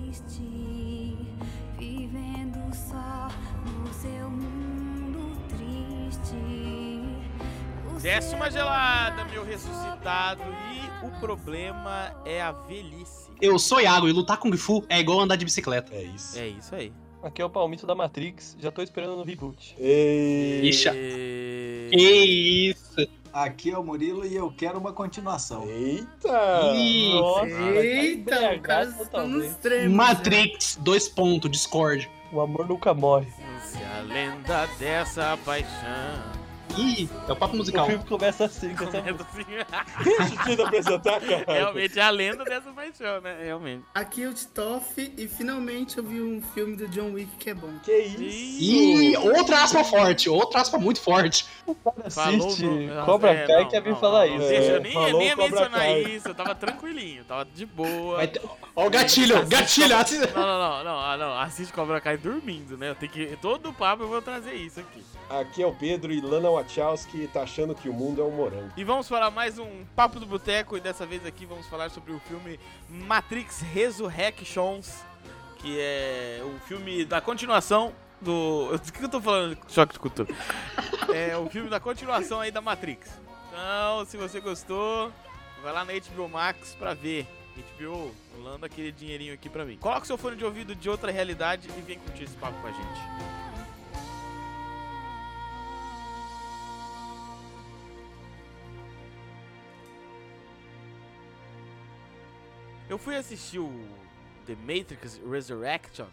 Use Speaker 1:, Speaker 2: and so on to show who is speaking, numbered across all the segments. Speaker 1: triste, vivendo só no seu mundo triste.
Speaker 2: Décima gelada, meu ressuscitado. E o problema é a velhice.
Speaker 3: Eu sou Iago e lutar Kung Fu é igual andar de bicicleta.
Speaker 4: É isso.
Speaker 2: É isso aí.
Speaker 5: Aqui é o Palmito da Matrix, já tô esperando no reboot.
Speaker 4: Ei,
Speaker 3: Ixa. Que
Speaker 2: E...
Speaker 3: isso.
Speaker 6: Aqui é o Murilo e eu quero uma continuação.
Speaker 4: Eita!
Speaker 3: Ih,
Speaker 5: Nossa,
Speaker 7: tá Eita, o cara
Speaker 5: tá totalmente.
Speaker 7: tá nos extremos. né?
Speaker 3: Matrix, dois pontos, Discord.
Speaker 5: O amor nunca morre.
Speaker 2: Se a lenda dessa paixão.
Speaker 3: Ih, é o papo musical.
Speaker 5: O filme começa assim, com essa
Speaker 2: Comendo assim.
Speaker 4: Deixa eu te apresentar, cara.
Speaker 2: Realmente é a lenda dessa paixão, né? Realmente.
Speaker 7: Aqui é o Titoff e finalmente eu vi um filme do John Wick que é bom.
Speaker 4: Que isso?
Speaker 3: Ih, outra aspa forte, outra aspa muito forte.
Speaker 5: assiste
Speaker 2: no-
Speaker 5: Cobra
Speaker 2: É,
Speaker 5: Kai
Speaker 2: não,
Speaker 5: que ia vir
Speaker 2: não,
Speaker 5: falar
Speaker 2: não,
Speaker 5: isso.
Speaker 2: Deixa,
Speaker 4: É,
Speaker 2: eu nem,
Speaker 4: falou
Speaker 2: nem ia
Speaker 4: Cobra
Speaker 2: mencionar
Speaker 4: Kai.
Speaker 2: isso, eu tava tranquilinho, tava de boa.
Speaker 3: Vai ter- Ó o gatilho, gatilho.
Speaker 2: Não, não, não, não, ah, não, assiste Cobra Kai dormindo, né? Eu tenho que, todo papo eu vou trazer isso aqui.
Speaker 4: Aqui é o Pedro e Lana Wachowski tá achando que o mundo é um morango.
Speaker 2: E vamos falar mais um Papo do Boteco, e dessa vez aqui vamos falar sobre o filme Matrix Resurrections, que é o filme da continuação do... O que eu tô falando? Choque de cultura. É o filme da continuação aí da Matrix. Então, se você gostou, vai lá na HBO Max pra ver. HBO, landa aquele dinheirinho aqui pra mim. Coloca seu fone de ouvido de outra realidade e vem curtir esse papo com a gente. Eu fui assistir o The Matrix Resurrection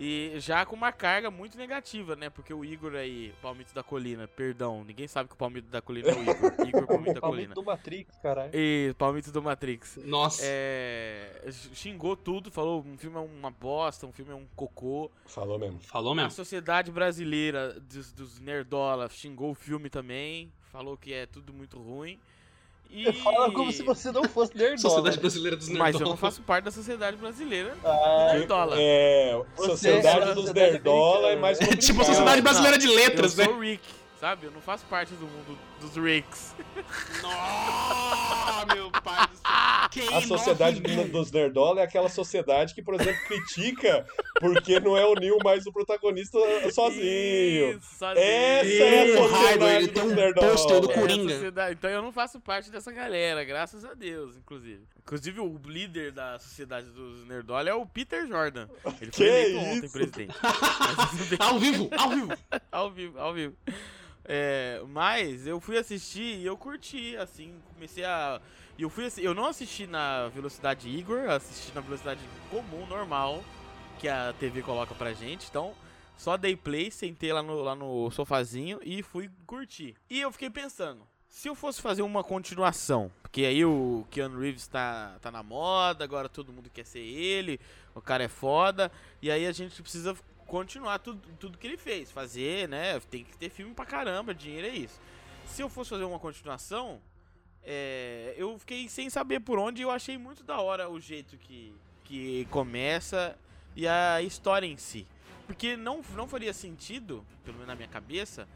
Speaker 2: e já com uma carga muito negativa, né? Porque o Igor aí, Palmito da Colina, perdão, ninguém sabe que o Palmito da Colina é o Igor. Igor Palmito da
Speaker 5: Palmito
Speaker 2: Colina.
Speaker 5: do Matrix, caralho.
Speaker 2: E Palmito do Matrix
Speaker 3: Nossa.
Speaker 2: é, xingou tudo, falou um filme é uma bosta, um filme é um cocô.
Speaker 4: Falou mesmo.
Speaker 3: Falou
Speaker 2: A
Speaker 3: mesmo.
Speaker 2: sociedade brasileira dos, dos nerdola xingou o filme também, falou que é tudo muito ruim. E...
Speaker 5: Fala como se você não fosse nerdola.
Speaker 3: Sociedade Brasileira dos Nerds.
Speaker 2: É Mas eu não faço parte da sociedade brasileira
Speaker 5: Ah,
Speaker 2: nerdola.
Speaker 4: É, Sociedade
Speaker 5: é
Speaker 4: dos
Speaker 5: sociedade
Speaker 4: Nerdola é
Speaker 5: americana,
Speaker 4: mais
Speaker 5: né?
Speaker 4: complicado.
Speaker 3: Tipo a Sociedade Brasileira de
Speaker 2: Eu
Speaker 3: Letras, né?
Speaker 2: sou o Rick, sabe? Eu não faço parte do mundo dos Ricks.
Speaker 3: Nossa, meu pai do céu. Quem
Speaker 4: A sociedade
Speaker 3: nove
Speaker 4: do-
Speaker 3: mil?
Speaker 4: dos Nerdola é aquela sociedade que, por exemplo, critica porque não é o Neil mais o protagonista sozinho.
Speaker 2: Isso, sozinho.
Speaker 4: Essa é a
Speaker 3: Ih, Raigo,
Speaker 4: sociedade
Speaker 3: ele tem
Speaker 4: dos
Speaker 3: um
Speaker 4: Nerdola.
Speaker 3: pôster do
Speaker 2: É,
Speaker 3: Coringa.
Speaker 2: sociedade. Então eu não faço parte dessa galera, graças a Deus, inclusive. Inclusive, o líder da sociedade dos Nerdola é o Peter Jordan. Ele
Speaker 4: Que
Speaker 2: foi eleito ontem
Speaker 4: isso?
Speaker 2: presidente. Mas tudo bem,
Speaker 3: Ao vivo, ao vivo.
Speaker 2: ao vivo, ao vivo. É, mas eu fui assistir e eu curti, assim, comecei a. e Eu, fui, assi- eu não assisti na velocidade Igor, eu assisti na velocidade comum, normal, que a TV coloca pra gente, então só dei play, sentei lá no, lá no sofazinho e fui curtir. E eu fiquei pensando, se eu fosse fazer uma continuação, porque aí o Keanu Reeves tá, tá na moda, agora todo mundo quer ser ele, o cara é foda, e aí a gente precisa continuar tudo, tudo que ele fez, fazer, né? Tem que ter filme pra caramba, dinheiro é isso. Se eu fosse fazer uma continuação, é, eu fiquei sem saber por onde, eu achei muito da hora o jeito que, que começa e a história em si. Porque não, não faria sentido, pelo menos na minha cabeça,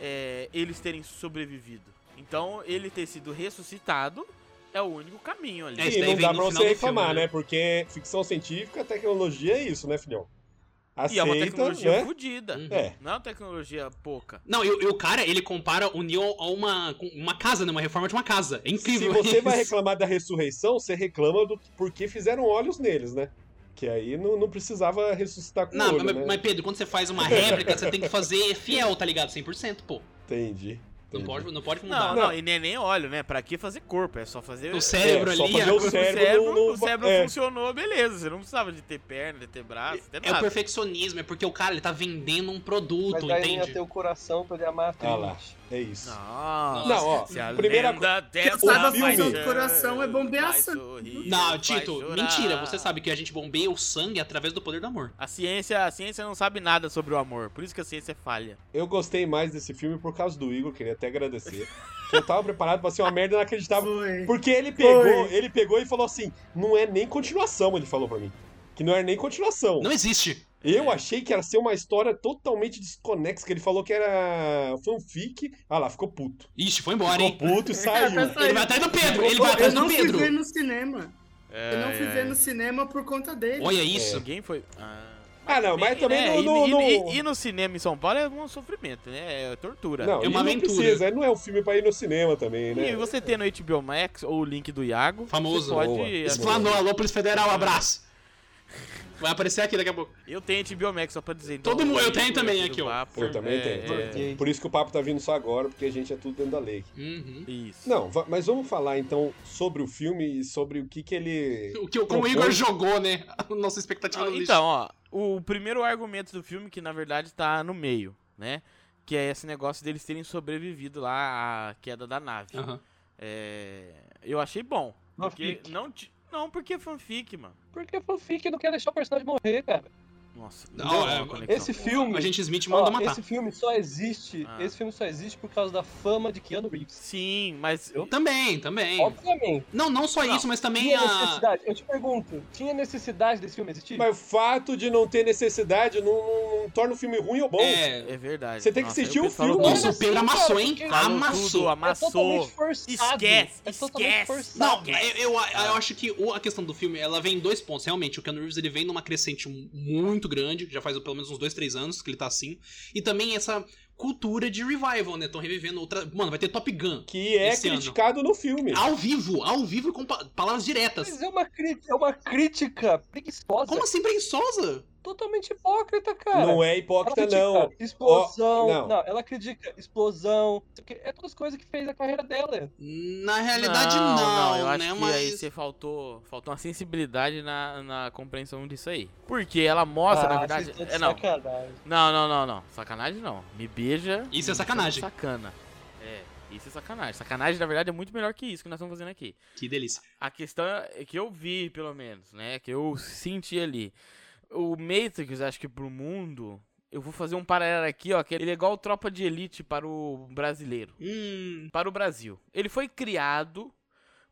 Speaker 2: é, eles terem sobrevivido. Então, ele ter sido ressuscitado é o único caminho ali.
Speaker 3: É, isso
Speaker 4: E
Speaker 3: daí
Speaker 4: não
Speaker 3: vem
Speaker 4: dá
Speaker 3: no
Speaker 4: pra
Speaker 3: final
Speaker 4: você
Speaker 3: do
Speaker 4: reclamar,
Speaker 3: filme,
Speaker 4: né?
Speaker 3: né?
Speaker 4: Porque ficção científica, tecnologia é isso, né, filhão?
Speaker 2: e é
Speaker 4: Aceita,
Speaker 2: uma tecnologia
Speaker 4: né?
Speaker 2: fodida.
Speaker 3: Uhum.
Speaker 4: É.
Speaker 2: Não é uma tecnologia pouca.
Speaker 3: Não, e o e o cara, ele compara o Neo a uma, com uma casa, né? Uma reforma de uma casa. É
Speaker 4: Se
Speaker 3: incrível.
Speaker 4: você
Speaker 3: isso.
Speaker 4: vai reclamar da ressurreição, você reclama do porque fizeram olhos neles, né? Que aí não, não precisava ressuscitar com
Speaker 3: Não,
Speaker 4: olho,
Speaker 3: mas,
Speaker 4: né?
Speaker 3: mas, Pedro, quando você faz uma réplica, você tem que fazer fiel, tá ligado? 100%, pô.
Speaker 4: Entendi.
Speaker 3: Não
Speaker 4: entendi.
Speaker 3: pode, não pode
Speaker 2: Não,
Speaker 3: mudar.
Speaker 2: não, e nem, nem óleo, né? Pra que fazer corpo? É só fazer.
Speaker 3: O cérebro
Speaker 4: É, só
Speaker 3: ali
Speaker 4: fazer
Speaker 3: é,
Speaker 4: o
Speaker 2: O
Speaker 4: cérebro
Speaker 2: cérebro,
Speaker 4: no-
Speaker 2: o cérebro
Speaker 4: é.
Speaker 2: funcionou, beleza. Você não precisava de ter perna, de ter braço, de ter
Speaker 3: é o
Speaker 2: nada.
Speaker 3: perfeccionismo, é porque o cara ele tá vendendo um
Speaker 5: mas
Speaker 3: produto,
Speaker 5: aí ia
Speaker 3: entende?
Speaker 5: ter o coração pra ele amar a
Speaker 4: Ah lá,
Speaker 5: Trinity.
Speaker 4: é isso.
Speaker 2: Não,
Speaker 4: Não, ó,
Speaker 2: Se a
Speaker 4: primeira
Speaker 2: lenda
Speaker 4: o
Speaker 2: dessa
Speaker 4: sabe a
Speaker 2: paixão
Speaker 4: função
Speaker 7: do coração é bombear
Speaker 2: vai
Speaker 7: sangue.
Speaker 2: sorrir, vai
Speaker 5: um
Speaker 3: Não, Tito,
Speaker 2: chorar.
Speaker 3: mentira. Você sabe que a gente bombeia o sangue através do poder do amor.
Speaker 2: A ciência, a ciência não sabe nada sobre o amor, por isso que a ciência é falha.
Speaker 4: Eu gostei mais desse filme por causa do Igor, queria até agradecer. que eu tava preparado pra ser uma merda
Speaker 5: Tá
Speaker 4: inacreditável.
Speaker 7: Foi.
Speaker 4: Porque ele pegou, ele pegou e falou assim: não é nem continuação, ele falou pra mim. Que não era nem continuação.
Speaker 3: Não existe.
Speaker 4: Eu achei que era ser uma história totalmente desconexa, que ele falou que era fanfic. Ah lá, ficou puto.
Speaker 3: Ixi, foi embora,
Speaker 4: Ficou
Speaker 3: hein?
Speaker 4: puto e saiu.
Speaker 7: Até saiu.
Speaker 3: Ele vai atrás do Pedro, ele vai
Speaker 7: tá Eu
Speaker 3: atrás do
Speaker 7: não fui
Speaker 3: Pedro.
Speaker 7: ver no cinema.
Speaker 2: É,
Speaker 7: Eu não fui
Speaker 2: é.
Speaker 7: ver no cinema por conta dele.
Speaker 3: Olha isso.
Speaker 2: Ninguém foi. Ah.
Speaker 4: Ah, não, mas também
Speaker 2: É,
Speaker 4: não-
Speaker 2: e-
Speaker 4: não.
Speaker 2: e,
Speaker 4: não-
Speaker 2: e- e no cinema em São Paulo é um sofrimento, né? É tortura.
Speaker 4: Não,
Speaker 3: é
Speaker 4: e
Speaker 3: uma
Speaker 4: não
Speaker 3: aventura.
Speaker 4: precisa, não é um filme pra ir no cinema também, né?
Speaker 2: E você tendo o HBO Max ou o link do
Speaker 5: É.
Speaker 2: Iago,
Speaker 3: Famoso.
Speaker 2: você pode.
Speaker 4: Boa.
Speaker 3: Explanou, alô, Polícia Federal, abraço. Vai aparecer aqui daqui a pouco.
Speaker 2: Eu tenho HBO Max, só pra dizer.
Speaker 3: Todo mundo- eu
Speaker 2: aqui,
Speaker 3: tenho também
Speaker 2: aqui
Speaker 3: aqui,
Speaker 2: do
Speaker 3: ó.
Speaker 2: Vapor,
Speaker 4: Eu também
Speaker 2: é,
Speaker 4: tenho.
Speaker 2: é,
Speaker 5: Ok.
Speaker 4: Por isso que o papo tá vindo só agora, porque a gente é tudo dentro da lei.
Speaker 3: Uhum.
Speaker 2: Isso.
Speaker 4: Não, va- mas vamos falar então sobre o filme e sobre o que que ele.
Speaker 3: O que, como o Igor jogou, né? A nossa expectativa no lixo.
Speaker 2: Então, ó, o primeiro argumento do filme, que na verdade tá no meio, né? Que é esse negócio deles terem sobrevivido lá à queda da nave.
Speaker 3: Aham.
Speaker 2: É, Eu achei bom. Porque não, ti- não, porque é fanfic, mano.
Speaker 5: Porque o fanfic não quer deixar o personagem morrer, cara.
Speaker 2: Nossa,
Speaker 3: Não,
Speaker 2: deu
Speaker 3: é,
Speaker 2: uma
Speaker 3: mano.
Speaker 2: conexão.
Speaker 5: Esse filme.
Speaker 3: A gente Smith manda
Speaker 5: ó,
Speaker 3: matar.
Speaker 5: Esse filme só existe.
Speaker 2: Ah.
Speaker 5: Esse filme só existe por causa da fama de Keanu Reeves.
Speaker 2: Sim, mas.
Speaker 3: Também, também.
Speaker 5: Obviamente.
Speaker 3: Não, não só
Speaker 2: Não.
Speaker 3: isso, mas também
Speaker 5: Tinha
Speaker 3: a.
Speaker 5: necessidade. Eu te pergunto, tinha necessidade desse filme existir?
Speaker 4: Mas o fato de não ter necessidade não, não- não torna o filme ruim ou bom.
Speaker 3: É.
Speaker 2: É verdade.
Speaker 4: Você tem que
Speaker 2: Nossa,
Speaker 4: assistir
Speaker 2: eu
Speaker 4: o
Speaker 2: pensava
Speaker 4: filme.
Speaker 2: tudo.
Speaker 5: Nossa,
Speaker 3: Nossa, o Pedro amassou, hein?
Speaker 2: Falou tudo,
Speaker 3: Amassou.
Speaker 5: É
Speaker 2: amassou.
Speaker 5: totalmente forçado.
Speaker 2: Esquece,
Speaker 5: é totalmente
Speaker 2: esquece.
Speaker 5: Forçado.
Speaker 3: Não, eu, eu,
Speaker 2: É.
Speaker 3: eu acho que o- a questão do filme, ela vem em dois pontos, realmente. O Keanu Reeves, ele vem numa crescente mu- muito grande, já faz pelo menos uns dois, três anos que ele tá assim. E também essa cultura de revival, né? Estão revivendo outra... Mano, vai ter Top Gun.
Speaker 4: Que é
Speaker 3: Esse ano.
Speaker 4: criticado no filme.
Speaker 3: Ao vivo, ao vivo com pa- palavras diretas.
Speaker 5: Mas é uma, cri- é uma crítica preguiçosa.
Speaker 3: Como assim, preguiçosa?
Speaker 5: Totalmente hipócrita, cara.
Speaker 4: não é
Speaker 5: Ela
Speaker 4: hipócrita,
Speaker 5: critica
Speaker 4: não. Ó,
Speaker 5: explosão.
Speaker 4: não.
Speaker 5: não. ela critica explosão. isso aqui, É todas as coisas que fez a carreira dela.
Speaker 3: Na realidade, não,
Speaker 2: eu acho
Speaker 3: né?
Speaker 2: que
Speaker 3: Mas...
Speaker 2: aí você faltou, faltou uma sensibilidade na, na compreensão disso aí. Porque ela mostra,
Speaker 5: Ah,
Speaker 2: na verdade.
Speaker 5: vocês estão de
Speaker 2: É, não.
Speaker 5: sacanagem.
Speaker 2: não, não, não, não. Sacanagem não. Me beija.
Speaker 3: Isso é
Speaker 2: me
Speaker 3: sacanagem.
Speaker 2: chama de Sacana. É, isso é sacanagem. Sacanagem, na verdade, é muito melhor que isso que nós estamos fazendo aqui.
Speaker 3: Que delícia.
Speaker 2: A questão é que eu vi, pelo menos, né? Que eu senti ali. O Matrix, acho que pro mundo. Eu vou fazer um paralelo aqui, ó. Que ele é igual o Tropa de Elite para o brasileiro
Speaker 3: Hum,
Speaker 2: para o Brasil. Ele foi criado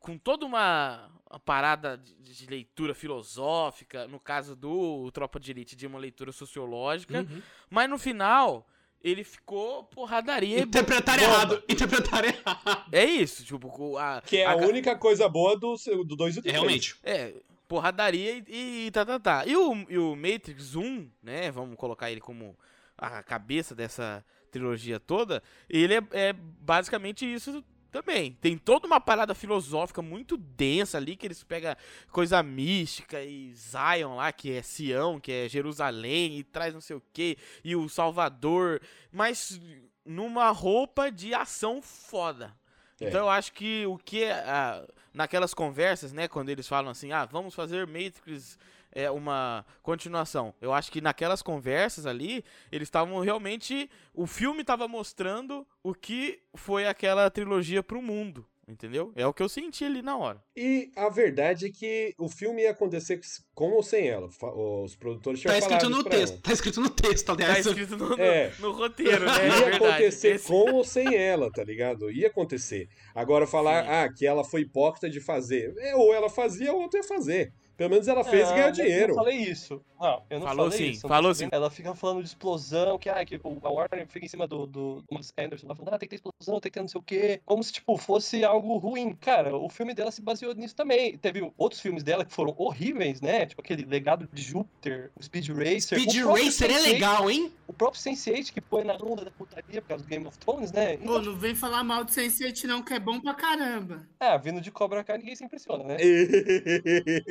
Speaker 2: com toda uma, uma parada de, de leitura filosófica, no caso do Tropa de Elite, de uma leitura
Speaker 4: Hum.
Speaker 2: sociológica,
Speaker 3: uhum.
Speaker 2: mas no final ele ficou porradaria. e bo-
Speaker 3: Interpretar
Speaker 2: bomba.
Speaker 3: errado. Interpretar errado.
Speaker 2: É isso, tipo, co- a,
Speaker 4: Que é a
Speaker 2: a-
Speaker 4: única coisa boa do 2 e do
Speaker 3: É,
Speaker 4: 3.
Speaker 3: realmente.
Speaker 2: É, porradaria e, e, tá, tá, tá. E o, e o Matrix 1, né? Vamos colocar ele como a cabeça dessa trilogia toda. Ele é, é basicamente isso também. Tem toda uma parada filosófica muito densa ali, que eles pegam coisa mística e Zion lá, que é Sião, que é Jerusalém, e traz não sei o que, e o Salvador, mas numa roupa de ação foda.
Speaker 4: É.
Speaker 2: Então eu acho que o que ah, naquelas conversas, né, quando eles falam assim, ah, vamos fazer Matrix é uma continuação. Eu acho que naquelas conversas ali, eles estavam realmente o filme estava mostrando o que foi aquela trilogia pro mundo, entendeu? É o que eu senti ali na hora.
Speaker 4: E a verdade é que o filme ia acontecer com ou sem ela. Fa- Os produtores tinham
Speaker 3: Tá escrito
Speaker 4: falado
Speaker 3: no
Speaker 4: isso pra ela.
Speaker 3: texto. Tá escrito no texto,
Speaker 2: Tá
Speaker 3: aliás.
Speaker 2: escrito no, no-
Speaker 4: É.
Speaker 2: no roteiro, né? É
Speaker 4: Ia
Speaker 2: verdade.
Speaker 4: acontecer
Speaker 2: Esse-
Speaker 4: com ou sem ela, tá ligado? Ia acontecer. Agora falar,
Speaker 2: Sim.
Speaker 4: ah, que ela foi hipócrita de fazer. É, ou ela fazia, ou outra ia fazer. Pelo menos ela fez
Speaker 5: Ah,
Speaker 4: e ganhou
Speaker 5: mas
Speaker 4: dinheiro.
Speaker 5: Eu não falei isso. Não, eu não
Speaker 2: Falou
Speaker 5: falei
Speaker 2: sim,
Speaker 5: isso.
Speaker 2: falou
Speaker 5: Mas
Speaker 2: sim.
Speaker 5: Ela fica falando de explosão, que, ah, que o- a Warner fica em cima do, do, do Wes Anderson lá falando, ah, tem que ter explosão, tem que ter não sei o quê. Como se, tipo, fosse algo ruim. Cara, o filme dela se baseou nisso também. Teve outros filmes dela que foram horríveis, né? Tipo aquele Legado de Júpiter, o Speed Racer.
Speaker 3: Speed
Speaker 5: o próprio
Speaker 3: Racer é
Speaker 5: Sense8,
Speaker 3: legal, hein?
Speaker 5: O próprio Sense8 que põe na onda da putaria por causa do Game of Thrones, né?
Speaker 7: Pô,
Speaker 5: Então,
Speaker 7: não vem falar mal de Sense8 não, que é bom pra caramba.
Speaker 5: ah, vindo de Cobra Kai, ninguém se impressiona, né?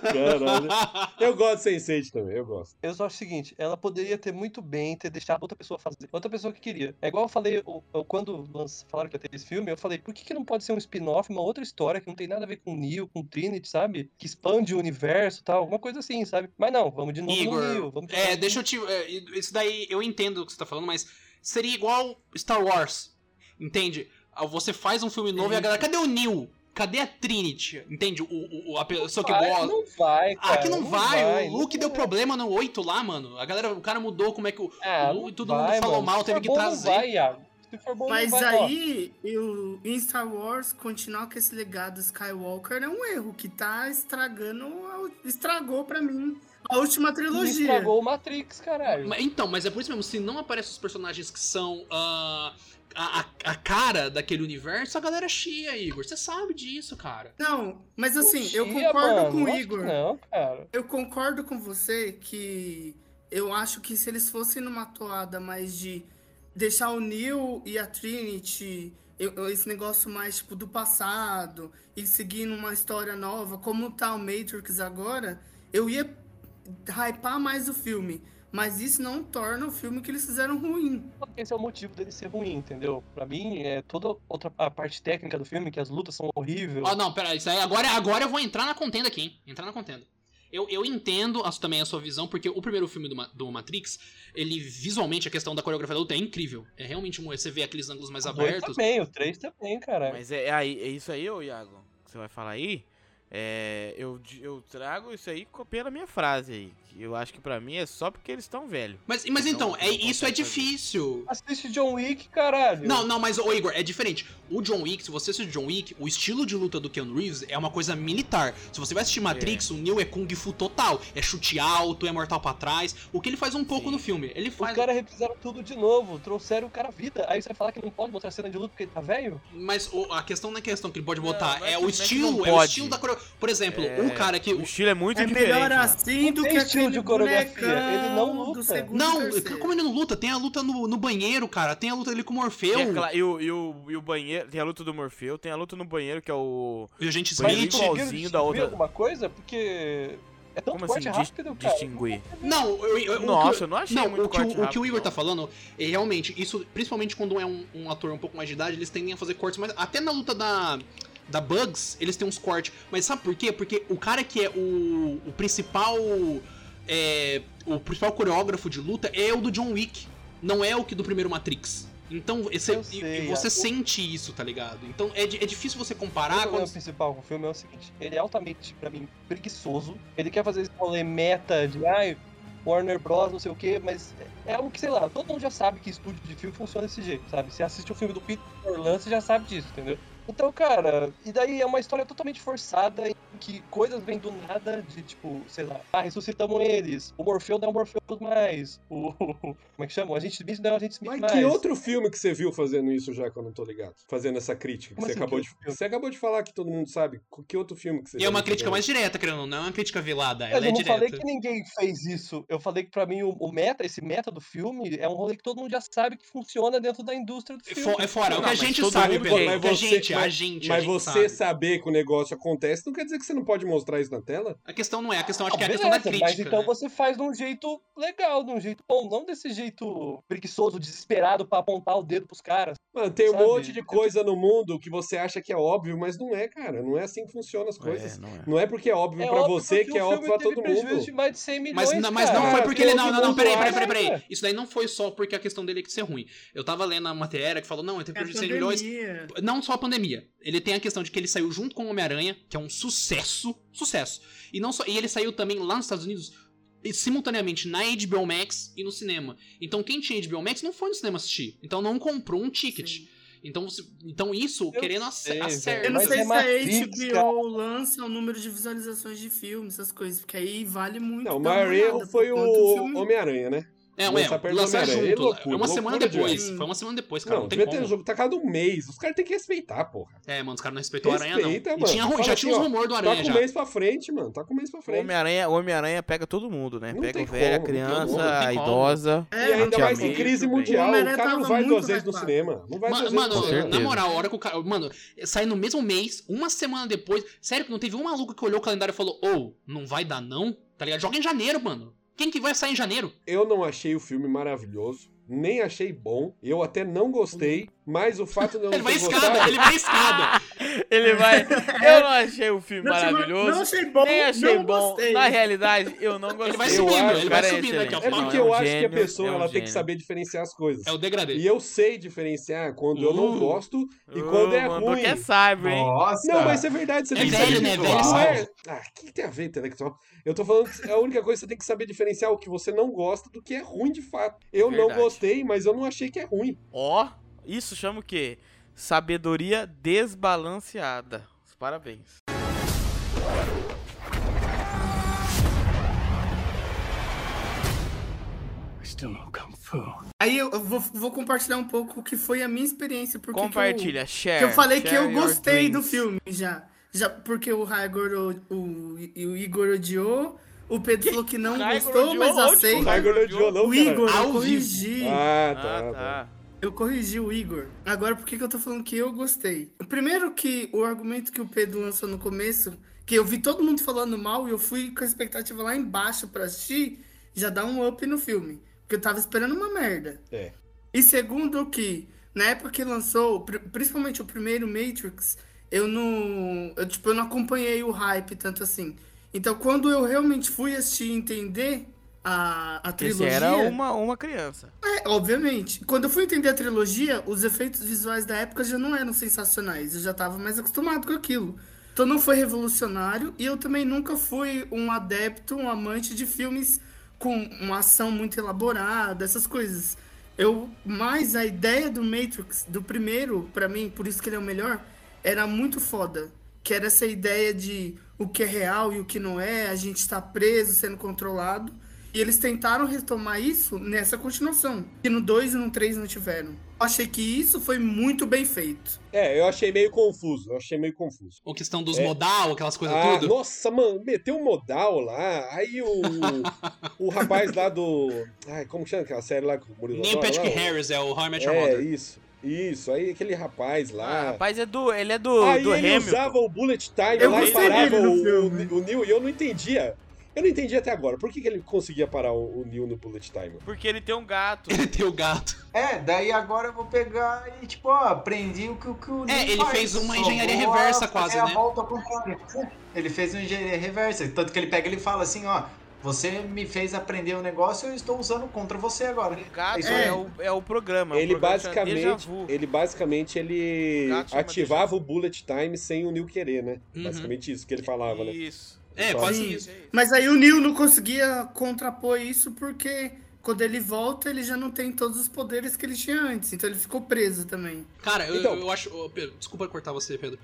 Speaker 4: Caralho. Eu gosto de Sense8 também, eu gosto.
Speaker 5: Eu só acho o seguinte, ela poderia ter muito bem ter deixado outra pessoa fazer, outra pessoa que queria. É igual eu falei, eu- eu- quando lanç- falaram que ia ter esse filme, eu falei, por que, que não pode ser um spin-off, uma outra história que não tem nada a ver com Neo, com Trinity, sabe? Que expande o universo e tal, alguma coisa assim, sabe? Mas não, vamos de novo no Neo,
Speaker 3: Igor,
Speaker 5: vamos de
Speaker 3: é,
Speaker 5: novo
Speaker 3: deixa eu te. é, Isso daí eu entendo o que você tá falando, mas seria igual Star Wars. Entende? Ah, Você faz um filme novo e a galera. Cadê o Neil? Cadê a Trinity? Entende? O, o, o- a pessoa que
Speaker 5: vai,
Speaker 3: gosta.
Speaker 5: Não vai, cara.
Speaker 3: Ah, que não vai. O
Speaker 5: não
Speaker 3: Luke deu
Speaker 5: vai.
Speaker 3: problema no 8 lá, mano. A galera, o cara mudou como é que o.
Speaker 5: Ah,
Speaker 3: o Lu-
Speaker 5: não
Speaker 3: todo mundo falou mal,
Speaker 5: Se
Speaker 3: teve
Speaker 5: for
Speaker 3: que
Speaker 5: bom,
Speaker 3: trazer.
Speaker 5: Não vai, Iago. Se for bom,
Speaker 7: Mas
Speaker 5: não vai, ó.
Speaker 7: aí, eu, em Star Wars, continuar com esse legado Skywalker é um erro que tá estragando. a- Estragou pra mim a última
Speaker 5: Ele
Speaker 7: trilogia.
Speaker 5: estragou o Matrix, caralho.
Speaker 3: Mas- Então, mas é por isso mesmo, se não aparecem os personagens que são ah, a, a- a cara daquele universo, a galera chia, Igor. Você sabe disso, cara.
Speaker 7: Não, mas assim, eu
Speaker 5: Mentira,
Speaker 7: concordo
Speaker 5: mano.
Speaker 7: com o
Speaker 5: Lógico que
Speaker 7: Igor.
Speaker 5: Não, cara.
Speaker 7: Eu concordo com você que eu acho que se eles fossem numa toada mais de deixar o Neil e a Trinity, eu- eu- esse negócio mais tipo do passado e seguir numa história nova, como tá o Matrix agora, eu ia hypar mais o filme. Mas isso não torna o filme que eles fizeram ruim.
Speaker 5: Esse é o motivo dele ser ruim, entendeu? Pra mim, é toda outra a parte técnica do filme, que as lutas são horríveis.
Speaker 3: Ó, não, pera, isso aí, agora, agora eu vou entrar na contenda aqui, hein? Entrar na contenda. Eu, eu entendo a- também a sua visão, porque o primeiro filme do, Ma- do Matrix, ele visualmente, a questão da coreografia da luta é incrível. É realmente, um- você vê aqueles ângulos
Speaker 2: Ah,
Speaker 3: mais
Speaker 5: O dois
Speaker 3: abertos.
Speaker 5: também, o 3 também, cara.
Speaker 2: Mas é, é aí, é isso aí, ô Iago, que você vai falar aí. É, eu, di- eu trago isso aí copiando a minha frase aí. que Eu acho que pra mim é só porque eles estão velhos.
Speaker 3: Mas, mas então,
Speaker 2: Não,
Speaker 3: é,
Speaker 2: não
Speaker 3: isso é
Speaker 2: consegue fazer.
Speaker 3: difícil.
Speaker 5: Assiste John Wick, caralho.
Speaker 3: Não, não, mas, ô Igor, é diferente. O John Wick, se você assistir John Wick, o estilo de luta do Keanu Reeves é uma coisa militar. Se você vai assistir Matrix, o Neo é Kung Fu total. É chute alto, é mortal pra trás. O que ele faz um pouco
Speaker 2: Sim.
Speaker 3: no filme. Ele
Speaker 5: Os
Speaker 3: faz.
Speaker 5: caras refizeram tudo de novo, trouxeram o cara à vida. Aí você vai falar que não pode mostrar cena de luta porque ele tá velho?
Speaker 3: Mas o- a questão não é questão que ele pode
Speaker 2: Não,
Speaker 3: botar.
Speaker 2: não é
Speaker 3: é,
Speaker 2: que- não
Speaker 3: o
Speaker 2: é que
Speaker 3: estilo,
Speaker 2: não
Speaker 3: é o
Speaker 2: pode.
Speaker 3: estilo da coreografia. Por exemplo,
Speaker 2: É,
Speaker 3: o cara que.
Speaker 2: O estilo é muito
Speaker 7: É
Speaker 2: diferente.
Speaker 7: melhor
Speaker 2: mano.
Speaker 7: assim
Speaker 5: Não
Speaker 7: do
Speaker 5: tem
Speaker 7: que
Speaker 5: estilo
Speaker 7: aquele
Speaker 5: de coreografia,
Speaker 7: bonecão
Speaker 5: ele não
Speaker 7: do
Speaker 5: luta.
Speaker 7: segundo e
Speaker 3: Não, como
Speaker 7: terceiro.
Speaker 3: assim? ele não luta? Tem a luta no, no banheiro, cara. Tem a luta dele com o
Speaker 2: E,
Speaker 3: Morfeu.
Speaker 2: é cla- e o, e, o, e o banheiro, tem a luta do Morfeu, tem a luta no banheiro que é o.
Speaker 3: E a gente
Speaker 2: Mas igualzinho
Speaker 3: Smith.
Speaker 5: conseguiram
Speaker 2: da outra.
Speaker 5: distinguir alguma coisa? Porque é tanto
Speaker 2: Como
Speaker 5: corte
Speaker 2: assim? dis-
Speaker 5: rápido, cara.
Speaker 2: distinguir.
Speaker 3: Não, eu, eu- o que-
Speaker 2: Nossa, eu não achei
Speaker 3: Não,
Speaker 2: muito
Speaker 3: o que, o-
Speaker 2: corte
Speaker 3: o, que o
Speaker 2: rápido,
Speaker 3: Igor tá
Speaker 2: não.
Speaker 3: falando, é, realmente, isso, principalmente quando é um, um ator um pouco mais de idade, eles tendem a fazer cortes, mas até na luta da, da Bugs, eles têm uns cortes. Mas sabe por quê? Porque o cara que é o, o principal. é, o principal coreógrafo de luta é o do John Wick, não é o que do primeiro Matrix. Então, esse-
Speaker 5: Eu
Speaker 3: e-
Speaker 5: sei,
Speaker 3: e você
Speaker 5: a-
Speaker 3: sente isso, tá ligado? Então é, di- é difícil você
Speaker 5: O
Speaker 3: comparar
Speaker 5: problema
Speaker 3: quando.
Speaker 5: principal com o filme é o seguinte, ele é altamente, pra mim, preguiçoso. Ele quer fazer esse rolê meta de, ai, Warner Bros, não sei o quê, mas é algo que, sei lá, todo mundo já sabe que estúdio de filme funciona desse jeito, sabe? Você assiste o filme do Peter Orlan, você já sabe disso, entendeu? Então, cara, e daí é uma história totalmente forçada em que coisas vêm do nada de, tipo, sei lá, ah, ressuscitamos eles, o Morfeu não é o Morfeu mais, o... como é que chama? O Agente Smith não é o Agente Smith
Speaker 4: Mas
Speaker 5: mais.
Speaker 4: que outro filme que você viu fazendo isso já que eu não tô ligado? Fazendo essa crítica. que
Speaker 5: Como
Speaker 4: você,
Speaker 5: assim,
Speaker 4: acabou
Speaker 5: que
Speaker 4: de,
Speaker 5: outro filme?
Speaker 4: você acabou de falar que todo mundo sabe. Co- Que outro filme que você
Speaker 3: E é
Speaker 4: já
Speaker 3: uma
Speaker 4: viu
Speaker 3: crítica mais
Speaker 4: fazendo
Speaker 3: direta, querendo ou não, não é uma crítica velada,
Speaker 5: Mas
Speaker 3: ela
Speaker 5: eu
Speaker 3: é
Speaker 5: não
Speaker 3: direta.
Speaker 5: falei que ninguém fez isso. Eu falei que pra mim o, o meta, esse meta do filme, é um rolê que todo mundo já sabe que funciona dentro da indústria do
Speaker 3: É
Speaker 5: filme.
Speaker 3: fo- é fora,
Speaker 2: Não,
Speaker 3: o que a
Speaker 2: mas
Speaker 3: gente
Speaker 2: todo
Speaker 3: sabe,
Speaker 4: mundo-
Speaker 3: Pedro.
Speaker 4: mas
Speaker 3: o que a
Speaker 4: você-
Speaker 3: gente, a
Speaker 4: mas-
Speaker 3: gente, a
Speaker 4: Mas
Speaker 3: gente
Speaker 4: você
Speaker 3: sabe.
Speaker 4: saber que o negócio acontece não quer dizer que você não pode mostrar isso na tela?
Speaker 3: A questão não é, a questão acho
Speaker 5: Não,
Speaker 4: Ah,
Speaker 3: que é a questão da
Speaker 5: beleza,
Speaker 3: crítica.
Speaker 5: Mas então
Speaker 3: né?
Speaker 5: você faz de um jeito legal, de um jeito bom, não desse jeito preguiçoso, desesperado pra apontar o dedo pros caras.
Speaker 4: Mano, tem um
Speaker 5: Sabe?
Speaker 4: monte de coisa no mundo que você acha que é óbvio, mas não é, cara. Não é assim que funcionam as coisas.
Speaker 2: É, não é.
Speaker 4: Não é porque é óbvio
Speaker 5: É
Speaker 4: pra
Speaker 5: óbvio
Speaker 4: você
Speaker 5: porque
Speaker 4: que é
Speaker 5: o
Speaker 4: óbvio
Speaker 5: filme
Speaker 4: pra todo
Speaker 5: teve prejuízo
Speaker 4: mundo.
Speaker 5: de mais de 100 milhões,
Speaker 3: Mas, não, mas
Speaker 5: cara.
Speaker 3: não foi
Speaker 4: cara,
Speaker 3: porque ele. é
Speaker 4: todo
Speaker 3: Não, não, não,
Speaker 4: mundo
Speaker 3: peraí,
Speaker 4: acha,
Speaker 3: peraí, peraí, peraí.
Speaker 5: cara.
Speaker 3: Isso daí não foi só porque a questão dele é que ser ruim. Eu tava lendo a matéria que falou, não, ele teve
Speaker 7: É a
Speaker 3: prejuízo de 100 milhões.
Speaker 7: pandemia.
Speaker 3: Não só a pandemia. Ele tem a questão de que ele saiu junto com o Homem-Aranha, que é um sucesso. Sucesso. E, não só, e ele saiu também lá nos Estados Unidos. e Simultaneamente na HBO Max e no cinema. Então, quem tinha HBO Max não foi no cinema assistir. Então, não comprou um ticket.
Speaker 7: Sim.
Speaker 3: Então, se- então, isso,
Speaker 5: Eu
Speaker 3: querendo, ace-
Speaker 5: sei, velho,
Speaker 3: acerta.
Speaker 7: Eu não
Speaker 5: Mas
Speaker 7: sei
Speaker 5: é Matrix,
Speaker 7: se a HBO lança o número de visualizações de filmes, essas coisas, porque aí vale muito.
Speaker 4: Não, o
Speaker 7: dar uma
Speaker 4: maior erro
Speaker 7: olhada,
Speaker 4: foi
Speaker 7: por conta do
Speaker 4: o
Speaker 7: filme-
Speaker 4: Homem-Aranha, né?
Speaker 3: É, um
Speaker 4: Lançar
Speaker 3: erro.
Speaker 4: perto do
Speaker 3: Lançar
Speaker 4: Homem-Aranha,
Speaker 3: junto. é
Speaker 4: loucura,
Speaker 3: uma semana
Speaker 4: loucura
Speaker 3: depois.
Speaker 7: demais.
Speaker 3: Foi uma semana depois, cara. Não,
Speaker 4: Não,
Speaker 3: tem
Speaker 4: devia ter o
Speaker 3: como.
Speaker 4: jogo tacado um mês. Os caras têm que respeitar, porra.
Speaker 3: É, mano, os caras não respeitou o Aranha, não.
Speaker 4: Respeita,
Speaker 3: E
Speaker 4: mano.
Speaker 3: tinha, ru-
Speaker 4: Fala
Speaker 3: já
Speaker 4: assim,
Speaker 3: tinha os
Speaker 4: ó,
Speaker 3: rumores do
Speaker 4: Tá
Speaker 3: Aranha
Speaker 4: com
Speaker 3: já.
Speaker 4: um mês pra frente, mano. Tá com um mês pra
Speaker 2: O
Speaker 4: frente.
Speaker 2: Homem-Aranha Homem pega todo mundo, né?
Speaker 4: Não
Speaker 2: pega
Speaker 4: tem
Speaker 2: o velho, a
Speaker 4: como, não tem
Speaker 2: criança,
Speaker 4: como,
Speaker 3: não tem
Speaker 2: a
Speaker 3: como.
Speaker 2: idosa.
Speaker 7: É,
Speaker 4: E ainda
Speaker 2: Tinha
Speaker 4: mais em
Speaker 2: medo, né?
Speaker 4: crise
Speaker 2: velho.
Speaker 4: mundial.
Speaker 7: O
Speaker 4: O
Speaker 7: Homem-Aranha
Speaker 4: cara não
Speaker 7: tava
Speaker 4: vai
Speaker 7: muito
Speaker 4: duas vezes no
Speaker 7: hypado.
Speaker 4: cinema. Não vai
Speaker 3: Ma-
Speaker 4: duas vezes
Speaker 3: Mano,
Speaker 4: no cinema.
Speaker 3: na
Speaker 2: certeza.
Speaker 3: moral, a hora que o cara. Mano, sai no mesmo mês, uma semana depois. Sério que não teve um maluco que olhou o calendário e falou: Ô, não vai dar não? Tá ligado? Joga em janeiro, mano. Quem que vai sair em janeiro?
Speaker 4: Eu não achei o filme maravilhoso. Nem achei bom. Eu até não gostei. Mas o fato de eu não
Speaker 3: Ele vai
Speaker 4: ter
Speaker 3: escada,
Speaker 4: gostado...
Speaker 3: ele vai escada.
Speaker 2: Ah, Ele vai. Eu não achei o filme
Speaker 7: Não,
Speaker 2: maravilhoso.
Speaker 7: Não achei bom,
Speaker 2: nem achei
Speaker 7: não
Speaker 2: bom.
Speaker 7: gostei.
Speaker 2: Na realidade, eu não gostei.
Speaker 3: Ele vai
Speaker 4: Eu
Speaker 3: subindo,
Speaker 4: acho,
Speaker 3: ele
Speaker 2: cara,
Speaker 3: vai
Speaker 2: é
Speaker 3: subindo aqui, ó.
Speaker 2: excelente.
Speaker 4: É
Speaker 2: Não,
Speaker 4: porque
Speaker 2: é um
Speaker 4: eu acho que a
Speaker 2: gênio,
Speaker 4: pessoa
Speaker 2: é um
Speaker 4: ela tem que
Speaker 2: gênio.
Speaker 4: saber diferenciar as coisas.
Speaker 3: É o degradê.
Speaker 4: E eu sei diferenciar quando eu não
Speaker 3: Uh.
Speaker 4: gosto e quando é
Speaker 2: Ô, mandou
Speaker 4: ruim.
Speaker 2: que é cyber, hein?
Speaker 6: Nossa!
Speaker 4: Não, mas é verdade, você
Speaker 3: É
Speaker 4: tem que
Speaker 3: velho,
Speaker 4: saber
Speaker 3: né?
Speaker 4: diferenciar.
Speaker 3: Velho
Speaker 4: Ah, o que que tem a ver, intelectual? Eu tô falando que é a única coisa que você tem que saber diferenciar é o que você não gosta do que é ruim de fato. Eu não
Speaker 2: Verdade.
Speaker 4: gostei, mas eu não achei que é ruim.
Speaker 2: Ó, isso chama o quê? Sabedoria desbalanceada. Parabéns. é
Speaker 7: Aí eu eu vou, vou compartilhar um pouco o que foi a minha experiência. Porque que eu-
Speaker 2: Compartilha,
Speaker 7: que
Speaker 2: share.
Speaker 7: eu, falei que
Speaker 2: share
Speaker 7: eu
Speaker 2: your
Speaker 7: gostei do
Speaker 2: dreams.
Speaker 7: filme já. Já porque o Raigor, o, o, e o Igor odiou, o Pedro falou que não
Speaker 2: Raigor
Speaker 7: gostou,
Speaker 2: odiou?
Speaker 7: mas
Speaker 2: Onde
Speaker 4: O
Speaker 7: aceita.
Speaker 2: Raigor
Speaker 4: Tiger não odiou, não, cara.
Speaker 7: O um
Speaker 3: Ao
Speaker 7: Igor, eu
Speaker 3: vivo.
Speaker 7: corrigi.
Speaker 4: Ah, tá.
Speaker 2: Ah, tá.
Speaker 7: Eu corrigi o Igor. Agora, por que, que eu tô falando que eu gostei? Primeiro que o argumento que o Pedro lançou no começo, que eu vi todo mundo falando mal e eu fui com a expectativa lá embaixo pra assistir, já dá um up no filme. Porque eu tava esperando uma merda.
Speaker 4: É.
Speaker 7: E segundo que, na época que lançou, pri- principalmente o primeiro Matrix, eu não. Eu, tipo, eu não acompanhei o hype tanto assim. Então, quando eu realmente fui assistir e entender a, a
Speaker 2: Esse
Speaker 7: trilogia.
Speaker 2: era uma, uma criança.
Speaker 7: É, obviamente. Quando eu fui entender a trilogia, os efeitos visuais da época já não eram sensacionais. Eu já tava mais acostumado com aquilo. Então não foi revolucionário e eu também nunca fui um adepto, um amante de filmes com uma ação muito elaborada, essas coisas. Eu mais a ideia do Matrix, do primeiro, pra mim, por isso que ele é o melhor, era muito foda. Que era essa ideia de o que é real e o que não é, a gente tá preso, sendo controlado. E eles tentaram retomar isso nessa continuação. Que no 2 e no 3 não tiveram. Eu achei que isso foi muito bem feito.
Speaker 4: É, eu achei meio confuso. Eu achei meio confuso.
Speaker 3: Ou questão dos
Speaker 4: É.
Speaker 3: modal, aquelas coisas
Speaker 4: Ah,
Speaker 3: tudo.
Speaker 4: nossa, mano, meteu um modal lá, aí o, o rapaz lá do... Ai, como chama aquela série lá que o Murilo
Speaker 3: Nem o
Speaker 4: adora
Speaker 3: Patrick
Speaker 4: lá?
Speaker 2: né,
Speaker 3: Harris é o How I Met Your
Speaker 4: É,
Speaker 3: Mother.
Speaker 4: isso, isso, aí aquele rapaz
Speaker 2: Ah,
Speaker 4: lá...
Speaker 2: rapaz, é do, ele é do,
Speaker 4: aí
Speaker 2: do
Speaker 4: ele
Speaker 2: Hamilton.
Speaker 4: usava o bullet time
Speaker 7: Eu
Speaker 4: lá e
Speaker 2: gostei
Speaker 4: parava
Speaker 7: dele no
Speaker 4: o,
Speaker 7: filme.
Speaker 4: o Neil e eu não entendia. Eu não entendi até agora, por que, que ele conseguia parar o, o Neil no bullet time?
Speaker 2: Porque ele tem um gato.
Speaker 3: Ele tem o gato.
Speaker 6: É, daí agora eu vou pegar e, tipo, ó, aprendi o que o. Que o
Speaker 3: É,
Speaker 6: Lee
Speaker 3: ele
Speaker 6: faz,
Speaker 3: fez uma
Speaker 6: só
Speaker 3: engenharia
Speaker 6: vou
Speaker 3: reversa
Speaker 6: fazer
Speaker 3: quase,
Speaker 6: a
Speaker 3: né?
Speaker 6: volta ao contrário. Ele fez uma engenharia reversa. Tanto que ele pega e ele fala assim, ó, você me fez aprender um negócio, eu estou usando contra você agora.
Speaker 2: O gato
Speaker 7: É.
Speaker 2: é, o, é o programa. é
Speaker 4: Ele
Speaker 2: o programa chama Deja
Speaker 4: basicamente,
Speaker 2: Vu.
Speaker 4: ele basicamente ele
Speaker 2: O gato chama
Speaker 4: ativava o bullet time sem o Neil querer, né?
Speaker 3: Uhum.
Speaker 4: Basicamente isso que ele falava, né?
Speaker 2: Isso.
Speaker 3: É,
Speaker 4: Só
Speaker 3: quase isso.
Speaker 2: Isso, é isso.
Speaker 7: Mas aí o Neil não conseguia contrapor isso porque quando ele volta, ele já não tem todos os poderes que ele tinha antes. Então ele ficou preso também.
Speaker 3: Cara, eu,
Speaker 4: Então-
Speaker 3: eu acho. ô, Pedro, desculpa cortar você, Pedro.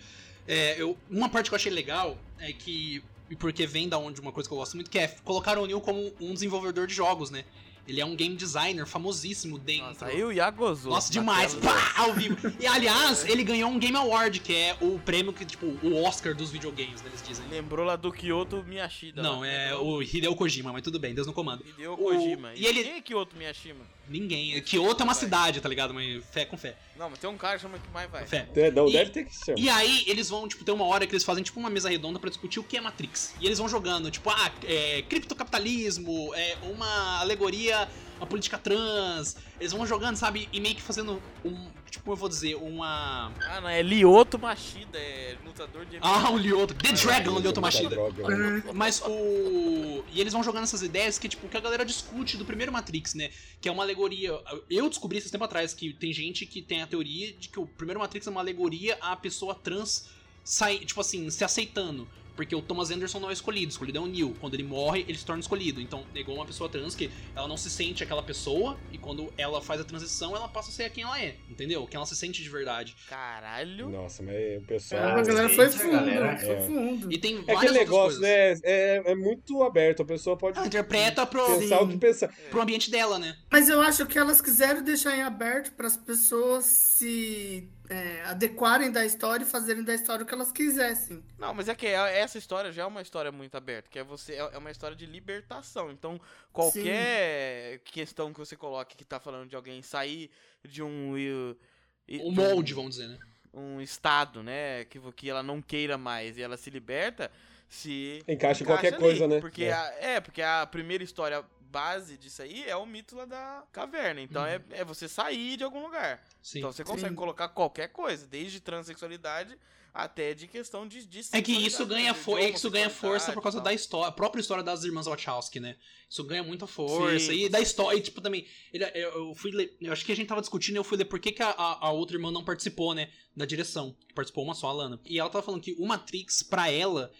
Speaker 3: É, eu, uma parte que eu achei legal é que. E porque vem da onde uma coisa que eu gosto muito, que é colocar o Neil como um desenvolvedor de jogos, né? Ele é um game designer famosíssimo dentro.
Speaker 2: Nossa, aí o Iago gozou.
Speaker 3: Nossa, demais!
Speaker 2: Naquela-
Speaker 3: Pá, ao vivo. E aliás, ele ganhou um Game Award, que é o prêmio que, tipo, o Oscar dos videogames, né, eles dizem.
Speaker 2: Lembrou lá do Kyoto Miyashita. né?
Speaker 3: Não, é o Hideo Kojima, mas tudo bem, Deus no comando.
Speaker 2: Hideo Kojima.
Speaker 3: o-
Speaker 2: E,
Speaker 3: e ele-
Speaker 2: Quem é Kyoto Miyashima?
Speaker 3: Ninguém. Kyoto é uma cidade, tá ligado? Mas fé com fé.
Speaker 2: Não, mas tem um cara que chama que mais vai.
Speaker 3: Fé.
Speaker 4: É, não,
Speaker 3: E-
Speaker 4: deve ter que ser.
Speaker 3: E aí, eles vão, tipo, ter uma hora que eles fazem, tipo, uma mesa redonda pra discutir o que é Matrix. E eles vão jogando, tipo, ah, é, criptocapitalismo, é uma alegoria à política trans. Eles vão jogando, sabe? E meio que fazendo um, tipo, como eu vou dizer, uma...
Speaker 2: Ah, não, é Lioto Machida, é lutador de...
Speaker 3: Ah, o Lyoto. The Dragon, o
Speaker 4: Muita
Speaker 3: Lyoto Machida.
Speaker 4: droga, né?
Speaker 3: Mas o. E eles vão jogando essas ideias que, tipo, que a galera discute do primeiro Matrix, né? Que é uma alegoria. Eu descobri esses tempo atrás que tem gente que tem a teoria de que o primeiro Matrix é uma alegoria à pessoa trans sai, tipo assim, se aceitando. Porque o Thomas Anderson não é escolhido, o escolhido é o Neil. Quando ele morre, ele se torna escolhido. Então, é igual uma pessoa trans que ela não se sente aquela pessoa, e quando ela faz a transição, ela passa a ser quem ela é, entendeu? Quem ela se sente de verdade.
Speaker 2: Caralho.
Speaker 4: Nossa, mas é, o pessoal.
Speaker 7: Ah, A galera foi
Speaker 6: gente,
Speaker 7: fundo, né?
Speaker 6: galera.
Speaker 7: foi
Speaker 4: É.
Speaker 7: fundo.
Speaker 3: E tem várias
Speaker 4: É aquele
Speaker 3: outras
Speaker 4: negócio,
Speaker 3: coisas. Ah,
Speaker 4: né? É, é muito aberto, a pessoa pode
Speaker 3: Ela interpreta pro,
Speaker 4: pensar o que pensar.
Speaker 3: pro ambiente dela, né?
Speaker 7: Mas eu acho que elas quiseram deixar em aberto para as pessoas se é, adequarem da história e fazerem da história o que elas quisessem.
Speaker 2: Não, mas é que é- essa história já é uma história muito aberta, que é você é é uma história de libertação. Então, qualquer questão que você coloque que tá falando de alguém sair de um eh, eh,
Speaker 3: O
Speaker 2: de um-
Speaker 3: molde, vamos dizer, né?
Speaker 2: um estado, né, que, vo- que ela não queira mais e ela se liberta, se
Speaker 4: Encaixa em qualquer
Speaker 2: ali,
Speaker 4: coisa, né?
Speaker 2: Porque
Speaker 4: É.
Speaker 2: A, é, porque a primeira história base disso aí é o mito lá da caverna. Então
Speaker 3: Uhum.
Speaker 2: é, é você sair de algum lugar.
Speaker 3: Sim.
Speaker 2: Então você consegue
Speaker 7: Sim.
Speaker 2: colocar qualquer coisa, desde transexualidade até de questão de, de
Speaker 3: É que isso
Speaker 2: sexualidade,
Speaker 3: ganha,
Speaker 2: de
Speaker 3: fo- é que isso ganha força por causa da
Speaker 2: homossexualidade
Speaker 3: história, a própria história das irmãs Wachowski, né? Isso ganha muita força.
Speaker 2: Sim,
Speaker 3: e da história, e tipo, também. ele- eu, eu fui ler. Eu acho que a gente tava discutindo e eu fui ler por que, que a, a- a outra irmã não participou, né? Da direção. que Participou uma só, a Lana. E ela tava falando que o Matrix, pra ela,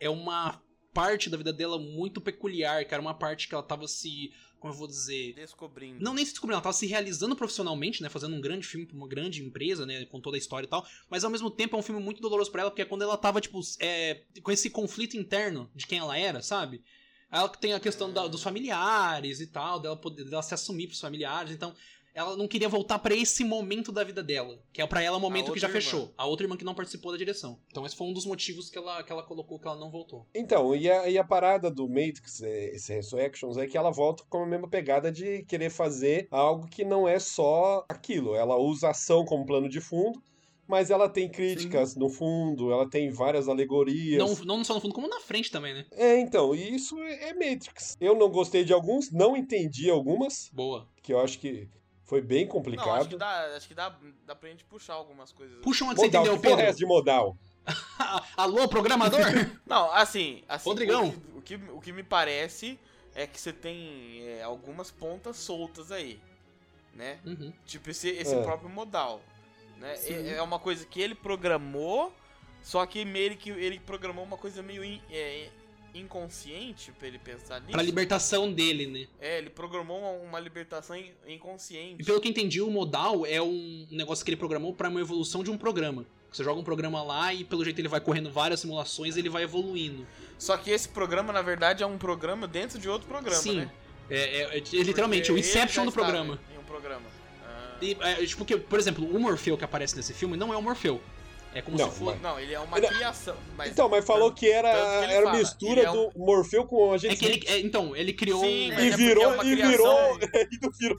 Speaker 3: é uma parte da vida dela muito peculiar, cara. Uma parte que ela tava se. Como eu vou dizer?
Speaker 2: e tal. Descobrindo.
Speaker 3: Não, nem se descobriu, ela tava se realizando profissionalmente, né? Fazendo um grande filme pra uma grande empresa, né? Com toda a história e tal. Mas ao mesmo tempo é um filme muito doloroso pra ela, porque é quando ela tava, tipo, é, com esse conflito interno de quem ela era, sabe? Ela tem a questão da- dos familiares e tal, dela poder dela se assumir pros familiares, então ela não queria voltar pra esse momento da vida dela, que é pra ela o momento
Speaker 2: outra
Speaker 3: que já
Speaker 2: irmã.
Speaker 3: fechou, a outra irmã que não participou da direção. Então esse foi um dos motivos que ela, que ela colocou que ela não voltou.
Speaker 4: Então, e a, e a parada do Matrix, eh, esse Resurrections, é que ela volta com a mesma pegada de querer fazer algo que não é só aquilo. Ela usa ação como plano de fundo, mas ela tem críticas no fundo, ela tem várias alegorias.
Speaker 3: Não, não só no fundo, como na frente também, né?
Speaker 4: É, então, e isso é é Matrix. Eu não gostei de alguns, não entendi algumas,
Speaker 3: Boa.
Speaker 4: que eu acho que foi bem
Speaker 2: Não, acho que
Speaker 4: complicado.
Speaker 2: dá, acho que dá, dá pra gente puxar algumas coisas.
Speaker 3: Puxa onde você
Speaker 4: Modal,
Speaker 3: entendeu,
Speaker 4: que porra é
Speaker 3: Pedro.
Speaker 4: essa de modal?
Speaker 3: Alô, programador?
Speaker 2: Não, assim, assim,
Speaker 3: Rodrigão.
Speaker 2: O que, o, que, o que me parece é que você tem é, algumas pontas soltas aí, né?
Speaker 3: Uhum.
Speaker 2: Tipo esse, esse
Speaker 4: É.
Speaker 2: próprio modal, né?
Speaker 7: Sim.
Speaker 2: É, é uma coisa que ele programou, só que meio que ele programou uma coisa meio in- é, inconsciente pra ele pensar nisso.
Speaker 3: Pra libertação dele, né?
Speaker 2: É, ele programou uma, uma libertação in-
Speaker 3: E
Speaker 2: inconsciente.
Speaker 3: pelo que entendi, o modal é um negócio que ele programou pra uma evolução de um programa. Você joga um programa lá e pelo jeito ele vai correndo várias simulações e ele vai evoluindo.
Speaker 2: Só que esse programa, na verdade, é um programa dentro de outro programa,
Speaker 3: Sim.
Speaker 2: né?
Speaker 3: É, é- é literalmente o
Speaker 2: Porque ele já
Speaker 3: inception do
Speaker 2: estava
Speaker 3: programa.
Speaker 2: Em um programa. Ah.
Speaker 3: E, é, tipo que, por exemplo, o Morfeu que aparece nesse filme não é o Morfeu. É como
Speaker 4: Não,
Speaker 3: se fosse.
Speaker 2: Não, ele é uma
Speaker 4: Não.
Speaker 2: criação. Mas
Speaker 4: Então, mas falou que era,
Speaker 2: tanto que ele
Speaker 4: era
Speaker 2: fala, ele
Speaker 4: mistura
Speaker 2: é um-
Speaker 4: do Morfeu com a
Speaker 3: É
Speaker 4: gente
Speaker 3: que ele, é, então, ele criou
Speaker 2: Sim,
Speaker 3: um-
Speaker 2: mas
Speaker 4: E
Speaker 2: é porque
Speaker 4: virou-
Speaker 2: é uma
Speaker 4: e
Speaker 2: criação-
Speaker 4: virou- e não virou.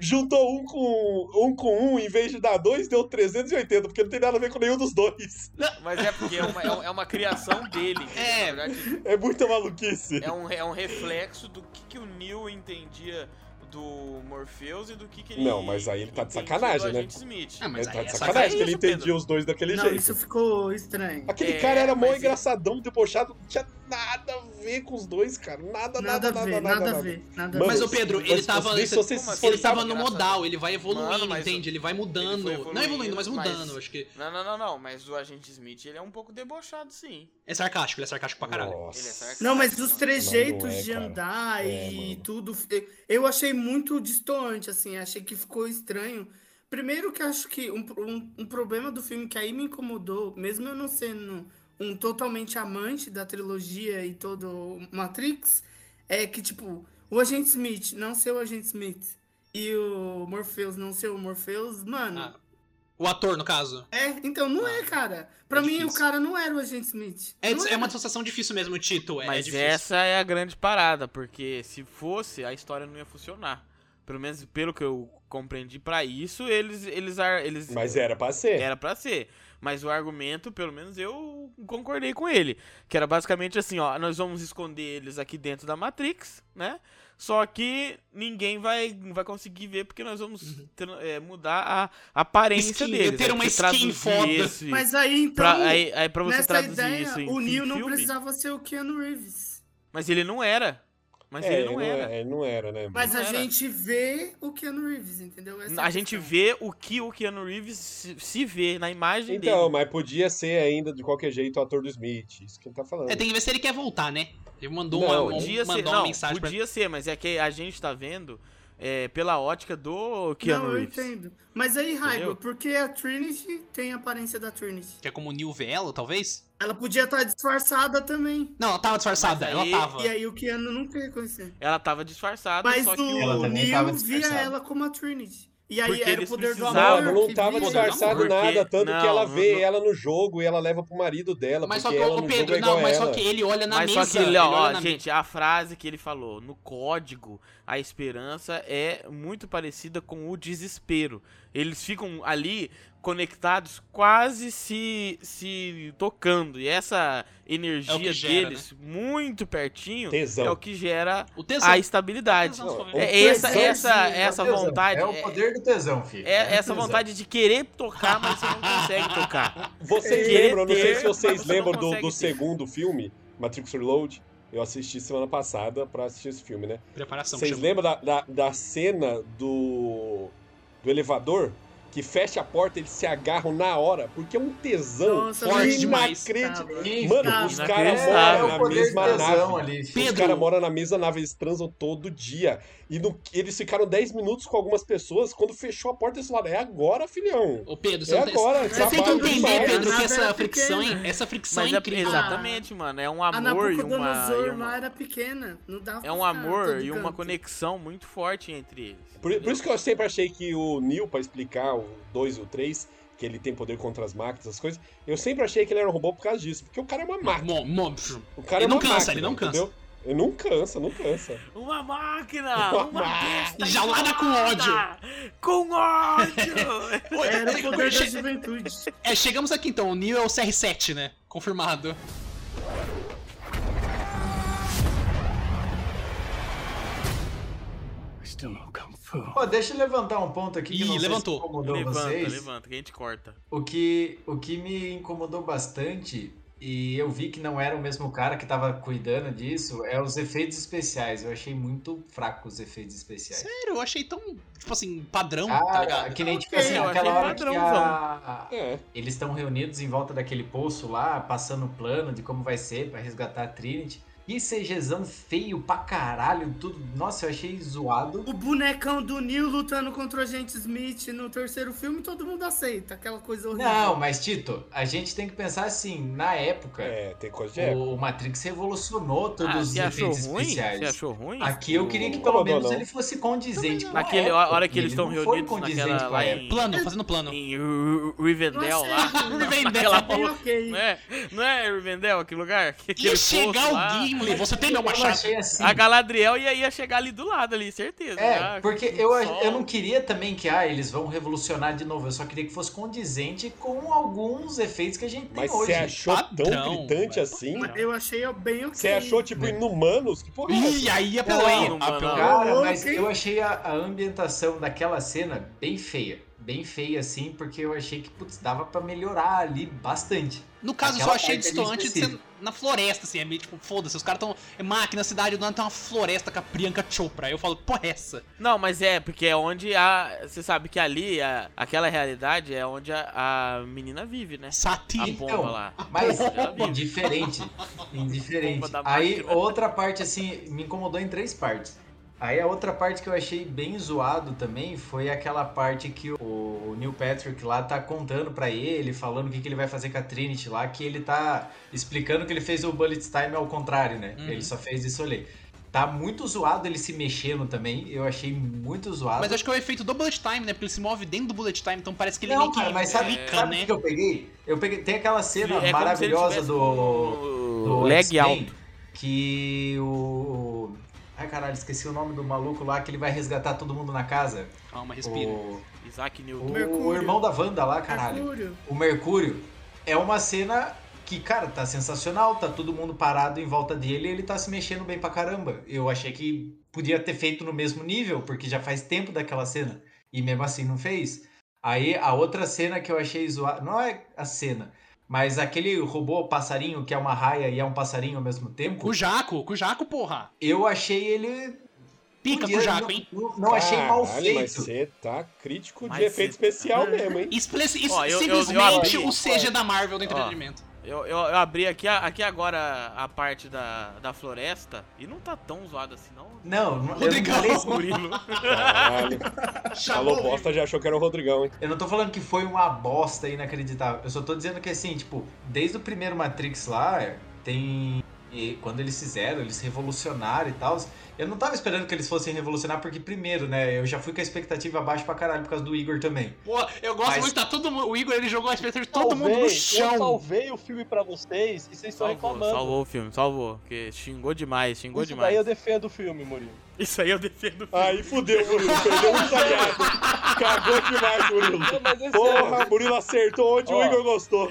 Speaker 4: Juntou um com um, com um em vez de dar dois, deu 380, porque não tem nada a ver com nenhum dos dois.
Speaker 2: Mas é porque é uma, é uma- é uma criação dele. entendeu?
Speaker 3: É.
Speaker 2: Na verdade,
Speaker 4: É muita maluquice.
Speaker 2: é um, é um reflexo do que, que o Neo entendia do Morpheus e do que, que ele.
Speaker 4: Não, mas aí ele tá de
Speaker 2: entendia
Speaker 4: sacanagem,
Speaker 2: do
Speaker 4: né?
Speaker 2: Agente Smith.
Speaker 3: Ah, mas
Speaker 4: é,
Speaker 3: aí
Speaker 4: tá de
Speaker 3: é
Speaker 4: sacanagem
Speaker 2: sacanagem
Speaker 4: que ele
Speaker 2: isso, Pedro.
Speaker 4: entendia os dois daquele
Speaker 7: Não,
Speaker 4: jeito.
Speaker 7: isso ficou estranho.
Speaker 4: Aquele
Speaker 2: É,
Speaker 4: cara era mó
Speaker 2: mas ele-
Speaker 4: engraçadão, debochado, não tinha nada a ver com os dois, cara. Nada, nada,
Speaker 7: Nada a
Speaker 4: nada,
Speaker 7: ver,
Speaker 4: nada,
Speaker 7: nada a
Speaker 4: nada.
Speaker 7: ver, nada a
Speaker 4: Mano,
Speaker 7: ver.
Speaker 3: Mas o Pedro, ele
Speaker 4: mas
Speaker 3: tava.
Speaker 4: vocês-
Speaker 3: nesse-
Speaker 4: vocês-
Speaker 2: Como assim?
Speaker 3: Ele tava no
Speaker 2: Engraçado.
Speaker 3: modal, ele vai evoluindo,
Speaker 2: Mano, mas
Speaker 3: entende?
Speaker 2: o-
Speaker 3: Ele vai mudando.
Speaker 2: ele foi
Speaker 3: não é evoluindo, mas
Speaker 2: evoluindo,
Speaker 3: mudando.
Speaker 2: mas-
Speaker 3: Acho que.
Speaker 2: Não, não, não, não. Mas o Agente Smith, ele é um pouco debochado, sim.
Speaker 3: É sarcástico, ele é sarcástico pra caralho.
Speaker 2: Ele é
Speaker 4: Nossa.
Speaker 2: sarcástico.
Speaker 7: Não, mas os
Speaker 2: mano.
Speaker 7: trejeitos
Speaker 4: Mano, é,
Speaker 7: de
Speaker 4: cara.
Speaker 7: andar
Speaker 4: É,
Speaker 7: e
Speaker 4: mano.
Speaker 7: tudo, eu- eu achei muito distoante, assim, achei que ficou estranho. Primeiro que acho que um, um, um problema do filme que aí me incomodou, mesmo eu não sendo um totalmente amante da trilogia e todo o Matrix, é que, tipo, o Agente Smith não ser o Agente Smith e o Morpheus não ser o Morpheus, mano...
Speaker 3: Ah, o ator, no caso.
Speaker 7: É, então não é, cara. Pra
Speaker 3: É
Speaker 7: mim, o
Speaker 3: difícil.
Speaker 7: cara não era o Agente Smith.
Speaker 3: É,
Speaker 7: Não
Speaker 3: é uma associação difícil mesmo, o Tito. É, é
Speaker 2: Mas
Speaker 3: difícil.
Speaker 2: essa é a grande parada, porque se fosse, a história não ia funcionar. Pelo menos pelo que eu compreendi pra isso, eles. eles, ar- eles
Speaker 4: Mas é. era pra ser.
Speaker 2: Era pra ser. Mas o argumento, pelo menos eu concordei com ele. Que era basicamente assim, ó, nós vamos esconder eles aqui dentro da Matrix, né? Só que ninguém vai, vai conseguir ver porque nós vamos
Speaker 7: Uhum.
Speaker 2: tra- é, mudar a aparência
Speaker 3: Skin,
Speaker 2: deles.
Speaker 3: ter
Speaker 2: aí
Speaker 3: uma
Speaker 2: você
Speaker 3: skin
Speaker 2: traduzir
Speaker 3: foda.
Speaker 2: Isso,
Speaker 7: Mas aí, então,
Speaker 2: pra, aí, aí pra você
Speaker 7: nessa
Speaker 2: traduzir
Speaker 7: ideia,
Speaker 2: isso em
Speaker 7: o
Speaker 2: em
Speaker 7: Neo não
Speaker 2: filme,
Speaker 7: precisava ser o Keanu Reeves.
Speaker 2: Mas ele não era. Mas
Speaker 4: É,
Speaker 2: ele não era.
Speaker 4: é, não era, né?
Speaker 7: Mas
Speaker 2: Não
Speaker 7: a
Speaker 2: era.
Speaker 7: gente vê o Keanu Reeves, entendeu? Essa é
Speaker 2: A gente
Speaker 7: questão.
Speaker 2: vê o que o Keanu Reeves se, se vê na imagem
Speaker 4: Então,
Speaker 2: dele.
Speaker 4: mas podia ser ainda, de qualquer jeito, o ator do Smith. Isso que ele tá falando.
Speaker 3: É, tem que ver se ele quer voltar, né? Ele mandou
Speaker 4: Não,
Speaker 3: uma, um-
Speaker 2: Podia ser,
Speaker 3: mandou
Speaker 2: não,
Speaker 3: uma mensagem pra
Speaker 2: podia ser, mas é que a gente tá vendo é, pela ótica do Keanu
Speaker 7: Não, eu
Speaker 2: Reeves.
Speaker 7: entendo. Mas aí,
Speaker 2: Entendeu?
Speaker 7: Raigo, porque a Trinity tem a aparência da Trinity.
Speaker 3: Que é como New Vela, talvez?
Speaker 7: Ela podia estar disfarçada também.
Speaker 3: Não, ela tava disfarçada,
Speaker 2: Mas
Speaker 3: ela
Speaker 2: aí-
Speaker 3: tava.
Speaker 7: E aí o Keanu nunca ia conhecer.
Speaker 2: Ela tava disfarçada,
Speaker 7: Mas
Speaker 2: só
Speaker 7: o
Speaker 2: que o...
Speaker 6: Ela também tava
Speaker 7: Neo via
Speaker 6: disfarçada.
Speaker 7: ela como a Trinity. E aí
Speaker 2: Porque
Speaker 7: era o
Speaker 2: eles
Speaker 7: poder do amor.
Speaker 2: precisavam-
Speaker 4: Não, não
Speaker 7: que
Speaker 4: tava
Speaker 7: via-
Speaker 4: disfarçado
Speaker 2: Porque-
Speaker 4: nada, tanto
Speaker 2: não,
Speaker 4: que ela
Speaker 2: não,
Speaker 4: vê
Speaker 2: não.
Speaker 4: ela no jogo e ela leva pro marido dela,
Speaker 3: mas só
Speaker 4: porque
Speaker 3: que
Speaker 4: ela
Speaker 3: o
Speaker 4: no jogo é
Speaker 3: Pedro,
Speaker 4: igual
Speaker 3: não, mas
Speaker 4: ela.
Speaker 3: só que ele olha na
Speaker 2: mas
Speaker 3: mesa.
Speaker 2: só que, ele,
Speaker 3: ele olha
Speaker 2: ó,
Speaker 3: na
Speaker 2: gente, a frase que ele falou, no código, a esperança é muito parecida com o desespero. Eles ficam ali conectados, quase se, se tocando. E essa energia
Speaker 3: É gera, né?
Speaker 2: deles, muito pertinho,
Speaker 4: Tesão.
Speaker 2: é o que gera
Speaker 3: mesa. O é tesão.
Speaker 2: a estabilidade.
Speaker 3: Tesão, só
Speaker 4: Não,
Speaker 3: vê.
Speaker 2: É essa,
Speaker 7: tesão,
Speaker 2: essa,
Speaker 7: sim,
Speaker 2: essa
Speaker 6: Tesão.
Speaker 2: vontade.
Speaker 6: É o
Speaker 2: é-
Speaker 6: poder do tesão, filho.
Speaker 2: É essa
Speaker 6: o tesão.
Speaker 2: vontade de querer tocar, mas você não consegue tocar.
Speaker 4: Vocês
Speaker 2: Querer
Speaker 4: lembram, eu não sei
Speaker 2: ter,
Speaker 4: se vocês
Speaker 2: mas você não
Speaker 4: lembram do,
Speaker 2: consegue
Speaker 4: do
Speaker 2: ter.
Speaker 4: segundo filme, Matrix Reload. Eu assisti semana passada pra assistir esse filme, né?
Speaker 3: Preparação.
Speaker 4: Vocês
Speaker 3: chama.
Speaker 4: lembram da, da, da cena do, do elevador? que fecha a porta, eles se agarram na hora, porque é um tesão
Speaker 7: Nossa,
Speaker 3: Forte demais.
Speaker 4: inacreditável.
Speaker 7: Tá,
Speaker 4: Mano, os
Speaker 2: inacreditável.
Speaker 4: caras
Speaker 2: É,
Speaker 4: moram
Speaker 2: o
Speaker 4: na
Speaker 2: poder
Speaker 4: mesma
Speaker 6: de tesão
Speaker 4: nave.
Speaker 6: ali.
Speaker 4: Os
Speaker 3: Pedro.
Speaker 4: caras moram na mesma nave, eles transam todo dia. E no- eles ficaram 10 minutos com algumas pessoas. Quando fechou a porta, eles falaram: é agora, filhão.
Speaker 3: Ô, Pedro, você
Speaker 4: É
Speaker 3: não tá-
Speaker 4: agora.
Speaker 3: Você tem que
Speaker 4: trabalho
Speaker 3: entender,
Speaker 4: demais."
Speaker 3: Pedro, que
Speaker 7: Nada
Speaker 3: essa
Speaker 7: era
Speaker 3: fricção,
Speaker 7: pequena.
Speaker 3: hein? Essa fricção
Speaker 2: Mas
Speaker 3: é
Speaker 2: é,
Speaker 3: incrível.
Speaker 2: exatamente, mano. É um
Speaker 7: A
Speaker 2: amor e uma. e
Speaker 7: Nabucodonosor lá
Speaker 2: uma
Speaker 7: era pequena. Não dava
Speaker 2: é um
Speaker 7: pra ficar
Speaker 2: amor
Speaker 7: todo
Speaker 2: e uma
Speaker 7: canto.
Speaker 2: conexão muito forte entre eles.
Speaker 4: Por, por
Speaker 2: entendeu?
Speaker 4: isso que eu sempre achei que o Neil, pra explicar o 2 e o 3, que ele tem poder contra as máquinas, as coisas, eu sempre achei que ele era um robô por causa disso, porque o cara é uma máquina.
Speaker 3: Mo- mo-
Speaker 4: O
Speaker 3: Ele
Speaker 4: cara é
Speaker 3: não
Speaker 4: uma
Speaker 3: cansa,
Speaker 4: máquina,
Speaker 3: ele não cansa.
Speaker 4: Entendeu? Ele não cansa, não cansa.
Speaker 2: Uma máquina!
Speaker 4: Uma
Speaker 2: Uma besta!
Speaker 3: Jalada com ódio.
Speaker 2: isolada, Com ódio!
Speaker 3: Oi,
Speaker 7: Era o poder da
Speaker 3: che-
Speaker 7: juventude.
Speaker 3: é, chegamos aqui então, o Neo é o CR7, né? Confirmado.
Speaker 6: Pô, deixa eu levantar um ponto aqui que
Speaker 3: Ih,
Speaker 6: não sei se
Speaker 3: levantou.
Speaker 6: incomodou
Speaker 2: levanta,
Speaker 6: vocês.
Speaker 2: levanta, que a gente corta.
Speaker 6: O que, o que me incomodou bastante, e eu vi que não era o mesmo cara que tava cuidando disso, é os efeitos especiais. Eu achei muito fraco os efeitos especiais.
Speaker 3: Sério, É. eu achei tão, tipo assim, padrão, tá
Speaker 6: Ah,
Speaker 3: ligado?
Speaker 6: que nem, tipo
Speaker 2: Ok,
Speaker 6: assim,
Speaker 2: eu
Speaker 6: aquela
Speaker 2: achei
Speaker 6: hora que
Speaker 2: padrãozão.
Speaker 6: a-
Speaker 4: É.
Speaker 6: eles estão reunidos em volta daquele poço lá, passando o plano de como vai ser pra resgatar a Trinity. E CGzão feio pra caralho, tudo. Nossa, eu achei zoado.
Speaker 7: O bonecão do Neil lutando contra o agente Smith no terceiro filme, todo mundo aceita. Aquela coisa horrível.
Speaker 6: Não, mas Tito, a gente tem que pensar assim, na época,
Speaker 4: É, tem coisa de época.
Speaker 6: o Matrix revolucionou todos
Speaker 2: Ah,
Speaker 6: os
Speaker 2: você achou
Speaker 6: efeitos
Speaker 2: ruim?
Speaker 6: especiais.
Speaker 2: Você achou ruim?
Speaker 6: Aqui eu queria que
Speaker 4: Não
Speaker 6: pelo
Speaker 4: incomodou,
Speaker 6: menos
Speaker 4: não.
Speaker 6: ele fosse condizente. com a
Speaker 2: Naquele
Speaker 6: época,
Speaker 2: a hora que
Speaker 6: ele
Speaker 2: eles estão
Speaker 6: não foi
Speaker 2: reunidos
Speaker 6: condizente
Speaker 2: naquela
Speaker 6: com a
Speaker 2: lá
Speaker 6: época.
Speaker 2: em,
Speaker 3: Plano, fazendo plano.
Speaker 2: em Ru- Ru- Rivendell
Speaker 7: Nossa,
Speaker 2: lá.
Speaker 3: Rivendell.
Speaker 2: Naquela
Speaker 7: Bem
Speaker 2: porra.
Speaker 7: ok.
Speaker 2: Não é, não é Rivendell aquele lugar? Aquele
Speaker 3: Ia
Speaker 2: poço
Speaker 3: chegar
Speaker 2: lá.
Speaker 3: o Gimli, você tem meu
Speaker 2: Então,
Speaker 6: Eu
Speaker 3: machado.
Speaker 6: achei assim.
Speaker 2: A Galadriel ia, ia chegar ali do lado, ali, certeza.
Speaker 6: É,
Speaker 2: já,
Speaker 6: porque
Speaker 2: com
Speaker 6: eu,
Speaker 2: sol.
Speaker 6: eu não queria também que, ah, eles vão revolucionar de novo. Eu só queria que fosse condizente com alguns efeitos que a gente tem
Speaker 4: Mas
Speaker 6: hoje.
Speaker 4: você achou
Speaker 3: Padrão, é. né?
Speaker 4: tão gritante
Speaker 3: velho.
Speaker 4: assim?
Speaker 7: Mas Eu achei bem ok.
Speaker 4: Você achou, tipo, inumanos? Que porra é
Speaker 3: Ih,
Speaker 4: essa?
Speaker 3: aí apelou,
Speaker 2: Não,
Speaker 3: hein?
Speaker 2: não,
Speaker 3: Apelou.
Speaker 2: não.
Speaker 4: é um
Speaker 6: Cara, mas
Speaker 7: Ok.
Speaker 6: eu achei a, a ambientação daquela cena bem feia. Bem feia, assim, porque eu achei que, putz, dava pra melhorar ali bastante.
Speaker 3: No caso, eu só
Speaker 6: Aquela é
Speaker 3: achei
Speaker 6: parte ali
Speaker 3: distante de ser
Speaker 6: específica.
Speaker 3: na floresta, assim. É meio tipo, foda-se, os caras tão. É máquina, cidade, do nada tem uma floresta com a Priyanka Chopra. Aí eu falo, porra, é essa?
Speaker 2: Não, mas é, porque é onde a. Você sabe que ali, a- aquela realidade é onde a, a menina vive, né?
Speaker 3: Sati.
Speaker 2: A
Speaker 6: Então,
Speaker 2: bomba lá.
Speaker 6: Mas
Speaker 2: Ela vive.
Speaker 6: indiferente. Indiferente.
Speaker 2: Bomba da
Speaker 6: Aí
Speaker 2: máquina.
Speaker 6: outra parte, assim, me incomodou em três partes. Aí a outra parte que eu achei bem zoado também foi aquela parte que o o Neil Patrick lá tá contando pra ele, falando o que, que ele vai fazer com a Trinity lá, que ele tá explicando que ele fez o Bullet Time ao contrário, né?
Speaker 3: Uhum.
Speaker 6: Ele só fez isso ali. Tá muito zoado ele se mexendo também, eu achei muito zoado.
Speaker 3: Mas eu acho que é o efeito do Bullet Time, né? Porque ele se move dentro do Bullet Time, então parece que ele
Speaker 6: Não,
Speaker 3: meio que
Speaker 6: cara, mas sabe,
Speaker 3: bica,
Speaker 6: sabe o
Speaker 3: né?
Speaker 6: que eu peguei? Eu peguei, tem aquela
Speaker 2: É
Speaker 6: cena
Speaker 2: como se ele
Speaker 6: maravilhosa
Speaker 2: tivesse
Speaker 6: do
Speaker 2: um-
Speaker 6: do
Speaker 2: Lag
Speaker 6: X-Men,
Speaker 2: alto.
Speaker 6: Que o. Ai caralho, esqueci o nome do maluco lá que ele vai resgatar todo mundo na casa.
Speaker 3: Calma, respira.
Speaker 6: O,
Speaker 2: Isaac Newton.
Speaker 6: o-
Speaker 7: Mercúrio.
Speaker 6: o irmão da Wanda
Speaker 7: É
Speaker 6: lá, caralho.
Speaker 7: Mercúrio.
Speaker 6: O Mercúrio. É uma cena que, cara, tá sensacional. Tá todo mundo parado em volta dele e ele tá se mexendo bem pra caramba. Eu achei que podia ter feito no mesmo nível, porque já faz tempo daquela cena. E mesmo assim não fez. Aí a outra cena que eu achei zoada. Não é a cena. Mas aquele robô passarinho que é uma raia e é um passarinho ao mesmo tempo.
Speaker 3: Cujaco, Cujaco, porra.
Speaker 6: Eu achei ele.
Speaker 3: Pica
Speaker 6: podia-
Speaker 3: Cujaco,
Speaker 6: não-
Speaker 3: hein?
Speaker 6: Não, não achei mal
Speaker 4: Caralho, Mas
Speaker 6: feito.
Speaker 4: você tá crítico
Speaker 2: Mas
Speaker 4: de efeito
Speaker 2: cê tá-
Speaker 4: especial mesmo, hein?
Speaker 3: Explici- isso-
Speaker 2: Ó, eu- eu- eu
Speaker 3: simplesmente
Speaker 2: abri-
Speaker 3: o CG da Marvel do
Speaker 2: Ó.
Speaker 3: entretenimento.
Speaker 2: Eu, eu, eu abri aqui, a- aqui agora a parte da, da floresta e não tá tão zoado assim, não.
Speaker 6: Não, não- eu não,
Speaker 3: Rodrigão.
Speaker 6: falei,
Speaker 2: Murilo.
Speaker 4: Caralho.
Speaker 7: Tá
Speaker 4: A
Speaker 3: Chamou.
Speaker 4: Lobosta já achou que era o Rodrigão, hein?
Speaker 6: eu não tô falando que foi uma bosta inacreditável. Eu só tô dizendo que assim, tipo, desde o primeiro Matrix lá, tem. e quando eles fizeram, eles revolucionaram e tal. Eu não tava esperando que eles fossem revolucionar, porque primeiro, né? Eu já fui com a expectativa abaixo pra caralho por causa do Igor também.
Speaker 3: Pô, eu gosto
Speaker 6: Mas-
Speaker 3: muito, tá todo mundo. O Igor ele jogou a expectativa de todo mundo no
Speaker 5: Salvei, É, Eu
Speaker 3: chão.
Speaker 5: salvei o filme pra vocês e vocês estão
Speaker 2: Salvou,
Speaker 5: reclamando.
Speaker 2: salvou o filme, salvou. Porque xingou demais, xingou
Speaker 5: Isso
Speaker 2: demais.
Speaker 5: daí eu defendo o filme, Murilo.
Speaker 2: Isso aí eu defendo.
Speaker 4: Aí fudeu, Murilo. Perdeu um sagrado. Cagou demais, Murilo.
Speaker 5: Não, mas é sério.
Speaker 4: Porra, Murilo acertou onde o
Speaker 5: Ó.
Speaker 4: Igor gostou.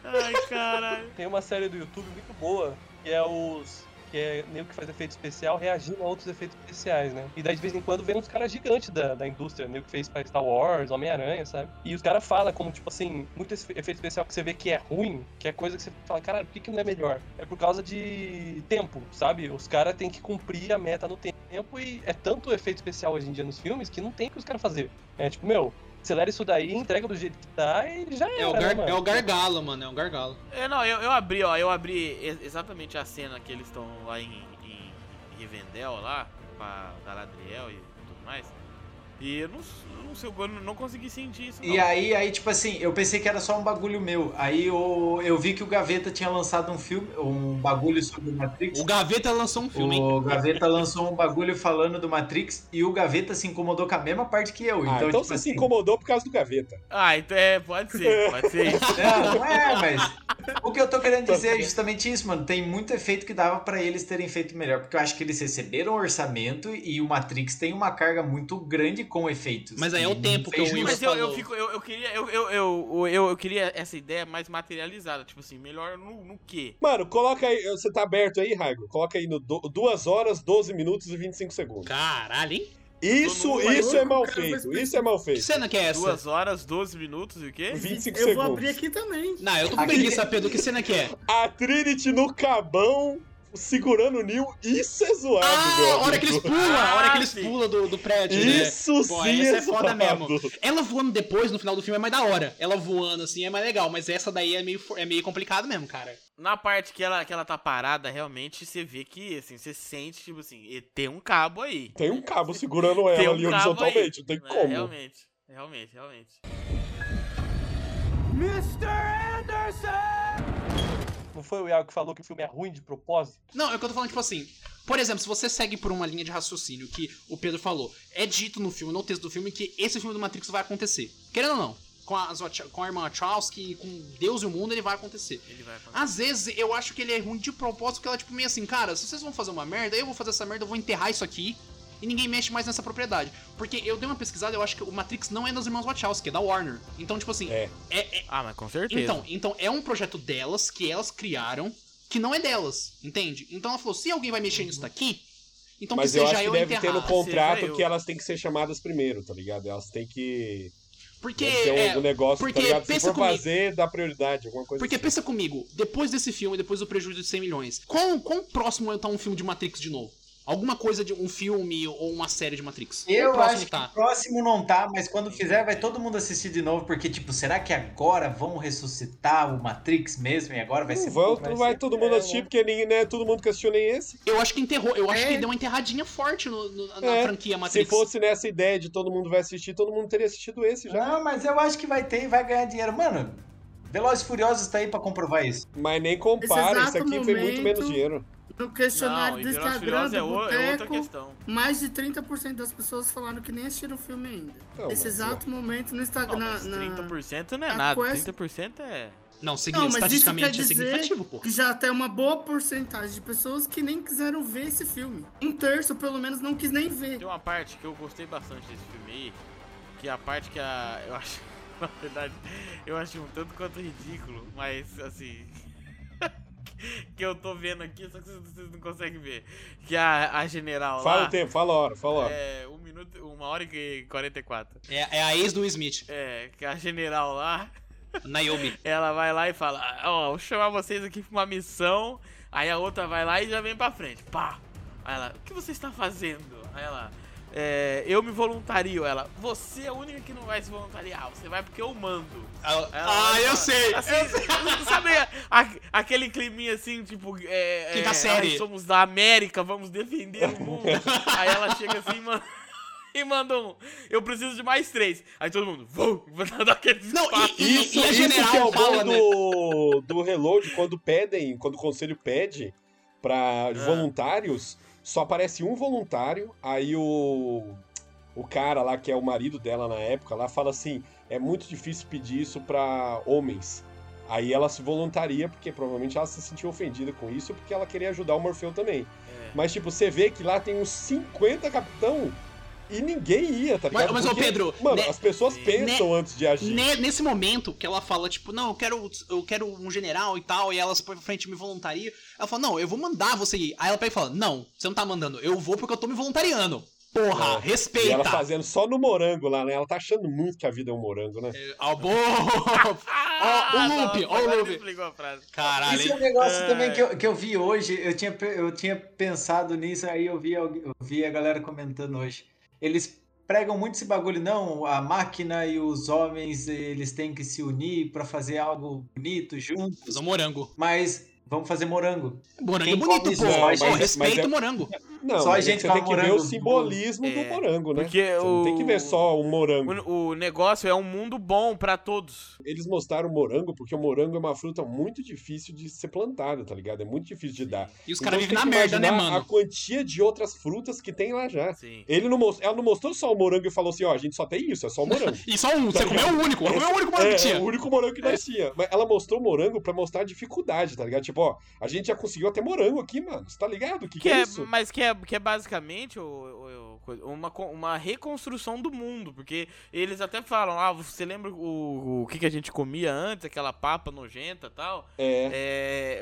Speaker 6: Então,
Speaker 2: Ai, caralho.
Speaker 5: Tem uma série do YouTube muito boa, que é os. Que é meio que faz efeito especial reagindo a outros efeitos especiais, né? E daí de vez em quando vem uns caras gigantes da, da indústria, meio que fez pra Star Wars, Homem-Aranha, sabe? E os caras falam como, tipo assim, muito esse efeito especial que você vê que é ruim, que é coisa que você fala, caralho, por que, que não é melhor? É por causa de tempo, sabe? Os caras têm que cumprir a meta no tempo e é tanto efeito especial hoje em dia nos filmes que não tem o que os caras fazer. É tipo, meu, Acelera isso daí, entrega do jeito que tá e já era,
Speaker 3: É o,
Speaker 5: né,
Speaker 3: gar-
Speaker 5: mano?
Speaker 3: é o gargalo, mano. É o gargalo.
Speaker 2: É, não, eu, eu abri, ó, eu abri ex- exatamente a cena que eles estão lá em, em, em Rivendell, lá, com a Galadriel e tudo mais. E eu não, s- eu não sei, eu não, não consegui sentir isso, não.
Speaker 6: E aí, aí, tipo assim, eu pensei que era só um bagulho meu. Aí eu, eu vi que o Gaveta tinha lançado um filme, um bagulho sobre o Matrix.
Speaker 3: O Gaveta lançou um filme, hein?
Speaker 6: O Gaveta lançou um bagulho falando do Matrix e o Gaveta se incomodou com a mesma parte que eu.
Speaker 4: Ah, então,
Speaker 6: tipo
Speaker 4: você
Speaker 6: assim,
Speaker 4: se incomodou por causa do gaveta.
Speaker 2: Ah, então é, pode ser, pode ser isso.
Speaker 6: Não, não é, mas. O que eu tô querendo dizer é justamente isso, mano. Tem muito efeito que dava pra eles terem feito melhor. Porque eu acho que eles receberam o orçamento e o Matrix tem uma carga muito grande com efeitos.
Speaker 3: Mas aí é o
Speaker 6: E não
Speaker 3: tempo que
Speaker 6: fez
Speaker 3: eu ia-
Speaker 6: jus.
Speaker 2: Mas eu, eu
Speaker 3: falou.
Speaker 2: fico, eu, eu queria, eu, eu, eu, eu, eu queria essa ideia mais materializada, tipo assim, melhor no, no quê?
Speaker 4: Mano, coloca aí. Você tá aberto aí, Raigo? Coloca aí no 2 horas, 12 minutos e 25 segundos.
Speaker 3: Caralho, hein?
Speaker 4: Isso,
Speaker 2: Todo mundo
Speaker 4: isso
Speaker 7: vai-
Speaker 4: é mal
Speaker 7: o cara vai
Speaker 4: feito.
Speaker 7: explicar.
Speaker 4: Isso é mal
Speaker 3: Que
Speaker 4: feito.
Speaker 3: cena que é essa?
Speaker 2: Duas horas, 12 minutos e o quê?
Speaker 4: 25
Speaker 7: Eu vou abrir
Speaker 4: segundos.
Speaker 7: aqui também.
Speaker 3: Não, eu tô com
Speaker 6: Aqui-
Speaker 3: preguiça, Pedro. Que cena que é?
Speaker 4: A Trinity no cabão, segurando o Neil. Isso é zoado, meu
Speaker 3: Ah, a hora
Speaker 4: amigo.
Speaker 3: que eles pulam! A hora que eles
Speaker 2: Ah, sim.
Speaker 3: pulam do, do prédio, né?
Speaker 4: Isso
Speaker 3: Pô,
Speaker 4: sim
Speaker 3: essa
Speaker 4: é
Speaker 3: é foda
Speaker 4: zoado.
Speaker 3: mesmo. Ela voando depois, no final do filme, é mais da hora. Ela voando, assim, é mais legal. Mas essa daí é meio, for- é meio complicado mesmo, cara.
Speaker 2: Na parte que ela, que ela tá parada, realmente, você vê que, assim, você sente, tipo assim, e tem um cabo aí.
Speaker 4: Tem um cabo segurando ela
Speaker 2: Tem um
Speaker 4: ali
Speaker 2: cabo
Speaker 4: horizontalmente,
Speaker 2: aí.
Speaker 4: não tem
Speaker 2: É,
Speaker 4: como.
Speaker 3: então
Speaker 2: Realmente, realmente, realmente.
Speaker 5: Não foi o Iago que falou que o filme é ruim de propósito?
Speaker 3: Não, é o que eu tô falando, tipo assim. Por exemplo, se você segue por uma linha de raciocínio que o Pedro falou, é dito no filme, no texto do filme, que esse filme do Matrix vai acontecer. Querendo ou não, com a, com a irmã Wachowski, com Deus e o mundo, ele vai acontecer.
Speaker 2: Ele vai acontecer.
Speaker 3: Às vezes eu acho que ele é ruim de propósito, porque ela é tipo meio assim, cara, se vocês vão fazer uma merda, eu vou fazer essa merda, eu vou enterrar isso aqui. E ninguém mexe mais nessa propriedade. Porque eu dei uma pesquisada, eu acho que o Matrix não é dos irmãos Wachowski, é da Warner. Então, tipo assim,
Speaker 4: É.
Speaker 3: é- é-
Speaker 2: Ah, mas com certeza.
Speaker 3: então, então é um projeto delas, que elas criaram, que não é delas, entende? Então ela falou, se alguém vai mexer nisso daqui, então
Speaker 4: Uhum. Mas
Speaker 3: que
Speaker 4: eu
Speaker 3: seja
Speaker 4: acho que
Speaker 3: eu
Speaker 4: deve ter no
Speaker 3: enterrar.
Speaker 4: contrato
Speaker 2: seja eu.
Speaker 4: que elas têm que ser chamadas primeiro, tá ligado? Elas têm que.
Speaker 3: Porque,
Speaker 4: deve ter um,
Speaker 3: é,
Speaker 4: um negócio,
Speaker 3: porque
Speaker 4: tá ligado? Se
Speaker 3: pensa
Speaker 4: for
Speaker 3: comigo.
Speaker 4: fazer, dá prioridade, alguma coisa
Speaker 3: Porque
Speaker 4: assim.
Speaker 3: pensa comigo, depois desse filme, depois do prejuízo de 100 milhões, quão, quão próximo tá um filme de Matrix de novo? Alguma coisa de um filme ou uma série de Matrix? Quão
Speaker 6: Eu
Speaker 3: próximo
Speaker 6: acho que o próximo não tá, mas quando fizer vai todo mundo assistir de novo, porque tipo, será que agora vão ressuscitar o Matrix mesmo e agora vai
Speaker 4: Não
Speaker 6: ser
Speaker 4: vão-
Speaker 6: bom?
Speaker 4: não vai todo mundo assistir, porque nem, né, todo mundo que assistiu nem esse.
Speaker 3: Eu acho que enterrou, eu acho
Speaker 7: É.
Speaker 3: que deu uma enterradinha forte no- no- na
Speaker 4: É,
Speaker 3: franquia
Speaker 4: Se
Speaker 3: Matrix.
Speaker 4: fosse nessa ideia de todo mundo vai assistir, todo mundo teria assistido esse já.
Speaker 6: Não, mas eu acho que vai ter e vai ganhar dinheiro. Mano, Velozes e Furiosos tá aí pra comprovar isso.
Speaker 4: Mas nem compara, isso
Speaker 7: Esse
Speaker 4: aqui
Speaker 7: exato
Speaker 4: foi muito
Speaker 7: momento-
Speaker 4: menos dinheiro.
Speaker 7: No
Speaker 2: Não,
Speaker 7: questionário do
Speaker 2: Velozes e
Speaker 7: Instagram,
Speaker 2: Furiosos é,
Speaker 7: do
Speaker 2: o- é outra
Speaker 7: Boteco,
Speaker 2: questão.
Speaker 7: mais de 30% das pessoas falaram que nem assistiram o filme ainda.
Speaker 4: Não,
Speaker 7: Nesse
Speaker 4: mas,
Speaker 7: exato momento no Instagram.
Speaker 2: Não,
Speaker 7: tá na-
Speaker 2: mas
Speaker 7: na-
Speaker 2: 30% não é
Speaker 7: a
Speaker 2: nada,
Speaker 7: quest-
Speaker 2: 30% é...
Speaker 3: Não, signi-
Speaker 7: Não, mas isso quer
Speaker 3: estatisticamente é
Speaker 7: dizer
Speaker 3: significativo, pô.
Speaker 7: que já tem uma boa porcentagem de pessoas que nem quiseram ver esse filme. Um terço, pelo menos, não quis nem ver.
Speaker 2: Tem uma parte que eu gostei bastante desse filme aí, que é a parte que a... Eu acho... Na verdade, eu acho um tanto quanto ridículo, mas, assim... que eu tô vendo aqui, só que vocês- vocês não conseguem ver. Que a, a general
Speaker 4: Fala
Speaker 2: lá...
Speaker 4: o tempo, fala a hora, fala a hora.
Speaker 2: É, um minuto, uma hora e 44.
Speaker 3: É, é a ex do Smith,
Speaker 2: É, que a general lá,
Speaker 3: Naomi.
Speaker 2: ela vai lá e fala, "Ah, ó, vou chamar vocês aqui pra uma missão. Aí a outra vai lá e já vem pra frente. Pá! Aí ela, o que você está fazendo? Aí ela, "É, eu me voluntario. Ela, você é a única que não vai se voluntariar, você vai porque eu mando.
Speaker 3: Ah,
Speaker 2: Ela-
Speaker 3: ah, eu sei!
Speaker 2: Assim, sabe a- aquele climinha assim, tipo, é,
Speaker 3: Quinta
Speaker 2: é,
Speaker 3: série.
Speaker 2: "Ai, somos da América, vamos defender o mundo. Aí ela chega assim e manda, e manda um, eu preciso de mais três. Aí todo mundo, vou, vou dar aquele
Speaker 3: Não,
Speaker 2: disparo.
Speaker 3: E-
Speaker 4: Isso,
Speaker 3: e a
Speaker 4: isso
Speaker 3: general
Speaker 4: que é o
Speaker 3: fala,
Speaker 4: bom
Speaker 2: né?
Speaker 4: do, do Reload, quando pedem, quando o conselho pede pra voluntários, só aparece um voluntário, aí o, o cara lá, que é o marido dela na época, lá fala assim, é muito difícil pedir isso pra homens. Aí ela se voluntaria, porque provavelmente ela se sentiu ofendida com isso, porque ela queria ajudar o Morfeu também.
Speaker 2: É.
Speaker 4: Mas, tipo, você vê que lá tem uns 50 capitão e ninguém ia, tá
Speaker 3: Mas-
Speaker 4: ligado?
Speaker 3: mas, ô,
Speaker 4: Porque,
Speaker 3: Pedro,
Speaker 4: Mano,
Speaker 3: né-
Speaker 4: as pessoas
Speaker 2: né-
Speaker 4: pensam antes de agir.
Speaker 3: Ne- nesse momento que ela fala, tipo, não, eu quero, eu quero um general e tal, e ela se põe pra frente e me voluntaria. Ela fala, não, eu vou mandar você ir. Aí ela pega e fala, não, você não tá mandando, eu vou porque eu tô me voluntariando. Porra,
Speaker 4: É.
Speaker 3: respeita!
Speaker 4: E ela fazendo só no morango lá, né? Ela tá achando muito que a vida é um morango, né?
Speaker 3: Ah, boa! Ó,
Speaker 4: Ah,
Speaker 3: o
Speaker 2: não,
Speaker 3: Lupe, ó um o
Speaker 2: agora ele
Speaker 3: Lupe.
Speaker 2: explicou a frase.
Speaker 3: Caralho,
Speaker 6: Isso é
Speaker 3: hein?
Speaker 6: um negócio
Speaker 2: É.
Speaker 6: também que eu, que eu vi hoje, eu tinha, pe- eu tinha pensado nisso, aí eu vi, alguém- eu vi a galera comentando hoje. Eles pregam muito esse bagulho, não, a máquina e os homens, eles têm que se unir pra fazer algo bonito
Speaker 4: é-
Speaker 6: juntos.
Speaker 3: Fazer um morango.
Speaker 6: Mas vamos fazer morango.
Speaker 3: Morango
Speaker 6: Quem
Speaker 3: é bonito,
Speaker 6: come
Speaker 3: pô.
Speaker 6: isso,
Speaker 3: Pô,
Speaker 6: mas- mas
Speaker 3: respeita
Speaker 4: é-
Speaker 3: o morango.
Speaker 4: Não,
Speaker 6: Só
Speaker 4: mas
Speaker 6: a gente
Speaker 4: você
Speaker 6: fala
Speaker 4: tem que ver
Speaker 6: morango
Speaker 4: o
Speaker 6: do-
Speaker 4: simbolismo
Speaker 2: É,
Speaker 4: do morango, né?
Speaker 2: Porque
Speaker 4: Você
Speaker 2: o...
Speaker 4: não tem que ver só um. o morango.
Speaker 2: O, o negócio é um mundo bom pra todos.
Speaker 4: Eles mostraram o morango porque o morango é uma fruta muito difícil de ser plantada, tá ligado? É muito difícil de dar.
Speaker 3: E os caras
Speaker 4: você
Speaker 3: vivem na
Speaker 4: tem que
Speaker 3: merda, né,
Speaker 4: imaginar A
Speaker 3: mano?
Speaker 4: quantia de outras frutas que tem lá já.
Speaker 2: Sim.
Speaker 4: Ele não mostrou, ela não mostrou só o morango e falou assim, ó, a gente só tem isso, é só o morango.
Speaker 3: E só um, você comeu o único. Eu comi o único morango
Speaker 4: É,
Speaker 3: que tinha.
Speaker 4: o único morango que nós tinha. Mas ela mostrou o morango pra mostrar a dificuldade, tá ligado? Tipo, ó, a gente já conseguiu até morango aqui, mano. Você tá ligado? O que,
Speaker 2: Que
Speaker 4: que é
Speaker 2: é,
Speaker 4: isso?
Speaker 2: mas que é, que é basicamente o- o- o- uma, co- uma reconstrução do mundo, porque eles até falam, ah, você lembra o, o que, que a gente comia antes, aquela papa nojenta e tal?
Speaker 4: É.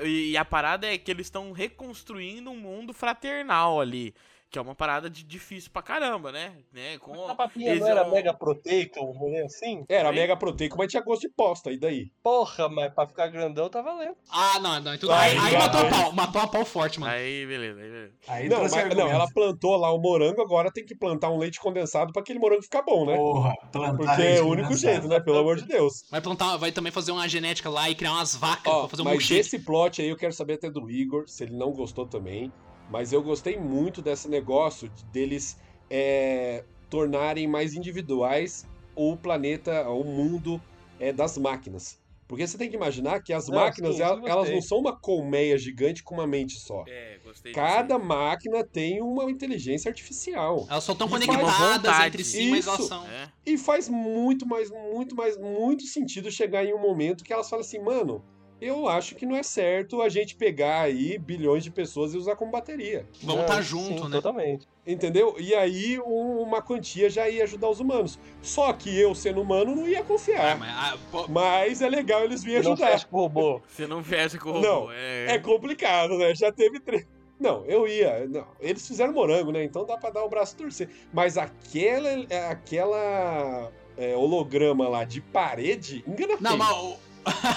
Speaker 2: É, e, e a parada é que eles estão reconstruindo um mundo fraternal ali, que é uma parada de difícil pra caramba, né? né? Com,
Speaker 5: A papinha
Speaker 2: eles
Speaker 5: não era
Speaker 2: não-
Speaker 5: mega proteica, um rolê assim?
Speaker 4: É, Era
Speaker 2: Oi?
Speaker 4: mega proteico, mas tinha gosto de posta, e daí?
Speaker 5: Porra, mas pra ficar grandão tá valendo.
Speaker 3: Ah, não, não. Então,
Speaker 4: Vai,
Speaker 3: aí aí
Speaker 4: vai,
Speaker 3: matou a
Speaker 4: vai.
Speaker 3: pau. Matou a pau forte, mano.
Speaker 2: Aí, beleza, aí, beleza.
Speaker 6: Aí
Speaker 4: não,
Speaker 6: trouxe
Speaker 4: mas- não,
Speaker 6: argumento.
Speaker 4: ela né? plantou lá o morango, agora tem que plantar um leite condensado pra aquele morango ficar bom, né?
Speaker 6: Porra, plantar
Speaker 4: Porque é
Speaker 6: leite
Speaker 4: o único
Speaker 6: condensado.
Speaker 4: jeito, né? Pelo amor de Deus.
Speaker 3: Vai plantar, vai também fazer uma genética lá e criar umas vacas
Speaker 4: Ó,
Speaker 3: pra fazer um
Speaker 4: mas
Speaker 3: milkshake.
Speaker 4: esse plot aí eu quero saber até do Igor, se ele não gostou também. Mas eu gostei muito desse negócio de- deles é, tornarem mais individuais o planeta, o mundo é, das máquinas. Porque você tem que imaginar que as
Speaker 5: Não,
Speaker 4: máquinas,
Speaker 5: sim,
Speaker 4: el-
Speaker 5: isso eu
Speaker 4: elas
Speaker 5: gostei.
Speaker 4: não são uma colmeia gigante com uma mente só.
Speaker 2: É, gostei
Speaker 4: Cada máquina tem uma inteligência artificial.
Speaker 3: Elas só estão
Speaker 4: Isso,
Speaker 2: uma
Speaker 3: conectadas
Speaker 2: vontade.
Speaker 3: entre si, mas elas
Speaker 4: Isso.
Speaker 3: são.
Speaker 2: É.
Speaker 4: E faz muito, mas muito, mas muito sentido chegar em um momento que elas falam assim, mano, eu acho que não é certo a gente pegar aí bilhões de pessoas e usar como bateria.
Speaker 3: Vão
Speaker 5: Não,
Speaker 2: tá
Speaker 3: estar
Speaker 5: É, sim,
Speaker 3: junto, né?
Speaker 5: Totalmente.
Speaker 4: Entendeu? E aí um- uma quantia já ia ajudar os humanos. Só que eu, sendo humano, não ia
Speaker 3: Ah,
Speaker 4: confiar.
Speaker 3: mas, ah, pô,
Speaker 4: Mas é legal eles virem
Speaker 5: Não
Speaker 4: ajudar.
Speaker 5: fecha com o robô. é
Speaker 2: Você não fecha com o
Speaker 4: Não,
Speaker 2: robô, é.
Speaker 4: É complicado, né? Já teve três. Não, eu ia. Não, eles fizeram morango, né? Então dá pra dar o braço e torcer. Mas aquela, é, aquela é, holograma lá de parede engana
Speaker 3: não,
Speaker 4: feio.
Speaker 3: mas o-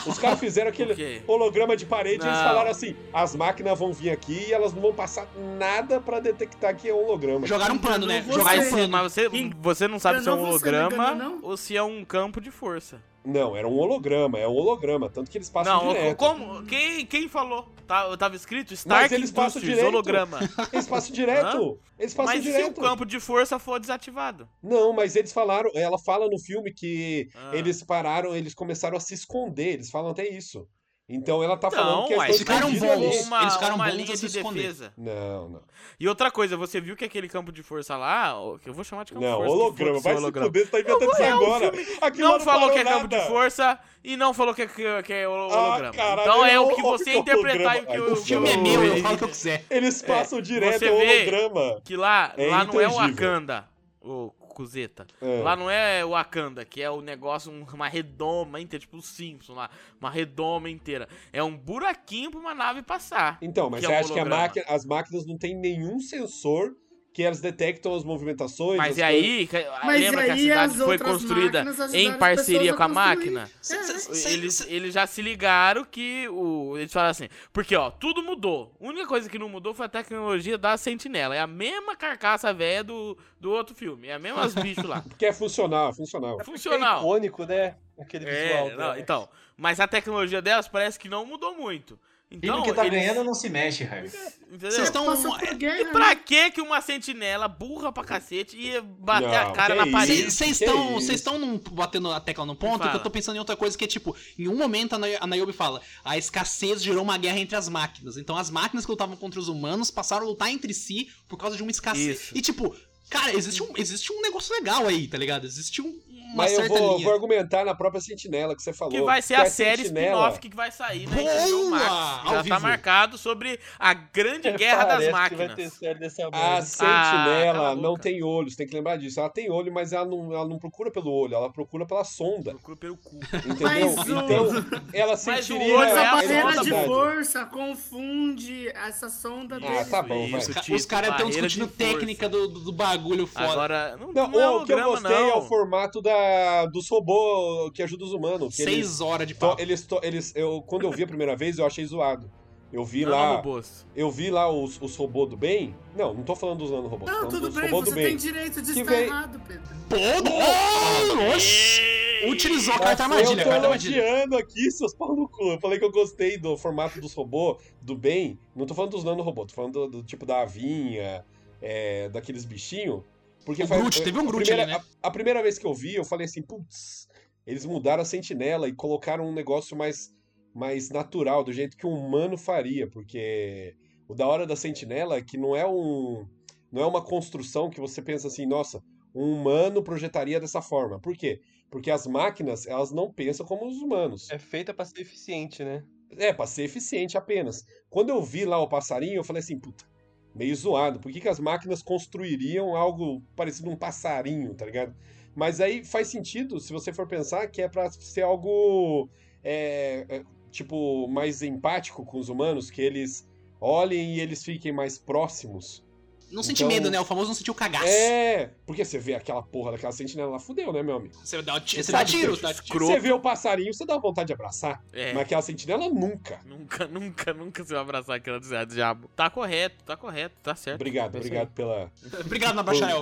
Speaker 4: Os caras fizeram aquele
Speaker 2: Por quê?
Speaker 4: holograma de parede e eles
Speaker 2: Não.
Speaker 4: falaram assim: as máquinas vão vir aqui e elas não vão passar nada pra detectar que é holograma.
Speaker 3: jogaram um plano, né?
Speaker 7: Enganou
Speaker 3: Jogaram um
Speaker 2: Mas,
Speaker 7: você.
Speaker 3: plano.
Speaker 2: mas você,
Speaker 7: Quem-
Speaker 2: você não sabe
Speaker 7: Eu
Speaker 2: se é um
Speaker 7: não vou ser
Speaker 2: holograma
Speaker 7: vegana, não.
Speaker 2: ou se é um campo de força.
Speaker 4: Não, era um holograma, é um holograma. Tanto que eles passam
Speaker 2: não,
Speaker 4: direto.
Speaker 2: como? Quem, quem falou? Tá, tava escrito Stark
Speaker 4: eles passam
Speaker 2: Industries,
Speaker 4: direito.
Speaker 2: holograma.
Speaker 4: Eles passam direto. Eles passam
Speaker 2: Mas se o
Speaker 4: direto.
Speaker 2: campo de força for desativado?
Speaker 4: Não, mas eles falaram, ela fala no filme que
Speaker 2: Ah.
Speaker 4: eles pararam, eles começaram a se esconder, eles falam até isso. Então ela tá falando
Speaker 2: Não,
Speaker 4: que a
Speaker 2: ué,
Speaker 4: estão
Speaker 2: eles
Speaker 3: ficaram
Speaker 2: ficaram
Speaker 4: escondida
Speaker 3: bons.
Speaker 4: ali.
Speaker 2: uma,
Speaker 3: Eles ficaram
Speaker 2: uma
Speaker 3: bons
Speaker 2: linha
Speaker 3: a se
Speaker 2: de
Speaker 3: esconder.
Speaker 2: defesa.
Speaker 4: Não, não.
Speaker 2: E outra coisa, você viu que aquele campo de força lá, o- que eu vou chamar de campo
Speaker 4: Não,
Speaker 2: de força. que
Speaker 4: holograma,
Speaker 2: Então foda-se
Speaker 4: vai
Speaker 2: o
Speaker 4: se
Speaker 2: holograma.
Speaker 4: fuder, você tá inventando isso agora. Aquilo lá
Speaker 2: Não falou
Speaker 4: parou
Speaker 2: que é campo de
Speaker 4: nada.
Speaker 2: força e não falou que é, que que é holo-
Speaker 4: Ah,
Speaker 2: holograma.
Speaker 4: caralho,
Speaker 2: então é
Speaker 4: eu-
Speaker 2: o que
Speaker 4: eu-
Speaker 2: você
Speaker 4: eu-
Speaker 2: interpretar e o que
Speaker 4: holograma.
Speaker 2: o
Speaker 4: Ai,
Speaker 3: O filme é meu, eu
Speaker 2: ele-
Speaker 3: falo o que eu quiser.
Speaker 4: Eles passam direto
Speaker 2: É, você
Speaker 4: ao
Speaker 2: vê-
Speaker 4: holograma.
Speaker 2: Que lá,
Speaker 4: É
Speaker 2: lá não é o
Speaker 4: intangível.
Speaker 2: Wakanda, ô Cuzeta.
Speaker 4: É.
Speaker 2: Lá não é o Wakanda, que é o negócio, um- uma redoma inteira, tipo o Simpson lá. Uma redoma inteira. É um buraquinho pra uma nave passar.
Speaker 4: Então, mas
Speaker 2: que é
Speaker 4: você
Speaker 2: um
Speaker 4: acha que a
Speaker 2: holograma.
Speaker 4: máquina- as máquinas não têm nenhum sensor que elas detectam as movimentações?
Speaker 2: Mas
Speaker 4: as
Speaker 2: e aí, que-
Speaker 7: Mas
Speaker 2: lembra que a
Speaker 7: aí
Speaker 2: cidade
Speaker 7: as
Speaker 2: foi
Speaker 7: outras
Speaker 2: construída
Speaker 7: máquinas ajudaram
Speaker 2: em
Speaker 7: as
Speaker 2: parceria
Speaker 7: pessoas a
Speaker 2: com a
Speaker 7: construir.
Speaker 2: máquina?
Speaker 3: Cê-
Speaker 7: É.
Speaker 3: cê- cê-
Speaker 2: Eles,
Speaker 3: cê-
Speaker 2: eles já se ligaram que o. Eles falaram assim. Porque, ó, tudo mudou. A única coisa que não mudou foi a tecnologia da sentinela. É a mesma carcaça velha do, do outro filme. É a mesma as bichos lá.
Speaker 4: Porque é funcional, é funcional.
Speaker 5: É
Speaker 2: Funcional.
Speaker 5: icônico, né? Aquele visual. né?
Speaker 2: É, não,
Speaker 5: dela.
Speaker 2: então. Mas a tecnologia delas parece que não mudou muito.
Speaker 6: E
Speaker 2: Então,
Speaker 6: no que tá
Speaker 2: eles-
Speaker 6: ganhando não se mexe, Harry.
Speaker 2: Entendeu?
Speaker 3: Vocês estão.
Speaker 7: Passou por guerra,
Speaker 2: E pra que que uma sentinela burra pra cacete ia bater a
Speaker 4: Não,
Speaker 2: cara
Speaker 4: que
Speaker 2: na
Speaker 4: isso.
Speaker 2: parede?
Speaker 3: Vocês
Speaker 4: Que
Speaker 3: estão
Speaker 4: isso?
Speaker 3: vocês estão num- batendo a tecla no ponto que
Speaker 2: Fala.
Speaker 3: eu tô pensando em outra coisa que é tipo, em um momento a Nay- a Niobe fala, a escassez gerou uma guerra entre as máquinas. Então as máquinas que lutavam contra os humanos passaram a lutar entre si por causa de uma escassez.
Speaker 2: Isso.
Speaker 3: E tipo, cara, existe um, existe um negócio legal aí, tá ligado? Existe um- uma
Speaker 4: Mas eu
Speaker 3: certa
Speaker 4: vou,
Speaker 3: linha.
Speaker 4: vou argumentar na própria sentinela que você falou.
Speaker 2: Que vai ser
Speaker 4: porque
Speaker 2: a série
Speaker 4: Sentinela-
Speaker 2: spin-off que vai sair né, na
Speaker 3: Boa!
Speaker 2: HBO Max.
Speaker 3: Ao
Speaker 2: Já
Speaker 3: vivo.
Speaker 2: tá marcado sobre a grande guerra das
Speaker 5: Parece que vai ter
Speaker 2: máquinas.
Speaker 5: série dessa
Speaker 4: A
Speaker 5: merda.
Speaker 2: Ah,
Speaker 4: sentinela
Speaker 2: cala a
Speaker 4: Ah, não
Speaker 2: boca.
Speaker 4: tem olhos, tem que lembrar disso. Ela tem olho, mas ela não, ela não procura pelo olho, ela procura pela sonda.
Speaker 2: Procura pelo cu.
Speaker 4: Entendeu?
Speaker 7: Mas o-
Speaker 4: então, ela sentiria.
Speaker 2: olho é
Speaker 7: Essa
Speaker 2: a
Speaker 7: barreira de
Speaker 2: responsabilidade.
Speaker 7: força confunde essa sonda
Speaker 4: Ah,
Speaker 7: deles.
Speaker 4: tá bom, vai.
Speaker 2: Isso,
Speaker 3: Os ca-
Speaker 2: Tito,
Speaker 3: Os caras estão
Speaker 2: barreira de
Speaker 3: discutindo
Speaker 2: força.
Speaker 3: técnica do, do, do bagulho foda.
Speaker 2: Agora, não,
Speaker 4: Não,
Speaker 2: não é
Speaker 4: o que eu
Speaker 2: holograma,
Speaker 4: gostei
Speaker 2: não.
Speaker 4: é o formato da, dos robôs que ajudam os humanos. Que eles,
Speaker 3: Seis horas de
Speaker 4: to-
Speaker 3: papo.
Speaker 4: eles, to- eles eu, quando eu vi a primeira vez, eu achei zoado. Eu vi
Speaker 2: é
Speaker 4: lá.
Speaker 2: Nanorobôs.
Speaker 4: Eu vi lá os, os robôs do bem. Não, não tô falando dos nanorobôs. tô
Speaker 7: Não,
Speaker 4: falando
Speaker 7: tudo
Speaker 4: dos
Speaker 7: bem,
Speaker 4: robôs
Speaker 7: você
Speaker 4: do
Speaker 7: tem
Speaker 4: bem.
Speaker 7: direito de
Speaker 4: Que
Speaker 7: estar
Speaker 4: vem-
Speaker 7: errado, Pedro.
Speaker 3: Utilizou a
Speaker 4: Mas
Speaker 3: carta armadilha,
Speaker 4: eu tô
Speaker 3: carta armadilha.
Speaker 4: elogiando aqui, seus pau no cu. Eu falei que eu gostei do formato dos robôs do bem. Não tô falando dos nanorobôs, tô falando do, do tipo da avinha, é, daqueles bichinhos. Porque
Speaker 3: O
Speaker 4: faz-
Speaker 3: Groot, teve um
Speaker 4: a
Speaker 3: Groot
Speaker 4: primeira,
Speaker 3: ali, né?
Speaker 4: a, a primeira vez que eu vi, eu falei assim, putz, eles mudaram a sentinela e colocaram um negócio mais, mais natural, do jeito que um humano faria, porque o da hora da sentinela é que não é um. Não é uma construção que você pensa assim, nossa, um humano projetaria dessa forma. Por quê? Porque as máquinas, elas não pensam como os humanos.
Speaker 5: É feita pra ser eficiente, né?
Speaker 4: É, pra ser eficiente apenas. Quando eu vi lá o passarinho, eu falei assim, puta, meio zoado. Por que, que as máquinas construiriam algo parecido um passarinho, tá ligado? Mas aí faz sentido, se você for pensar, que é pra ser algo, é, é, tipo, mais empático com os humanos, que eles olhem e eles fiquem mais próximos.
Speaker 3: Não senti
Speaker 4: Então-
Speaker 3: medo, né? O famoso não sentiu cagaço.
Speaker 4: É, porque você vê aquela porra daquela sentinela lá, fudeu, né, meu amigo?
Speaker 3: Você dá, o ti- você
Speaker 4: Você
Speaker 3: dá
Speaker 4: sabe
Speaker 3: tiro,
Speaker 4: que-
Speaker 3: dá tiro.
Speaker 2: Croco.
Speaker 4: Você vê o passarinho, você dá vontade de abraçar,
Speaker 2: É.
Speaker 4: mas aquela sentinela nunca.
Speaker 2: Nunca, nunca, nunca se vai abraçar aquela desgraça de diabo. Tá correto, tá correto, tá certo.
Speaker 4: Obrigado,
Speaker 2: É isso
Speaker 4: obrigado pela...
Speaker 3: Obrigado, Nabacharel.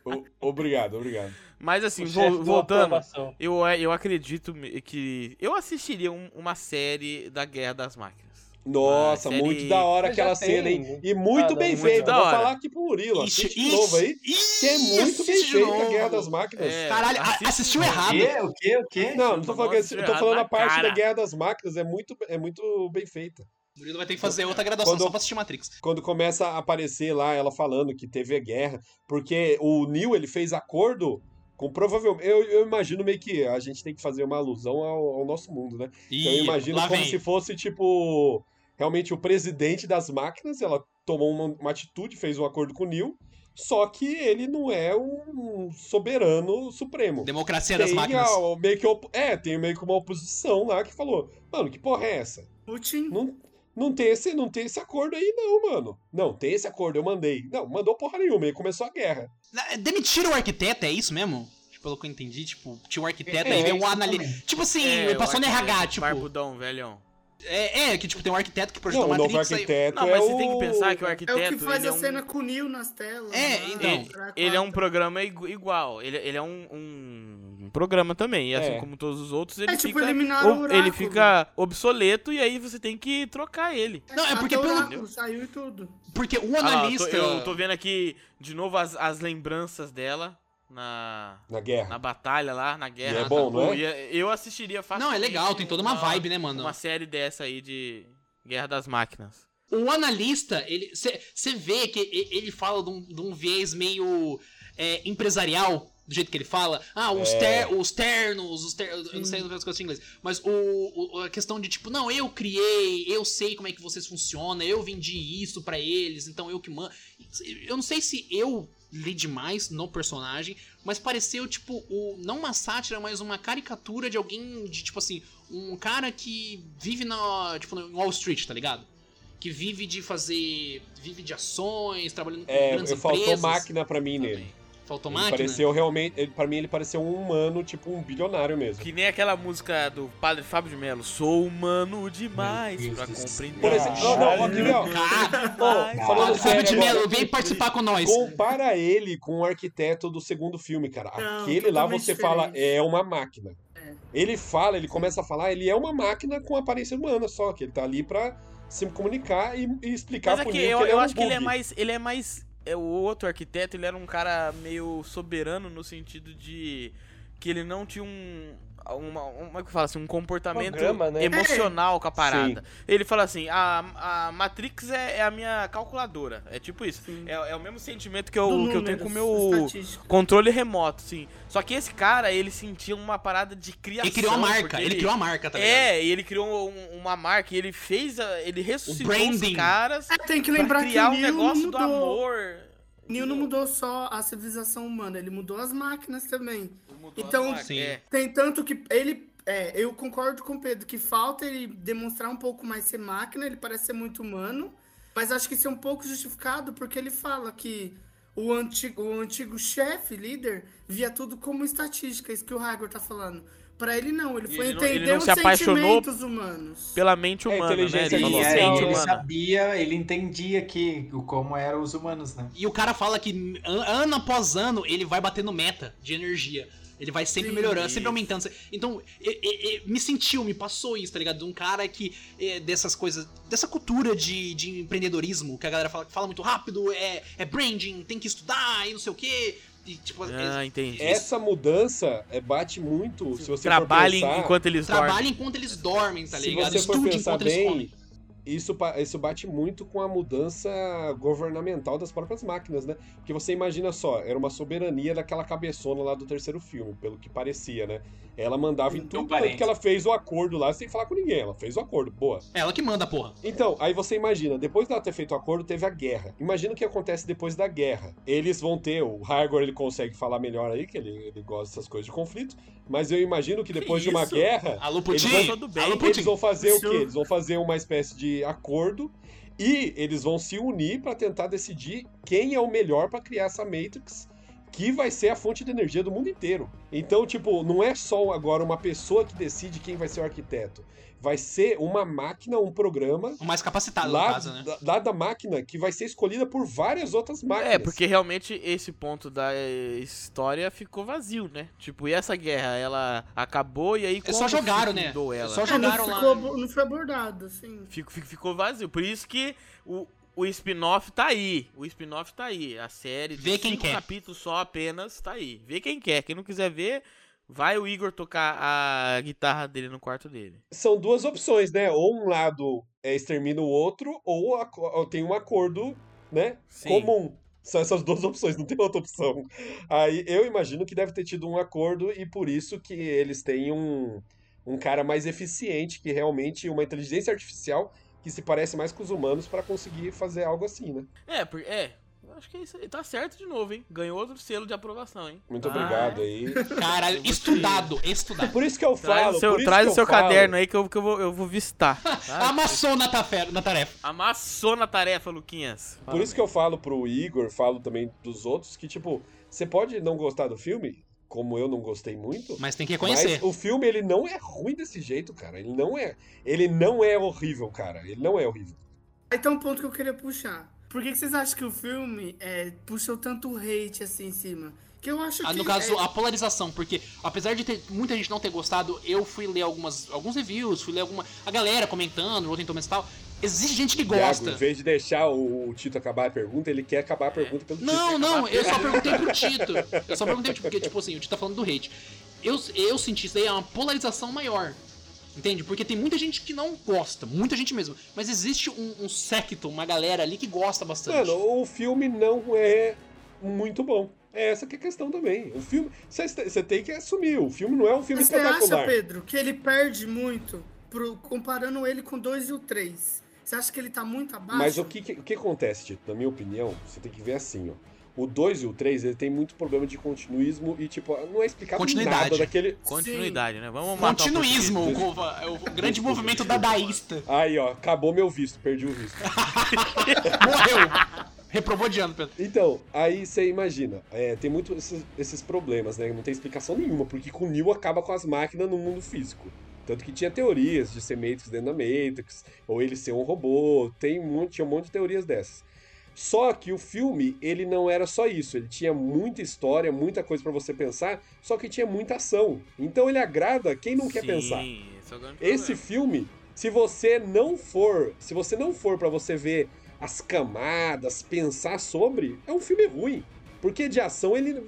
Speaker 4: O- o- obrigado, obrigado.
Speaker 2: aí. Mas assim,
Speaker 5: O
Speaker 2: vo-
Speaker 5: chefe deu uma
Speaker 2: voltando,
Speaker 5: aprovação.
Speaker 2: eu, é, eu acredito me- que. Eu assistiria um- uma série da Guerra das Máquinas.
Speaker 4: Nossa,
Speaker 2: Ah, série-
Speaker 4: muito da hora
Speaker 5: Mas
Speaker 4: aquela
Speaker 5: já
Speaker 4: cena,
Speaker 5: tem.
Speaker 4: hein? E muito
Speaker 5: Ah,
Speaker 4: bem
Speaker 5: não, muito
Speaker 4: feita.
Speaker 2: da
Speaker 4: Vou
Speaker 2: hora.
Speaker 4: falar aqui pro Murilo.
Speaker 3: Ixi,
Speaker 4: Assiste de novo aí.
Speaker 3: ixi,
Speaker 4: Que é muito bem
Speaker 3: assiste de
Speaker 4: feita a
Speaker 3: novo.
Speaker 4: Guerra das Máquinas.
Speaker 2: É,
Speaker 3: Caralho, a-
Speaker 2: assiste-
Speaker 3: assistiu
Speaker 6: O
Speaker 3: errado.
Speaker 6: quê? O quê? O quê?
Speaker 4: Não, não tô falando, que-
Speaker 2: Nossa,
Speaker 4: eu tô falando a
Speaker 2: na
Speaker 4: parte
Speaker 2: cara.
Speaker 4: da Guerra das Máquinas. É muito, é muito bem feita.
Speaker 3: Murilo vai ter que fazer outra graduação
Speaker 4: Quando-
Speaker 3: só pra assistir Matrix.
Speaker 4: Quando começa a aparecer lá ela falando que teve a guerra. Porque o Neil, ele fez acordo com provavelmente... Eu, eu imagino meio que a gente tem que fazer uma alusão ao- ao nosso mundo, né? Então eu
Speaker 3: Ih,
Speaker 4: imagino
Speaker 3: lá
Speaker 4: como
Speaker 3: vem.
Speaker 4: se fosse, tipo, realmente o presidente das máquinas, ela tomou uma, uma atitude, fez um acordo com o Neil, só que ele não é um soberano supremo.
Speaker 3: Democracia das
Speaker 4: Tem
Speaker 3: máquinas.
Speaker 4: a- meio que op- é, tem meio que uma oposição lá que falou, mano, que porra é essa?
Speaker 7: Putin.
Speaker 4: Não, não, tem esse, não tem esse acordo aí não, mano. Não, tem esse acordo, eu mandei. Não, mandou porra nenhuma, aí começou a guerra.
Speaker 3: Na- Demitiram o arquiteto, é isso mesmo? Tipo, pelo que eu entendi, tipo, tinha um arquiteto
Speaker 4: É,
Speaker 3: aí, veio um
Speaker 6: isso
Speaker 3: analista.
Speaker 6: também.
Speaker 3: Tipo assim,
Speaker 2: É,
Speaker 3: passou
Speaker 2: o
Speaker 3: no
Speaker 2: arquiteto
Speaker 3: RH, tipo.
Speaker 2: Barbudão, velhão.
Speaker 3: É, é, que tipo, tem um arquiteto que
Speaker 4: Não,
Speaker 3: projetou
Speaker 4: o novo
Speaker 3: Matrix aí-
Speaker 4: arquiteto
Speaker 2: Não,
Speaker 4: é
Speaker 2: mas
Speaker 4: o...
Speaker 2: você tem que pensar que o
Speaker 7: É
Speaker 2: arquiteto.
Speaker 7: o que faz
Speaker 2: ele
Speaker 7: a
Speaker 2: é um-
Speaker 7: cena com o Neil nas telas. né?
Speaker 3: É,
Speaker 7: lá,
Speaker 3: então.
Speaker 7: no Crack
Speaker 2: Ele é um
Speaker 7: Quatro.
Speaker 2: programa igu- igual. Ele, ele é um, um programa também. E assim
Speaker 4: É.
Speaker 2: como todos os outros, ele
Speaker 7: É tipo
Speaker 2: fica.
Speaker 7: eliminar o
Speaker 2: ob-
Speaker 7: oráculo.
Speaker 2: ele fica obsoleto e aí você tem que trocar ele.
Speaker 3: Não, é porque
Speaker 7: Até o
Speaker 3: pelo-
Speaker 7: oráculo saiu e tudo.
Speaker 3: Porque o
Speaker 2: Ah, lá, eu
Speaker 3: analista.
Speaker 2: tô- eu, tô, vendo aqui de novo as, as lembranças dela na,
Speaker 4: Na guerra.
Speaker 2: na batalha lá, na guerra.
Speaker 4: E é bom,
Speaker 2: Pô,
Speaker 4: não é?
Speaker 2: ia- Eu assistiria fácil.
Speaker 3: Não, é legal, tem toda uma vibe, né, mano?
Speaker 2: Ah, Uma série dessa aí de Guerra das Máquinas.
Speaker 3: O analista, ele. Você vê que e- ele fala de um, de um viés meio é, empresarial, do jeito que ele fala. Ah, os,
Speaker 4: É.
Speaker 3: ter- os ternos, os ter- Eu não sei as coisas em inglês. Mas o, o- a questão de, tipo, não, eu criei, eu sei como é que vocês funcionam, eu vendi isso pra eles, então eu que mando. Eu não sei se eu li demais no personagem, mas pareceu, tipo, o, não uma sátira, mas uma caricatura de alguém de, tipo assim, um cara que vive na. Tipo, no Wall Street, tá ligado? que vive de fazer. vive de ações, trabalhando com
Speaker 4: É,
Speaker 3: grandes
Speaker 4: faltou
Speaker 3: empresas.
Speaker 4: máquina pra mim nele.
Speaker 3: Também. Faltou
Speaker 2: né?
Speaker 4: Ele
Speaker 3: máquina?
Speaker 4: pareceu realmente. Ele, pra mim, ele pareceu um humano, tipo um bilionário mesmo.
Speaker 2: Que nem aquela música do padre Fábio de Mello. Sou humano demais
Speaker 6: Meu
Speaker 2: pra
Speaker 6: Deus do céu.
Speaker 2: compreender.
Speaker 4: Por exemplo, não, não, ó, que legal.
Speaker 3: Ah,
Speaker 4: Ó,
Speaker 3: Fábio
Speaker 4: falando sério
Speaker 3: de
Speaker 4: é, agora,
Speaker 3: Mello, vem participar com nós.
Speaker 2: né?
Speaker 4: compara ele com o arquiteto do segundo filme, cara.
Speaker 7: Não,
Speaker 4: Aquele lá
Speaker 7: totalmente
Speaker 4: você
Speaker 7: diferente. É.
Speaker 4: fala, é uma máquina. Ele fala, ele começa a falar, ele é uma máquina com aparência humana só, que ele tá ali pra se comunicar e, e explicar
Speaker 2: Mas
Speaker 4: pro
Speaker 2: aqui,
Speaker 4: Neo
Speaker 2: eu,
Speaker 4: que ele é
Speaker 2: eu
Speaker 4: um
Speaker 2: acho que ele é
Speaker 4: bug.
Speaker 2: mais. Ele é mais. é, o outro arquiteto, ele era um cara meio soberano no sentido de. Que ele não tinha um. Uma, um- como é que fala assim? Um comportamento
Speaker 5: Programa, né?
Speaker 2: emocional com a parada. Ele fala assim: a, a Matrix é, é a minha calculadora. É tipo isso.
Speaker 7: Sim.
Speaker 2: É, é o mesmo sentimento que
Speaker 7: Do
Speaker 2: eu, que eu tenho
Speaker 7: números,
Speaker 2: com o meu
Speaker 7: estatística.
Speaker 2: controle remoto, sim. Só que esse cara, ele sentia uma parada de criação.
Speaker 3: Ele criou a
Speaker 2: porque
Speaker 3: marca, ele criou a marca, tá ligado?
Speaker 2: é, e ele criou um- uma marca, e ele fez, a, ele ressuscitou os
Speaker 3: branding.
Speaker 2: caras
Speaker 7: É, tem que
Speaker 2: pra
Speaker 7: lembrar que
Speaker 2: criar
Speaker 7: o
Speaker 2: um
Speaker 7: Neil
Speaker 2: negócio
Speaker 7: não
Speaker 2: do
Speaker 7: mudou.
Speaker 2: amor.
Speaker 7: O Neil não mudou só a civilização humana, ele mudou as máquinas também.
Speaker 2: Mudou
Speaker 7: Então,
Speaker 2: as marcas,
Speaker 3: Sim.
Speaker 2: é.
Speaker 7: Tem tanto que ele. É, eu concordo com o Pedro que falta ele demonstrar um pouco mais ser máquina, ele parece ser muito humano. Mas acho que isso é um pouco justificado porque ele fala que o antigo, o antigo chefe, líder, via tudo como estatística, isso que o Hagor tá falando. Pra ele não, ele
Speaker 2: E
Speaker 7: foi
Speaker 2: ele não- ele
Speaker 7: entender
Speaker 2: não
Speaker 7: os
Speaker 2: se apaixonou
Speaker 7: sentimentos humanos.
Speaker 2: Pela mente
Speaker 4: É,
Speaker 2: humana, né?
Speaker 4: inteligência
Speaker 2: Ele falou,
Speaker 6: E
Speaker 4: artificial,
Speaker 2: mente
Speaker 6: aí
Speaker 4: né?
Speaker 6: ele
Speaker 2: humana.
Speaker 6: sabia, ele entendia que o- como eram os humanos, né?
Speaker 3: E o cara fala que an- ano após ano ele vai batendo meta de energia. Ele vai sempre
Speaker 7: Sim.
Speaker 3: melhorando, sempre aumentando. Então, e- e- e- me sentiu, me passou isso, tá ligado? De um cara que. é, dessas coisas. Dessa cultura de, de empreendedorismo, que a galera fala, fala muito rápido, é, é branding, tem que estudar e não sei o quê. E, tipo,
Speaker 2: Ah, entendi.
Speaker 4: Essa mudança é, bate muito, se você
Speaker 2: Trabalhem
Speaker 4: for pensar,
Speaker 2: enquanto eles
Speaker 3: trabalha
Speaker 2: dormem.
Speaker 3: enquanto eles dormem, tá
Speaker 4: se
Speaker 3: ligado?
Speaker 4: você for
Speaker 3: Estude
Speaker 4: pensar
Speaker 3: enquanto
Speaker 4: bem,
Speaker 3: eles comem.
Speaker 4: Isso, pa- isso bate muito com a mudança governamental das próprias máquinas, né? Porque você imagina só, era uma soberania daquela cabeçona lá do terceiro filme, pelo que parecia, né? Ela mandava em
Speaker 6: Então,
Speaker 4: tudo, tanto
Speaker 6: parênteses.
Speaker 4: que ela fez o acordo lá sem falar com ninguém, ela fez o acordo, boa.
Speaker 3: É Ela que manda, porra.
Speaker 4: Então, aí você imagina, depois dela ter feito o acordo, teve a guerra. Imagina o que acontece depois da guerra. Eles vão ter, o Hargor ele consegue falar melhor aí, que ele, ele gosta dessas coisas de conflito, mas eu imagino que depois de uma
Speaker 2: isso?
Speaker 4: guerra,
Speaker 3: Alô,
Speaker 4: Eles
Speaker 3: Putin!
Speaker 2: vão- tudo bem.
Speaker 3: Alô,
Speaker 4: eles
Speaker 3: Putin!
Speaker 4: vão fazer o
Speaker 7: Isso.
Speaker 4: quê? Eles vão fazer uma espécie de acordo e eles vão se unir para tentar decidir quem é o melhor para criar essa Matrix, que vai ser a fonte de energia do mundo inteiro. Então, tipo, não é só agora uma pessoa que decide quem vai ser o arquiteto. Vai ser uma máquina, um programa
Speaker 3: O mais capacitado, no
Speaker 4: lá,
Speaker 3: caso, né?
Speaker 4: da, lá da máquina que vai ser escolhida por várias outras máquinas.
Speaker 2: É, porque realmente esse ponto da eh, história ficou vazio, né? Tipo, e essa guerra, ela acabou e aí
Speaker 3: Eles
Speaker 2: como
Speaker 3: só jogaram,
Speaker 2: se
Speaker 3: né?
Speaker 2: fundou
Speaker 3: Eles
Speaker 2: Ela?
Speaker 3: só
Speaker 7: É, não,
Speaker 3: jogaram
Speaker 7: ficou,
Speaker 3: lá. né?
Speaker 7: abo- não foi abordado, assim.
Speaker 2: Fico- fico- ficou vazio. Por isso que o, o spin-off tá aí. O spin-off tá aí. A série de
Speaker 3: Vê quem
Speaker 2: cinco
Speaker 3: quer.
Speaker 2: capítulos só apenas tá aí. Vê quem quer. Quem não quiser ver, vai o Igor tocar a guitarra dele no quarto dele.
Speaker 4: São duas opções, né? Ou um lado é, extermina o outro, ou, aco- ou tem um acordo, né?
Speaker 2: Sim.
Speaker 4: comum. São essas duas opções, não tem outra opção. Aí eu imagino que deve ter tido um acordo e por isso que eles têm um, um cara mais eficiente, que realmente uma inteligência artificial que se parece mais com os humanos para conseguir fazer algo assim, né?
Speaker 2: É, porque. É. eu Acho que é isso aí. Tá certo de novo, hein? Ganhou outro selo de aprovação, hein?
Speaker 4: Muito
Speaker 2: Ah,
Speaker 4: obrigado aí.
Speaker 3: Caralho, estudado, estudado.
Speaker 4: Por isso que eu
Speaker 2: Traz
Speaker 4: falo.
Speaker 2: o seu,
Speaker 4: por isso
Speaker 2: traz
Speaker 4: que
Speaker 2: o seu
Speaker 4: eu falo.
Speaker 2: caderno aí que eu, que eu vou, eu vou visitar.
Speaker 4: Ah,
Speaker 2: tá?
Speaker 3: Amassou na, tafe- na tarefa.
Speaker 2: Amassou na tarefa, Luquinhas.
Speaker 4: Por isso que eu falo pro Igor, falo também dos outros, que, tipo, você pode não gostar do filme, como eu não gostei muito,
Speaker 3: Mas tem que reconhecer.
Speaker 4: Mas o filme ele não é ruim desse jeito, cara. Ele não é, ele não é horrível, cara. Ele não é horrível.
Speaker 7: Aí tem um ponto que eu queria puxar. Por que, que vocês acham que o filme é, puxou tanto hate assim em cima? Que eu acho
Speaker 3: Ah,
Speaker 7: que.
Speaker 3: no caso,
Speaker 7: é,
Speaker 3: a polarização, porque apesar de ter muita gente não ter gostado, eu fui ler algumas, alguns reviews, fui ler alguma. A galera comentando, Rotten Tomatoes e tal. Existe gente que
Speaker 4: Thiago, em
Speaker 3: gosta.
Speaker 4: vez de deixar o, o Tito acabar a pergunta, ele quer acabar a pergunta pelo Tito.
Speaker 3: Não, não, eu só perguntei pro Tito. Eu só perguntei porque, tipo assim, o Tito tá falando do hate. Eu, eu senti isso daí é uma polarização maior. Entende? Porque tem muita gente que não gosta, muita gente mesmo. Mas existe um, um secto, uma galera ali que gosta bastante.
Speaker 4: Mano, o filme não é muito bom. É essa que é a questão também. O filme, você- você tem que assumir. O filme não é um filme
Speaker 7: Mas você acha,
Speaker 4: espetacular.
Speaker 7: Pedro, que ele perde muito pro- comparando ele com o 2 e o 3? Você acha que ele tá muito abaixo?
Speaker 4: Mas o que, que- o que acontece, Tito? Na minha opinião, você tem que ver assim, ó. O 2 e o 3, ele tem muito problema de continuismo e, tipo, não é explicado
Speaker 3: Continuidade.
Speaker 4: nada daquele.
Speaker 2: Continuidade, né? Vamos matar um
Speaker 3: Continuismo,
Speaker 2: pouquinho.
Speaker 3: o, gova- é o grande movimento dadaísta.
Speaker 4: Aí, ó, acabou meu visto, perdi o visto.
Speaker 3: Morreu! Reprovou de ano, Pedro.
Speaker 4: Então, aí você imagina, é, tem muito esses, esses problemas, né? Não tem explicação nenhuma, porque que o Neo acaba com as máquinas no mundo físico. Tanto que tinha teorias de ser Matrix dentro da Matrix, ou ele ser um robô, tem um monte, tinha um monte de teorias dessas. Só que o filme, ele não era só isso, ele tinha muita história, muita coisa pra você pensar, só que tinha muita ação. Então ele agrada quem não quer
Speaker 2: Sim,
Speaker 4: pensar.
Speaker 2: esse é o grande
Speaker 4: Esse
Speaker 2: problema.
Speaker 4: filme, se você não for, se você não for pra você ver as camadas, pensar sobre, é um filme ruim. Porque de ação ele,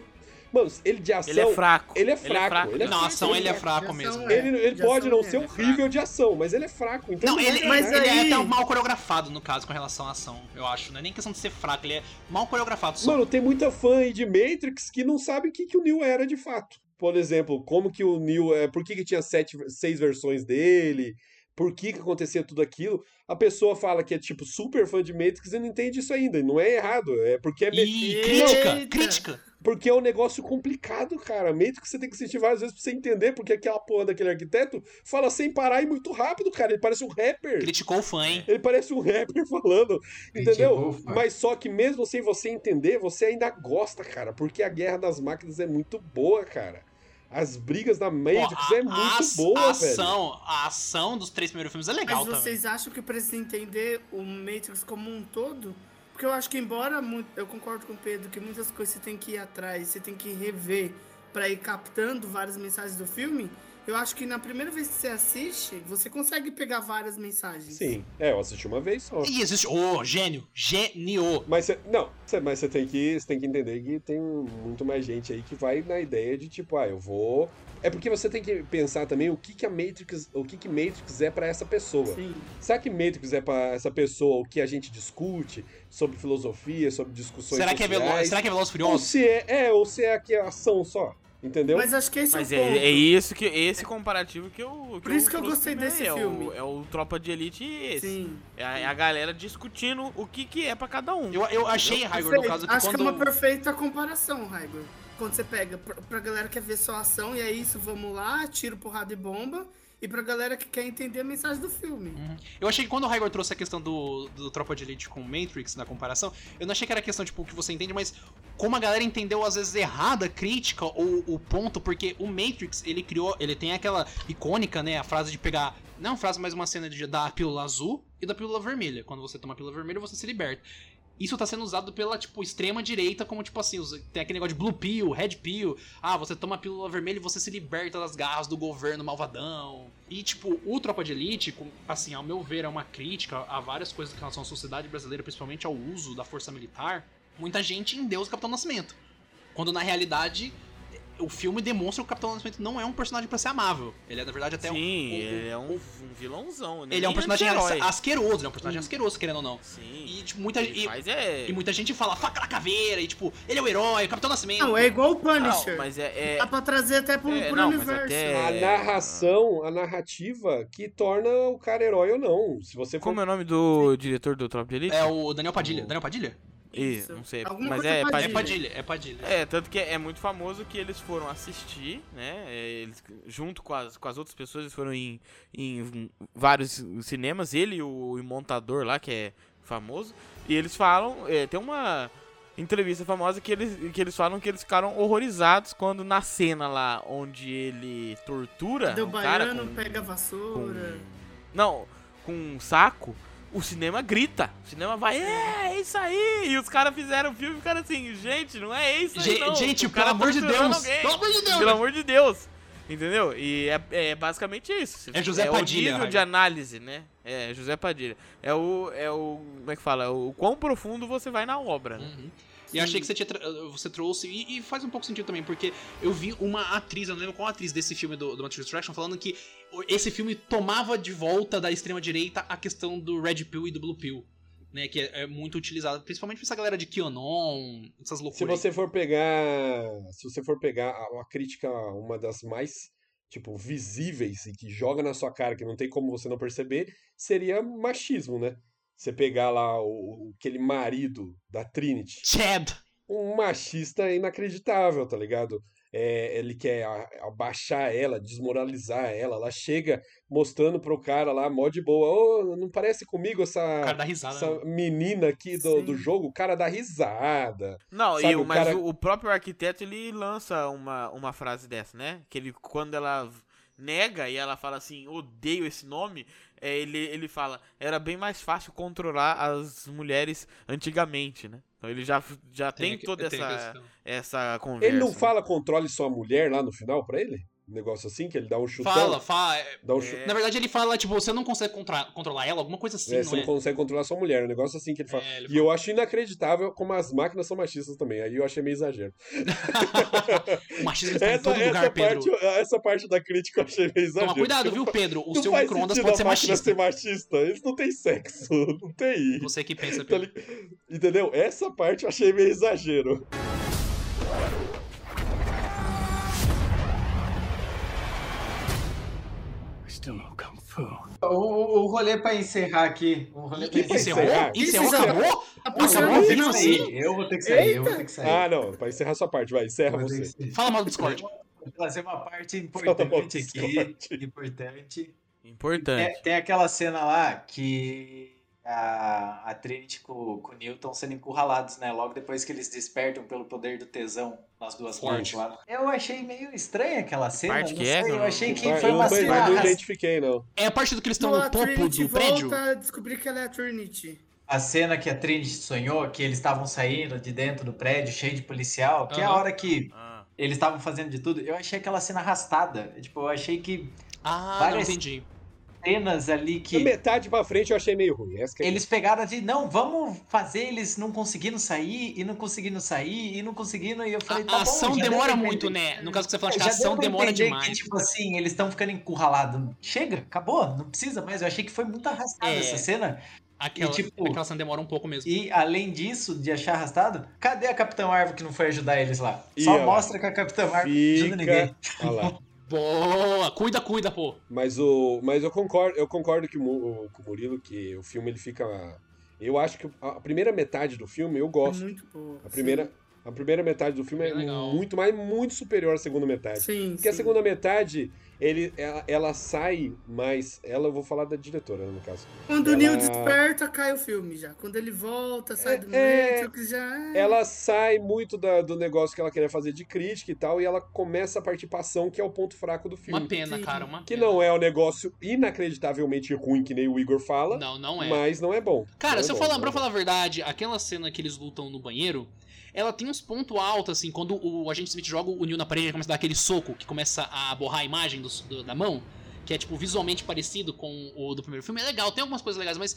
Speaker 4: mano, ele de ação,
Speaker 2: Ele é fraco.
Speaker 4: ele é fraco, ele é
Speaker 3: Na ação ele é
Speaker 7: Já
Speaker 3: fraco
Speaker 7: são-
Speaker 3: mesmo.
Speaker 7: é,
Speaker 4: ele- ele
Speaker 7: de
Speaker 4: pode
Speaker 7: ação
Speaker 4: não
Speaker 7: é.
Speaker 4: ser um horrível de ação, mas ele é fraco. Então
Speaker 3: Não, ele,
Speaker 7: Mas
Speaker 3: ele
Speaker 7: aí-
Speaker 3: é até mal coreografado, no caso, com relação à ação, eu acho. Não é nem questão de ser fraco, ele é mal coreografado. Só.
Speaker 4: Mano, tem muita fã aí de Matrix que não sabe o que, que o Neo era de fato. Por exemplo, como que o Neo. É, por que, que tinha sete, seis versões dele? Por que, que acontecia tudo aquilo? A pessoa fala que é, tipo, super fã de Matrix e não entende isso ainda. E não é errado. É porque é. me-
Speaker 3: e
Speaker 7: Eita!
Speaker 3: crítica, crítica.
Speaker 4: Porque é um negócio complicado, cara. Meio que você tem que sentir várias vezes pra você entender, porque aquela porra daquele arquiteto fala sem parar e muito rápido, cara. Ele parece um rapper.
Speaker 3: Criticou o fã, hein?
Speaker 4: Ele parece um rapper falando,
Speaker 6: Ele
Speaker 4: entendeu?
Speaker 6: chegou, fala.
Speaker 4: Mas só que mesmo sem você entender, você ainda gosta, cara, porque a Guerra das Máquinas é muito boa, cara. As brigas da Matrix
Speaker 3: Pô,
Speaker 4: é muito
Speaker 3: a-
Speaker 4: boa,
Speaker 3: a
Speaker 4: velho.
Speaker 3: ação, A ação dos três primeiros filmes é legal
Speaker 7: Mas
Speaker 3: também.
Speaker 7: vocês acham que eu preciso entender o Matrix como um todo? Porque eu acho que, embora mu- eu concordo com o Pedro, que muitas coisas você tem que ir atrás, você tem que rever pra ir captando várias mensagens do filme, eu acho que na primeira vez que você assiste, você consegue pegar várias mensagens.
Speaker 4: Sim, é, eu assisti uma vez só.
Speaker 3: E existe. Ô, gênio! Gênio!
Speaker 4: Mas você, não, você, mas você tem que, você tem que entender que tem muito mais gente aí que vai na ideia de tipo, ah, eu vou. É porque você tem que pensar também o que que a Matrix, o que que Matrix é pra essa pessoa.
Speaker 7: Sim.
Speaker 4: Será que Matrix é pra essa pessoa o que a gente discute sobre filosofia, sobre discussões
Speaker 3: Será que, é velo...
Speaker 4: sociais?
Speaker 3: Será que é Veloz e
Speaker 4: Ou
Speaker 3: Furioso?
Speaker 4: se é, é, ou se é aqui a ação só, entendeu?
Speaker 7: Mas acho que esse
Speaker 2: Mas
Speaker 7: é
Speaker 2: é,
Speaker 7: o ponto.
Speaker 2: é isso que esse comparativo que eu.
Speaker 7: Por isso que eu
Speaker 2: trouxe
Speaker 7: gostei
Speaker 2: também,
Speaker 7: desse
Speaker 2: é o-
Speaker 7: filme.
Speaker 2: é o Tropa de Elite e esse.
Speaker 7: Sim.
Speaker 2: É a, é a galera discutindo o que, que é pra cada um.
Speaker 3: Eu, eu achei, Raigor, no
Speaker 7: Perfeito.
Speaker 3: caso, que
Speaker 7: Acho que é uma
Speaker 3: quando.
Speaker 7: perfeita comparação, Raigor. Quando você pega pra, pra galera que quer ver só ação, e é isso, vamos lá, tiro, porrada e bomba. E pra galera que quer entender a mensagem do filme.
Speaker 3: Eu achei que quando o Raigor trouxe a questão do, do Tropa de Elite com Matrix na comparação, eu não achei que era questão, tipo, o que você entende, mas como a galera entendeu, às vezes, errada a crítica ou o ponto, porque o Matrix, ele criou, ele tem aquela icônica, né, a frase de pegar, não é uma frase, mas uma cena de, da pílula azul e da pílula vermelha. Quando você toma a pílula vermelha, você se liberta. Isso tá sendo usado pela, tipo, extrema direita, como, tipo assim, os- tem aquele negócio de blue pill, red pill, ah, você toma a pílula vermelha e você se liberta das garras do governo malvadão. E, tipo, o Tropa de Elite, com- assim, ao meu ver, é uma crítica a várias coisas que relação à sociedade brasileira, principalmente ao uso da força militar. Muita gente endeus o Capitão Nascimento. Quando, na realidade, o filme demonstra que o Capitão Nascimento não é um personagem pra ser amável. Ele é, na verdade, até um...
Speaker 2: Sim,
Speaker 3: o-
Speaker 2: ele é um, um vilãozão. né?
Speaker 3: Ele é um
Speaker 2: Nem
Speaker 3: personagem
Speaker 2: anti-herói.
Speaker 3: asqueroso, ele é um personagem asqueroso, querendo ou não.
Speaker 2: Sim.
Speaker 3: E, tipo, muita,
Speaker 2: ele
Speaker 3: e,
Speaker 2: faz é.
Speaker 3: e muita gente fala, faca na caveira, e, tipo, ele é o herói, o Capitão Nascimento.
Speaker 7: Não, é igual o
Speaker 2: não,
Speaker 7: Punisher. Tá
Speaker 2: mas é. é...
Speaker 7: Dá pra trazer até pro,
Speaker 2: É,
Speaker 7: pro
Speaker 2: não, mas
Speaker 7: um universo.
Speaker 2: até-
Speaker 4: A
Speaker 2: É.
Speaker 4: narração, a narrativa que torna o cara herói ou não. Se você for.
Speaker 2: Como é o nome do diretor do Tropa de Elite?
Speaker 3: É o Daniel Padilha. Daniel Padilha?
Speaker 2: Ih,
Speaker 7: Isso.
Speaker 2: não sei.
Speaker 7: Alguma
Speaker 2: mas
Speaker 7: coisa
Speaker 2: é
Speaker 7: Padilha.
Speaker 3: É Padilha, é Padilha.
Speaker 2: É, tanto que é muito famoso que eles foram assistir, né? é, Eles, junto com as, com as outras pessoas, eles foram em, em vários cinemas, ele e o, e o montador lá, que é famoso, e eles falam, é, tem uma entrevista famosa que eles, que eles falam que eles ficaram horrorizados quando na cena lá onde ele tortura
Speaker 7: Deu
Speaker 2: um cara
Speaker 7: baiano,
Speaker 2: com-
Speaker 7: pega a
Speaker 2: com-
Speaker 7: vassoura.
Speaker 2: Não, com um saco, o cinema grita. O cinema vai, é, é isso aí. E os caras fizeram o filme e ficaram assim, gente, não é isso aí.
Speaker 3: Ge-
Speaker 2: não.
Speaker 3: gente,
Speaker 2: O
Speaker 3: pelo
Speaker 2: cara tá
Speaker 3: amor de
Speaker 2: torturando
Speaker 3: Deus!
Speaker 2: alguém.
Speaker 3: Pelo amor de Deus!
Speaker 2: Pelo amor de Deus. Entendeu? E é, é basicamente isso.
Speaker 3: É José Padilha,
Speaker 2: É o nível
Speaker 3: Raio.
Speaker 2: de análise, né? É, José Padilha. É o, é o, como é que fala? É O quão profundo você vai na obra, né?
Speaker 3: Uhum. E achei que você, tinha tra- você trouxe, e, e faz um pouco sentido também, porque eu vi uma atriz, eu não lembro qual atriz desse filme do, do Matrix Resurrection, falando que o- esse filme tomava de volta da extrema-direita a questão do Red Pill e do Blue Pill, né, que é, é muito utilizado, principalmente pra essa galera de QAnon, essas loucuras.
Speaker 4: Se você for pegar, se você for pegar a, a crítica, uma das mais tipo visíveis e que joga na sua cara que não tem como você não perceber, seria machismo, né? Você pegar lá o, o- aquele marido da Trinity,
Speaker 3: Chad!
Speaker 7: Ah,
Speaker 4: um machista inacreditável, tá ligado? É, ele quer a- abaixar ela, desmoralizar ela. Ela chega mostrando pro cara lá, mó de boa. Ô, não parece comigo
Speaker 3: O cara
Speaker 4: essa,
Speaker 3: dá risada. né?
Speaker 4: essa menina aqui do, do
Speaker 7: Sim.
Speaker 4: jogo? O cara dá risada.
Speaker 2: Não,
Speaker 4: Sabe,
Speaker 2: e, o-
Speaker 4: o
Speaker 2: mas
Speaker 4: cara-
Speaker 2: o, o próprio arquiteto ele lança uma, uma frase dessa, né? Que ele, quando ela v- nega e ela fala assim, odeio esse nome, é, ele, ele fala, era bem mais fácil controlar as mulheres antigamente, né? Então ele já, f- já tem,
Speaker 3: que-
Speaker 2: toda
Speaker 3: tem
Speaker 2: essa,
Speaker 3: questão.
Speaker 2: essa conversa.
Speaker 4: Ele não
Speaker 2: né?
Speaker 4: fala controle sua mulher lá no final pra ele? Um negócio assim, que ele dá um chutão?
Speaker 3: Fala, fala. é-
Speaker 4: Dá um
Speaker 2: É,
Speaker 4: chu-
Speaker 3: Na verdade, ele fala, tipo, você não consegue contra- controlar ela, alguma coisa assim,
Speaker 4: é,
Speaker 3: não
Speaker 4: você
Speaker 3: é?
Speaker 4: não consegue controlar sua mulher, um negócio assim que ele fala.
Speaker 3: É, ele
Speaker 4: E eu acho inacreditável como as máquinas são machistas também. Aí eu achei meio exagero.
Speaker 3: O machismo está em
Speaker 4: Essa,
Speaker 3: todo
Speaker 4: essa
Speaker 3: lugar, Pedro.
Speaker 4: parte, essa parte da crítica eu achei meio exagero.
Speaker 3: Toma cuidado, viu, Pedro? O
Speaker 4: Não
Speaker 3: seu
Speaker 4: faz
Speaker 3: micro-ondas
Speaker 4: sentido
Speaker 3: pode
Speaker 4: a
Speaker 3: ser
Speaker 4: máquina
Speaker 3: machista.
Speaker 4: ser machista. Eles não têm sexo, não tem.
Speaker 3: Você que pensa,
Speaker 4: Tá
Speaker 3: Pedro.
Speaker 4: li- Entendeu? Essa parte eu achei meio exagero.
Speaker 8: I still no comfort.
Speaker 6: O, o, o rolê pra encerrar aqui. O rolê pra
Speaker 4: Que pra
Speaker 6: encerrar.
Speaker 4: encerrar?
Speaker 3: Isso é
Speaker 7: Isso já-
Speaker 3: acabou?
Speaker 7: Tá
Speaker 3: Nossa,
Speaker 7: puxando
Speaker 3: bom,
Speaker 7: o
Speaker 6: Eu vou
Speaker 3: Como
Speaker 7: final,
Speaker 6: ter que
Speaker 3: assim?
Speaker 6: sair, Eu vou ter que sair, eu vou ter que sair.
Speaker 4: Ah, não, pra encerrar sua parte, vai, encerra
Speaker 6: Vou ter que
Speaker 4: você.
Speaker 6: sair.
Speaker 3: Fala mal do Discord.
Speaker 6: Vou trazer uma parte
Speaker 4: Fala mal do
Speaker 6: importante aqui.
Speaker 4: Discord.
Speaker 6: Importante.
Speaker 2: Importante.
Speaker 4: é,
Speaker 6: Tem, tem aquela cena lá que a, a Trinity com, com o Newton sendo encurralados, né? Logo depois que eles despertam pelo poder do tesão nas duas partes
Speaker 3: Forte.
Speaker 6: lá. Eu achei meio estranha aquela cena.
Speaker 2: parte
Speaker 6: não
Speaker 2: que é,
Speaker 6: sei, eu
Speaker 2: não-
Speaker 6: achei que
Speaker 4: Mas
Speaker 6: foi
Speaker 4: eu
Speaker 6: uma
Speaker 4: não, tô-
Speaker 6: cena.
Speaker 4: mas não
Speaker 6: arras-
Speaker 4: identifiquei, não.
Speaker 3: É a parte do que eles estão
Speaker 7: Quando a
Speaker 3: no topo
Speaker 7: Trinity
Speaker 3: do prédio?
Speaker 7: volta a descobrir que ela é a Trinity.
Speaker 6: A cena que a Trinity sonhou, que eles estavam saindo de dentro do prédio cheio de policial, que é a
Speaker 3: Aham.
Speaker 6: hora que
Speaker 2: Ah,
Speaker 6: eles estavam fazendo de tudo, eu achei aquela cena arrastada. Tipo, eu achei que
Speaker 3: Ah,
Speaker 6: Várias-
Speaker 3: não entendi.
Speaker 6: cenas ali
Speaker 4: Da
Speaker 6: que.
Speaker 4: metade pra frente eu achei meio ruim. Essa que é-
Speaker 6: Eles pegaram de, não, vamos fazer eles não conseguindo sair, e não conseguindo sair, e não conseguindo, e eu
Speaker 3: A,
Speaker 6: falei,
Speaker 3: a
Speaker 6: tá bom,
Speaker 3: ação
Speaker 6: já deu
Speaker 3: demora
Speaker 6: pra
Speaker 3: muito,
Speaker 6: entender.
Speaker 3: né? No caso que você falou, acho
Speaker 6: É, Já
Speaker 3: que a
Speaker 6: deu
Speaker 3: ação
Speaker 6: pra
Speaker 3: demora
Speaker 6: entender
Speaker 3: demais.
Speaker 6: Que, tipo assim, eles estão ficando encurralados. Chega, acabou, não precisa mais. Eu achei que foi muito arrastada
Speaker 3: É.
Speaker 6: essa cena.
Speaker 3: Aquela,
Speaker 6: tipo-
Speaker 3: aquela cena demora um pouco mesmo.
Speaker 6: E além disso, de achar arrastado, cadê a Capitã Marvel que não foi ajudar eles lá?
Speaker 4: Ih,
Speaker 6: Só
Speaker 4: ó lá.
Speaker 6: mostra que a Capitã Marvel não ajuda ninguém.
Speaker 4: Fica. Ah lá.
Speaker 3: Boa! Cuida, cuida, pô.
Speaker 4: Mas, o, mas eu concordo, eu concordo que o, Mu- o- com o Murilo que o filme ele fica. Eu acho que a primeira metade do filme eu
Speaker 7: É
Speaker 4: gosto.
Speaker 7: muito boa.
Speaker 4: A primeira, a primeira metade do filme é
Speaker 3: Bem legal.
Speaker 4: muito mais, muito superior à segunda metade.
Speaker 7: Sim,
Speaker 4: Porque a
Speaker 7: sim.
Speaker 4: segunda metade, ele, ela, ela sai mais. Ela, eu vou falar da diretora, né, no caso.
Speaker 7: Quando
Speaker 4: Ela-
Speaker 7: o Neil desperta, cai o filme já. Quando ele volta, sai do
Speaker 4: é-
Speaker 7: meio, que já...
Speaker 4: Ela sai muito da- do negócio que ela queria fazer de crítica e tal, e ela começa a participação, que é o ponto fraco do
Speaker 3: Uma
Speaker 4: filme.
Speaker 3: pena, né?
Speaker 7: Sim.
Speaker 3: cara, uma
Speaker 4: Que
Speaker 3: pena.
Speaker 4: não é um negócio inacreditavelmente ruim, que nem o Igor fala,
Speaker 3: Não, não é.
Speaker 4: mas não é bom.
Speaker 3: Cara,
Speaker 4: Não é
Speaker 3: se eu
Speaker 4: bom,
Speaker 3: falar,
Speaker 4: não é
Speaker 3: pra
Speaker 4: bom.
Speaker 3: falar a verdade, aquela cena que eles lutam no banheiro, ela tem uns pontos altos, assim, quando o agente Smith joga o Neil na parede, ele começa a dar aquele soco que começa a borrar a imagem do- do- da mão, que é, tipo, visualmente parecido com o do primeiro filme. É legal, tem algumas coisas legais, mas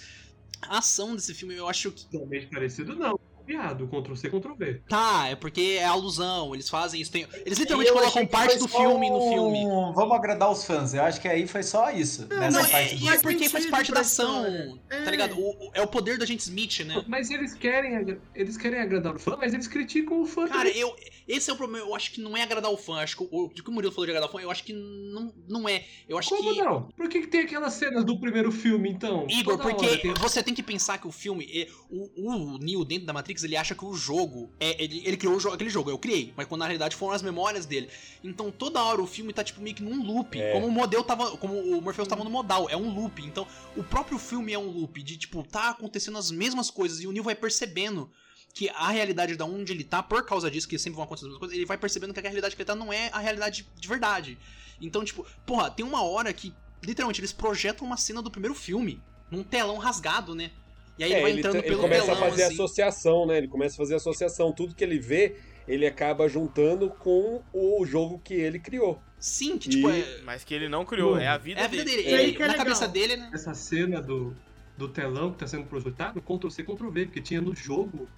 Speaker 3: a ação desse filme eu acho que.
Speaker 8: Totalmente parecido, não. Viado, Ctrl C, Ctrl V.
Speaker 3: Tá, é porque é alusão, eles fazem isso. tem- Eles
Speaker 6: E
Speaker 3: literalmente
Speaker 6: eu
Speaker 3: colocam
Speaker 6: achei que
Speaker 3: parte
Speaker 6: foi
Speaker 3: do
Speaker 6: só
Speaker 3: filme no
Speaker 6: um-
Speaker 3: filme.
Speaker 6: Vamos agradar os fãs. Eu acho que aí foi só isso. nessa
Speaker 7: não,
Speaker 6: parte do
Speaker 3: E é
Speaker 7: Faz
Speaker 3: porque faz
Speaker 7: sentido
Speaker 3: parte da
Speaker 7: pra
Speaker 3: ação,
Speaker 7: história.
Speaker 3: tá
Speaker 6: um-
Speaker 7: É.
Speaker 3: ligado? O- o- é o poder do agente Smith, né?
Speaker 8: Mas eles querem, agra- eles querem agradar o fã, mas eles criticam o fã.
Speaker 3: Cara, eu, esse é o problema. Eu acho que não é agradar o fã. Acho que o, o que o Murilo falou de agradar o fã, eu acho que não, não é. Eu acho
Speaker 8: Como
Speaker 3: que.
Speaker 8: não? Por que, que tem aquelas cenas do primeiro filme, então?
Speaker 3: Igor,
Speaker 8: Toda
Speaker 3: porque
Speaker 8: hora tem-
Speaker 3: você tem que pensar que o filme. é- o, o Neo dentro da Matrix, ele acha que o jogo. é Ele, ele criou o jo- aquele jogo, eu criei. Mas quando na realidade foram as memórias dele. Então toda hora o filme tá tipo meio que num loop.
Speaker 4: É.
Speaker 3: Como o modelo tava. Como o Morpheus tava no modal. É um loop. Então o próprio filme é um loop de tipo, tá acontecendo as mesmas coisas. E o Neo vai percebendo. Que a realidade da onde ele tá, por causa disso, que sempre vão acontecer as mesmas coisas, ele vai percebendo que a realidade que ele tá não é a realidade de verdade. Então, tipo, porra, tem uma hora que, literalmente, eles projetam uma cena do primeiro filme num telão rasgado, né? E aí ele
Speaker 4: É,
Speaker 3: vai
Speaker 4: ele,
Speaker 3: entrando
Speaker 4: tá- ele
Speaker 3: pelo
Speaker 4: começa
Speaker 3: telão,
Speaker 4: a fazer
Speaker 3: assim.
Speaker 4: associação, né? Ele começa a fazer associação. Tudo que ele vê, ele acaba juntando com o jogo que ele criou.
Speaker 3: Sim, que tipo,
Speaker 4: E-
Speaker 3: é,
Speaker 2: mas que ele não criou,
Speaker 8: Bom,
Speaker 2: é a vida,
Speaker 3: é a vida dele.
Speaker 7: E aí
Speaker 3: Ele,
Speaker 7: que é
Speaker 3: na
Speaker 7: legal.
Speaker 3: cabeça dele, né?
Speaker 8: Essa cena do, do telão que tá sendo projetado, Ctrl C, Ctrl V, porque tinha no jogo,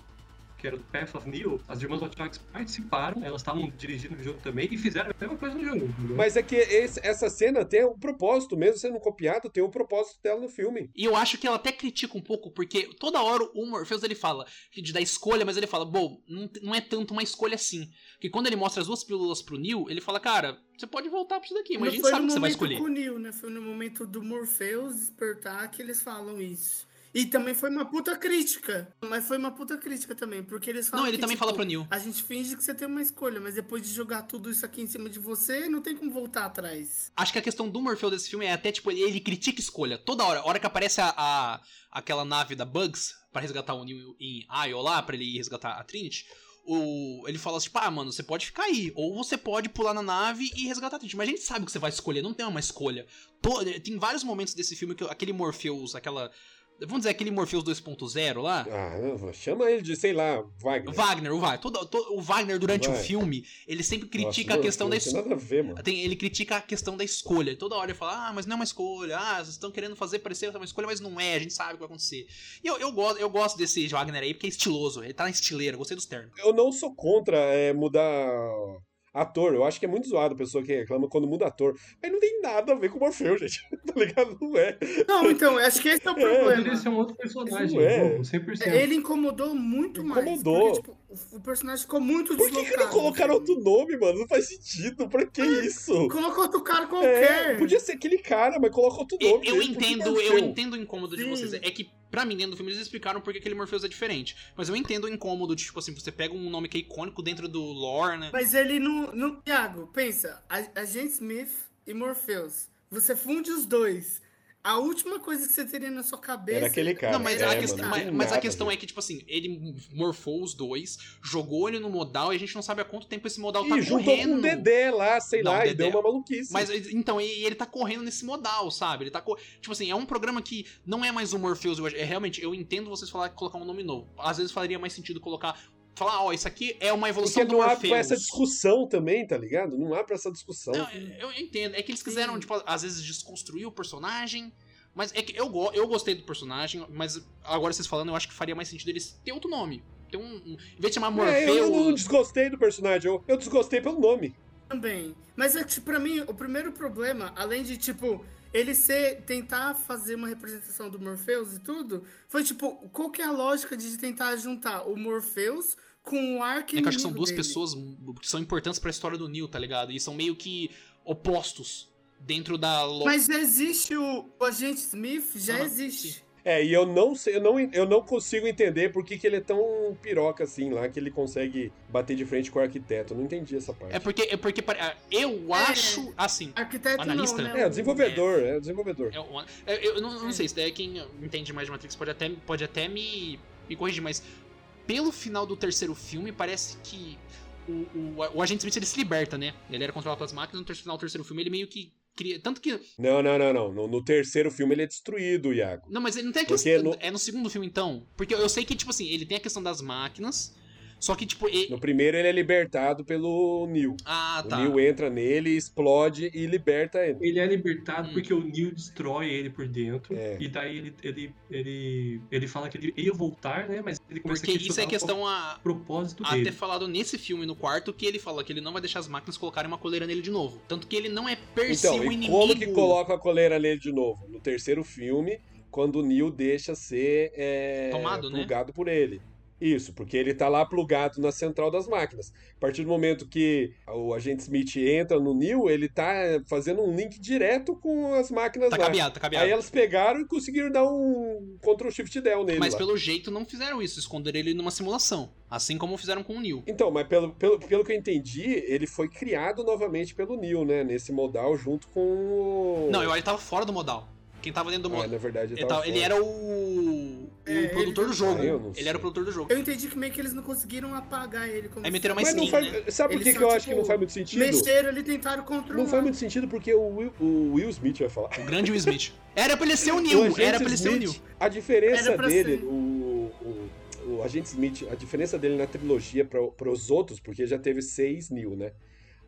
Speaker 8: que era do Path of Neo, as irmãs Wachowski participaram, elas estavam dirigindo o jogo também e fizeram a mesma coisa no jogo. entendeu?
Speaker 4: Mas é que esse- essa cena tem um propósito, mesmo sendo copiado, tem um propósito dela no filme.
Speaker 3: E eu acho que ela até critica um pouco, porque toda hora o Morpheus ele fala de da escolha, mas ele fala, bom, não, t- não é tanto uma escolha assim. Porque quando ele mostra as duas pílulas pro Neil, ele fala, cara, você pode voltar pra isso daqui, mas a
Speaker 7: Não
Speaker 3: gente
Speaker 7: foi
Speaker 3: sabe
Speaker 7: no
Speaker 3: que você vai
Speaker 7: momento
Speaker 3: escolher.
Speaker 7: com o Neil, né? Foi no momento do Morpheus despertar que eles falam isso. E também foi uma puta crítica. Mas foi uma puta crítica também, porque eles falam
Speaker 3: Não, ele
Speaker 7: que,
Speaker 3: também
Speaker 7: tipo,
Speaker 3: fala pro Neil.
Speaker 7: A gente finge que você tem uma escolha, mas depois de jogar tudo isso aqui em cima de você, não tem como voltar atrás.
Speaker 3: Acho que a questão do Morpheus desse filme é até, tipo, ele, ele critica escolha. Toda hora, a hora que aparece a, a- aquela nave da Bugs pra resgatar o Neo em Io lá, pra ele ir resgatar a Trinity, o, ele fala tipo, ah, mano, você pode ficar aí, ou você pode pular na nave e resgatar a Trinity. Mas a gente sabe o que você vai escolher, não tem uma escolha. To- tem vários momentos desse filme que eu- aquele Morpheus, aquela... Vamos dizer, aquele Morpheus 2.0 lá...
Speaker 4: Ah, não, chama ele de, sei lá, Wagner.
Speaker 3: Wagner, o Wagner, todo- todo- o Wagner durante o
Speaker 4: Vai.
Speaker 3: filme, ele sempre critica
Speaker 4: Nossa,
Speaker 3: a questão
Speaker 4: não,
Speaker 3: da
Speaker 4: Não tem
Speaker 3: escolha.
Speaker 4: nada a ver, mano.
Speaker 3: Tem- ele critica a questão da escolha. Toda hora ele fala, ah, mas não é uma escolha. Ah, vocês estão querendo fazer parecer uma escolha, mas não é. A gente sabe o que vai acontecer. E eu, eu, gosto, eu gosto desse Wagner aí porque é estiloso. Ele tá na estileira. Gostei dos termos.
Speaker 4: Eu não sou contra é, mudar ator. Eu acho que é muito zoado a pessoa que reclama quando muda ator. Mas não tem nada a ver com o Morfeu, gente. tá ligado? Não é.
Speaker 7: Não, então, acho que esse é o
Speaker 4: É,
Speaker 8: Poderia
Speaker 7: problema.
Speaker 8: ser um outro personagem,
Speaker 4: Isso é.
Speaker 8: novo, 100%.
Speaker 7: Ele incomodou muito mais.
Speaker 4: Incomodou.
Speaker 7: porque, tipo, O- O personagem ficou muito
Speaker 4: Por que,
Speaker 7: deslocado.
Speaker 4: que não colocaram outro nome, mano? Não faz sentido. Pra que
Speaker 3: Ah,
Speaker 4: isso?
Speaker 7: Colocou outro cara
Speaker 4: É,
Speaker 7: qualquer.
Speaker 4: podia ser aquele cara, mas coloca outro
Speaker 3: Eu,
Speaker 4: nome.
Speaker 3: eu
Speaker 4: gente. Por que que
Speaker 3: entendo, eu
Speaker 4: aconteceu?
Speaker 3: entendo o incômodo de vocês. É que, pra mim, dentro do filme, eles explicaram porque aquele Morpheus é diferente. Mas eu entendo o incômodo, de, tipo assim, você pega um nome que é icônico dentro do lore, né?
Speaker 7: Mas ele não. não... Tiago, pensa. A- Agente Smith e Morpheus. Você funde os dois. A última coisa que você teria na sua cabeça.
Speaker 4: Era aquele cara.
Speaker 3: não, mas,
Speaker 4: é,
Speaker 3: a
Speaker 4: mano,
Speaker 3: questão,
Speaker 4: não
Speaker 3: mas,
Speaker 4: tem
Speaker 3: mas a
Speaker 4: nada,
Speaker 3: questão
Speaker 4: gente.
Speaker 3: é que, tipo assim, ele morfou os dois, jogou ele no modal e a gente não sabe há quanto tempo esse modal tá
Speaker 4: Ih, juntou
Speaker 3: correndo.
Speaker 4: com o Dedé lá, sei
Speaker 3: Não,
Speaker 4: lá, e
Speaker 3: Dedé.
Speaker 4: deu uma maluquice.
Speaker 3: Mas então, e ele tá correndo nesse modal, sabe? Ele tá co... Tipo assim, é um programa que não é mais o Morpheus. eu acho- É realmente, eu entendo vocês falar colocar um nome novo. Às vezes faria mais sentido colocar. Falar, ó, isso aqui é uma evolução
Speaker 4: Porque
Speaker 3: do
Speaker 4: não há
Speaker 3: Morpheus.
Speaker 4: pra essa discussão também, tá ligado? Não há pra essa discussão.
Speaker 3: Não, eu eu entendo. É que eles quiseram, tipo, às vezes desconstruir o personagem. Mas é que eu, go eu gostei do personagem, mas agora vocês falando, eu acho que faria mais sentido eles ter outro nome. Ter um. um- em vez de chamar
Speaker 4: É, eu, eu não
Speaker 3: Morpheus.
Speaker 4: desgostei do personagem, eu, eu desgostei pelo nome.
Speaker 7: Também. Mas é que, pra mim, o primeiro problema, além de, tipo, ele ser. tentar fazer uma representação do Morpheus e tudo, foi tipo, qual que é a lógica de tentar juntar o Morpheus com o arco
Speaker 3: É que eu acho que são
Speaker 7: inimigo
Speaker 3: duas
Speaker 7: dele?
Speaker 3: pessoas que são importantes pra história do Neil, tá ligado? E são meio que opostos dentro da lo-
Speaker 7: Mas já existe o, o agente Smith, já
Speaker 3: Aham,
Speaker 7: existe.
Speaker 4: É, e eu não sei, eu não, eu não consigo entender por que, que ele é tão piroca assim lá, que ele consegue bater de frente com o arquiteto. Eu não entendi essa parte.
Speaker 3: É porque, é porque pare- ah, eu
Speaker 7: É.
Speaker 3: acho assim.
Speaker 7: Arquiteto
Speaker 3: Analista?
Speaker 7: não, né?
Speaker 4: É, o desenvolvedor, é, o desenvolvedor.
Speaker 3: é o- é, Eu, não, eu não sei, se daí quem entende mais de Matrix pode até, pode até me, me corrigir, mas pelo final do terceiro filme, parece que o, o, o agente Smith ele se liberta, né? Ele era controlado pelas máquinas, no ter- final do terceiro filme ele meio que cria. Tanto que.
Speaker 4: Não, não, não, não. No, no terceiro filme ele é destruído, Iago.
Speaker 3: Não, mas ele não tem a
Speaker 4: Porque
Speaker 3: questão.
Speaker 4: no-
Speaker 3: É no segundo filme então? Porque eu sei que, tipo assim, ele tem a questão das máquinas, só que, tipo. e-
Speaker 4: No primeiro ele é libertado pelo Neil.
Speaker 3: Ah, tá.
Speaker 4: O Neil entra nele, explode e liberta ele.
Speaker 8: Ele é libertado
Speaker 3: Hum.
Speaker 8: porque o Neil destrói ele por dentro.
Speaker 4: É.
Speaker 8: E daí ele, ele, ele, ele fala que ele ia voltar, né? Mas ele começa
Speaker 3: Porque
Speaker 8: a
Speaker 3: isso é
Speaker 8: questionar
Speaker 3: questão a,
Speaker 8: o propósito
Speaker 3: a ter
Speaker 8: dele.
Speaker 3: falado nesse filme, no quarto, que ele fala que ele não vai deixar as máquinas colocarem uma coleira nele de novo. Tanto que ele não é per se
Speaker 4: Então,
Speaker 3: o
Speaker 4: e
Speaker 3: inimigo.
Speaker 4: como que coloca a coleira nele de novo? No terceiro filme, quando o Neil deixa ser é,
Speaker 3: Tomado, né?
Speaker 4: plugado por ele. Isso, porque ele tá lá plugado na central das máquinas. A partir do momento que o agente Smith entra no Neil, ele tá fazendo um link direto com as máquinas
Speaker 3: Tá
Speaker 4: lá.
Speaker 3: cabeado, tá
Speaker 4: Aí
Speaker 3: cabeado.
Speaker 4: elas pegaram e conseguiram dar um Ctrl Shift Del nele.
Speaker 3: Mas
Speaker 4: lá.
Speaker 3: pelo jeito não fizeram isso, esconderam ele numa simulação. Assim como fizeram com o Neil.
Speaker 4: Então, mas pelo, pelo, pelo que eu entendi, ele foi criado novamente pelo Neil, né? Nesse modal junto com o.
Speaker 3: Não, eu acho que ele tava fora do modal. Quem tava dentro do
Speaker 4: ah,
Speaker 3: modal.
Speaker 4: na verdade,
Speaker 3: ele, tava- ele
Speaker 4: fora.
Speaker 3: era o. o
Speaker 7: É, ele
Speaker 3: produtor do
Speaker 7: tá-
Speaker 3: jogo.
Speaker 4: Ah, eu não
Speaker 3: Ele era o
Speaker 4: sei.
Speaker 3: produtor do jogo.
Speaker 7: Eu entendi que meio que eles não conseguiram apagar ele. Como
Speaker 3: Aí meteram
Speaker 7: se-
Speaker 3: mais
Speaker 4: Mas não
Speaker 3: sim,
Speaker 4: faz...
Speaker 3: né?
Speaker 4: Sabe por
Speaker 7: Eles
Speaker 4: que,
Speaker 7: são,
Speaker 4: que eu acho que
Speaker 7: tipo,
Speaker 4: não faz muito sentido?
Speaker 7: Mexeram, ele tentaram controlar.
Speaker 4: Não faz muito sentido porque o Will, o Will Smith vai falar.
Speaker 3: O grande Will Smith. Era pra ele ser o
Speaker 4: O
Speaker 3: Neil.
Speaker 4: agente
Speaker 3: Era pra ele ser o Neil.
Speaker 4: Então, Smith, A diferença
Speaker 7: Era pra
Speaker 4: dele,
Speaker 7: ser.
Speaker 4: o, o, o Agente Smith, a diferença dele na trilogia para os outros, porque já teve seis Neil, né?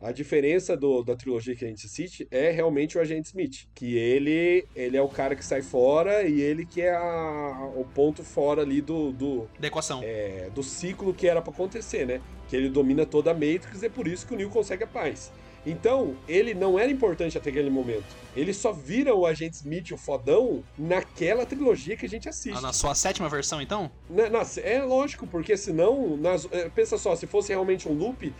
Speaker 4: A diferença do- da trilogia que a gente assiste é realmente o Agente Smith, que ele ele é o cara que sai fora e ele que é a- o ponto fora ali do, do,
Speaker 3: Da equação.
Speaker 4: é, do ciclo que era pra acontecer, né? Que ele domina toda a Matrix e é por isso que o Neo consegue a paz. Então, ele não era importante até aquele momento. Ele só vira o Agente Smith, o fodão, naquela trilogia que a gente assiste.
Speaker 3: Ah, na sua sétima versão, então?
Speaker 4: Na- nas- é lógico, porque senão. nas- é, pensa só, se fosse realmente um loop,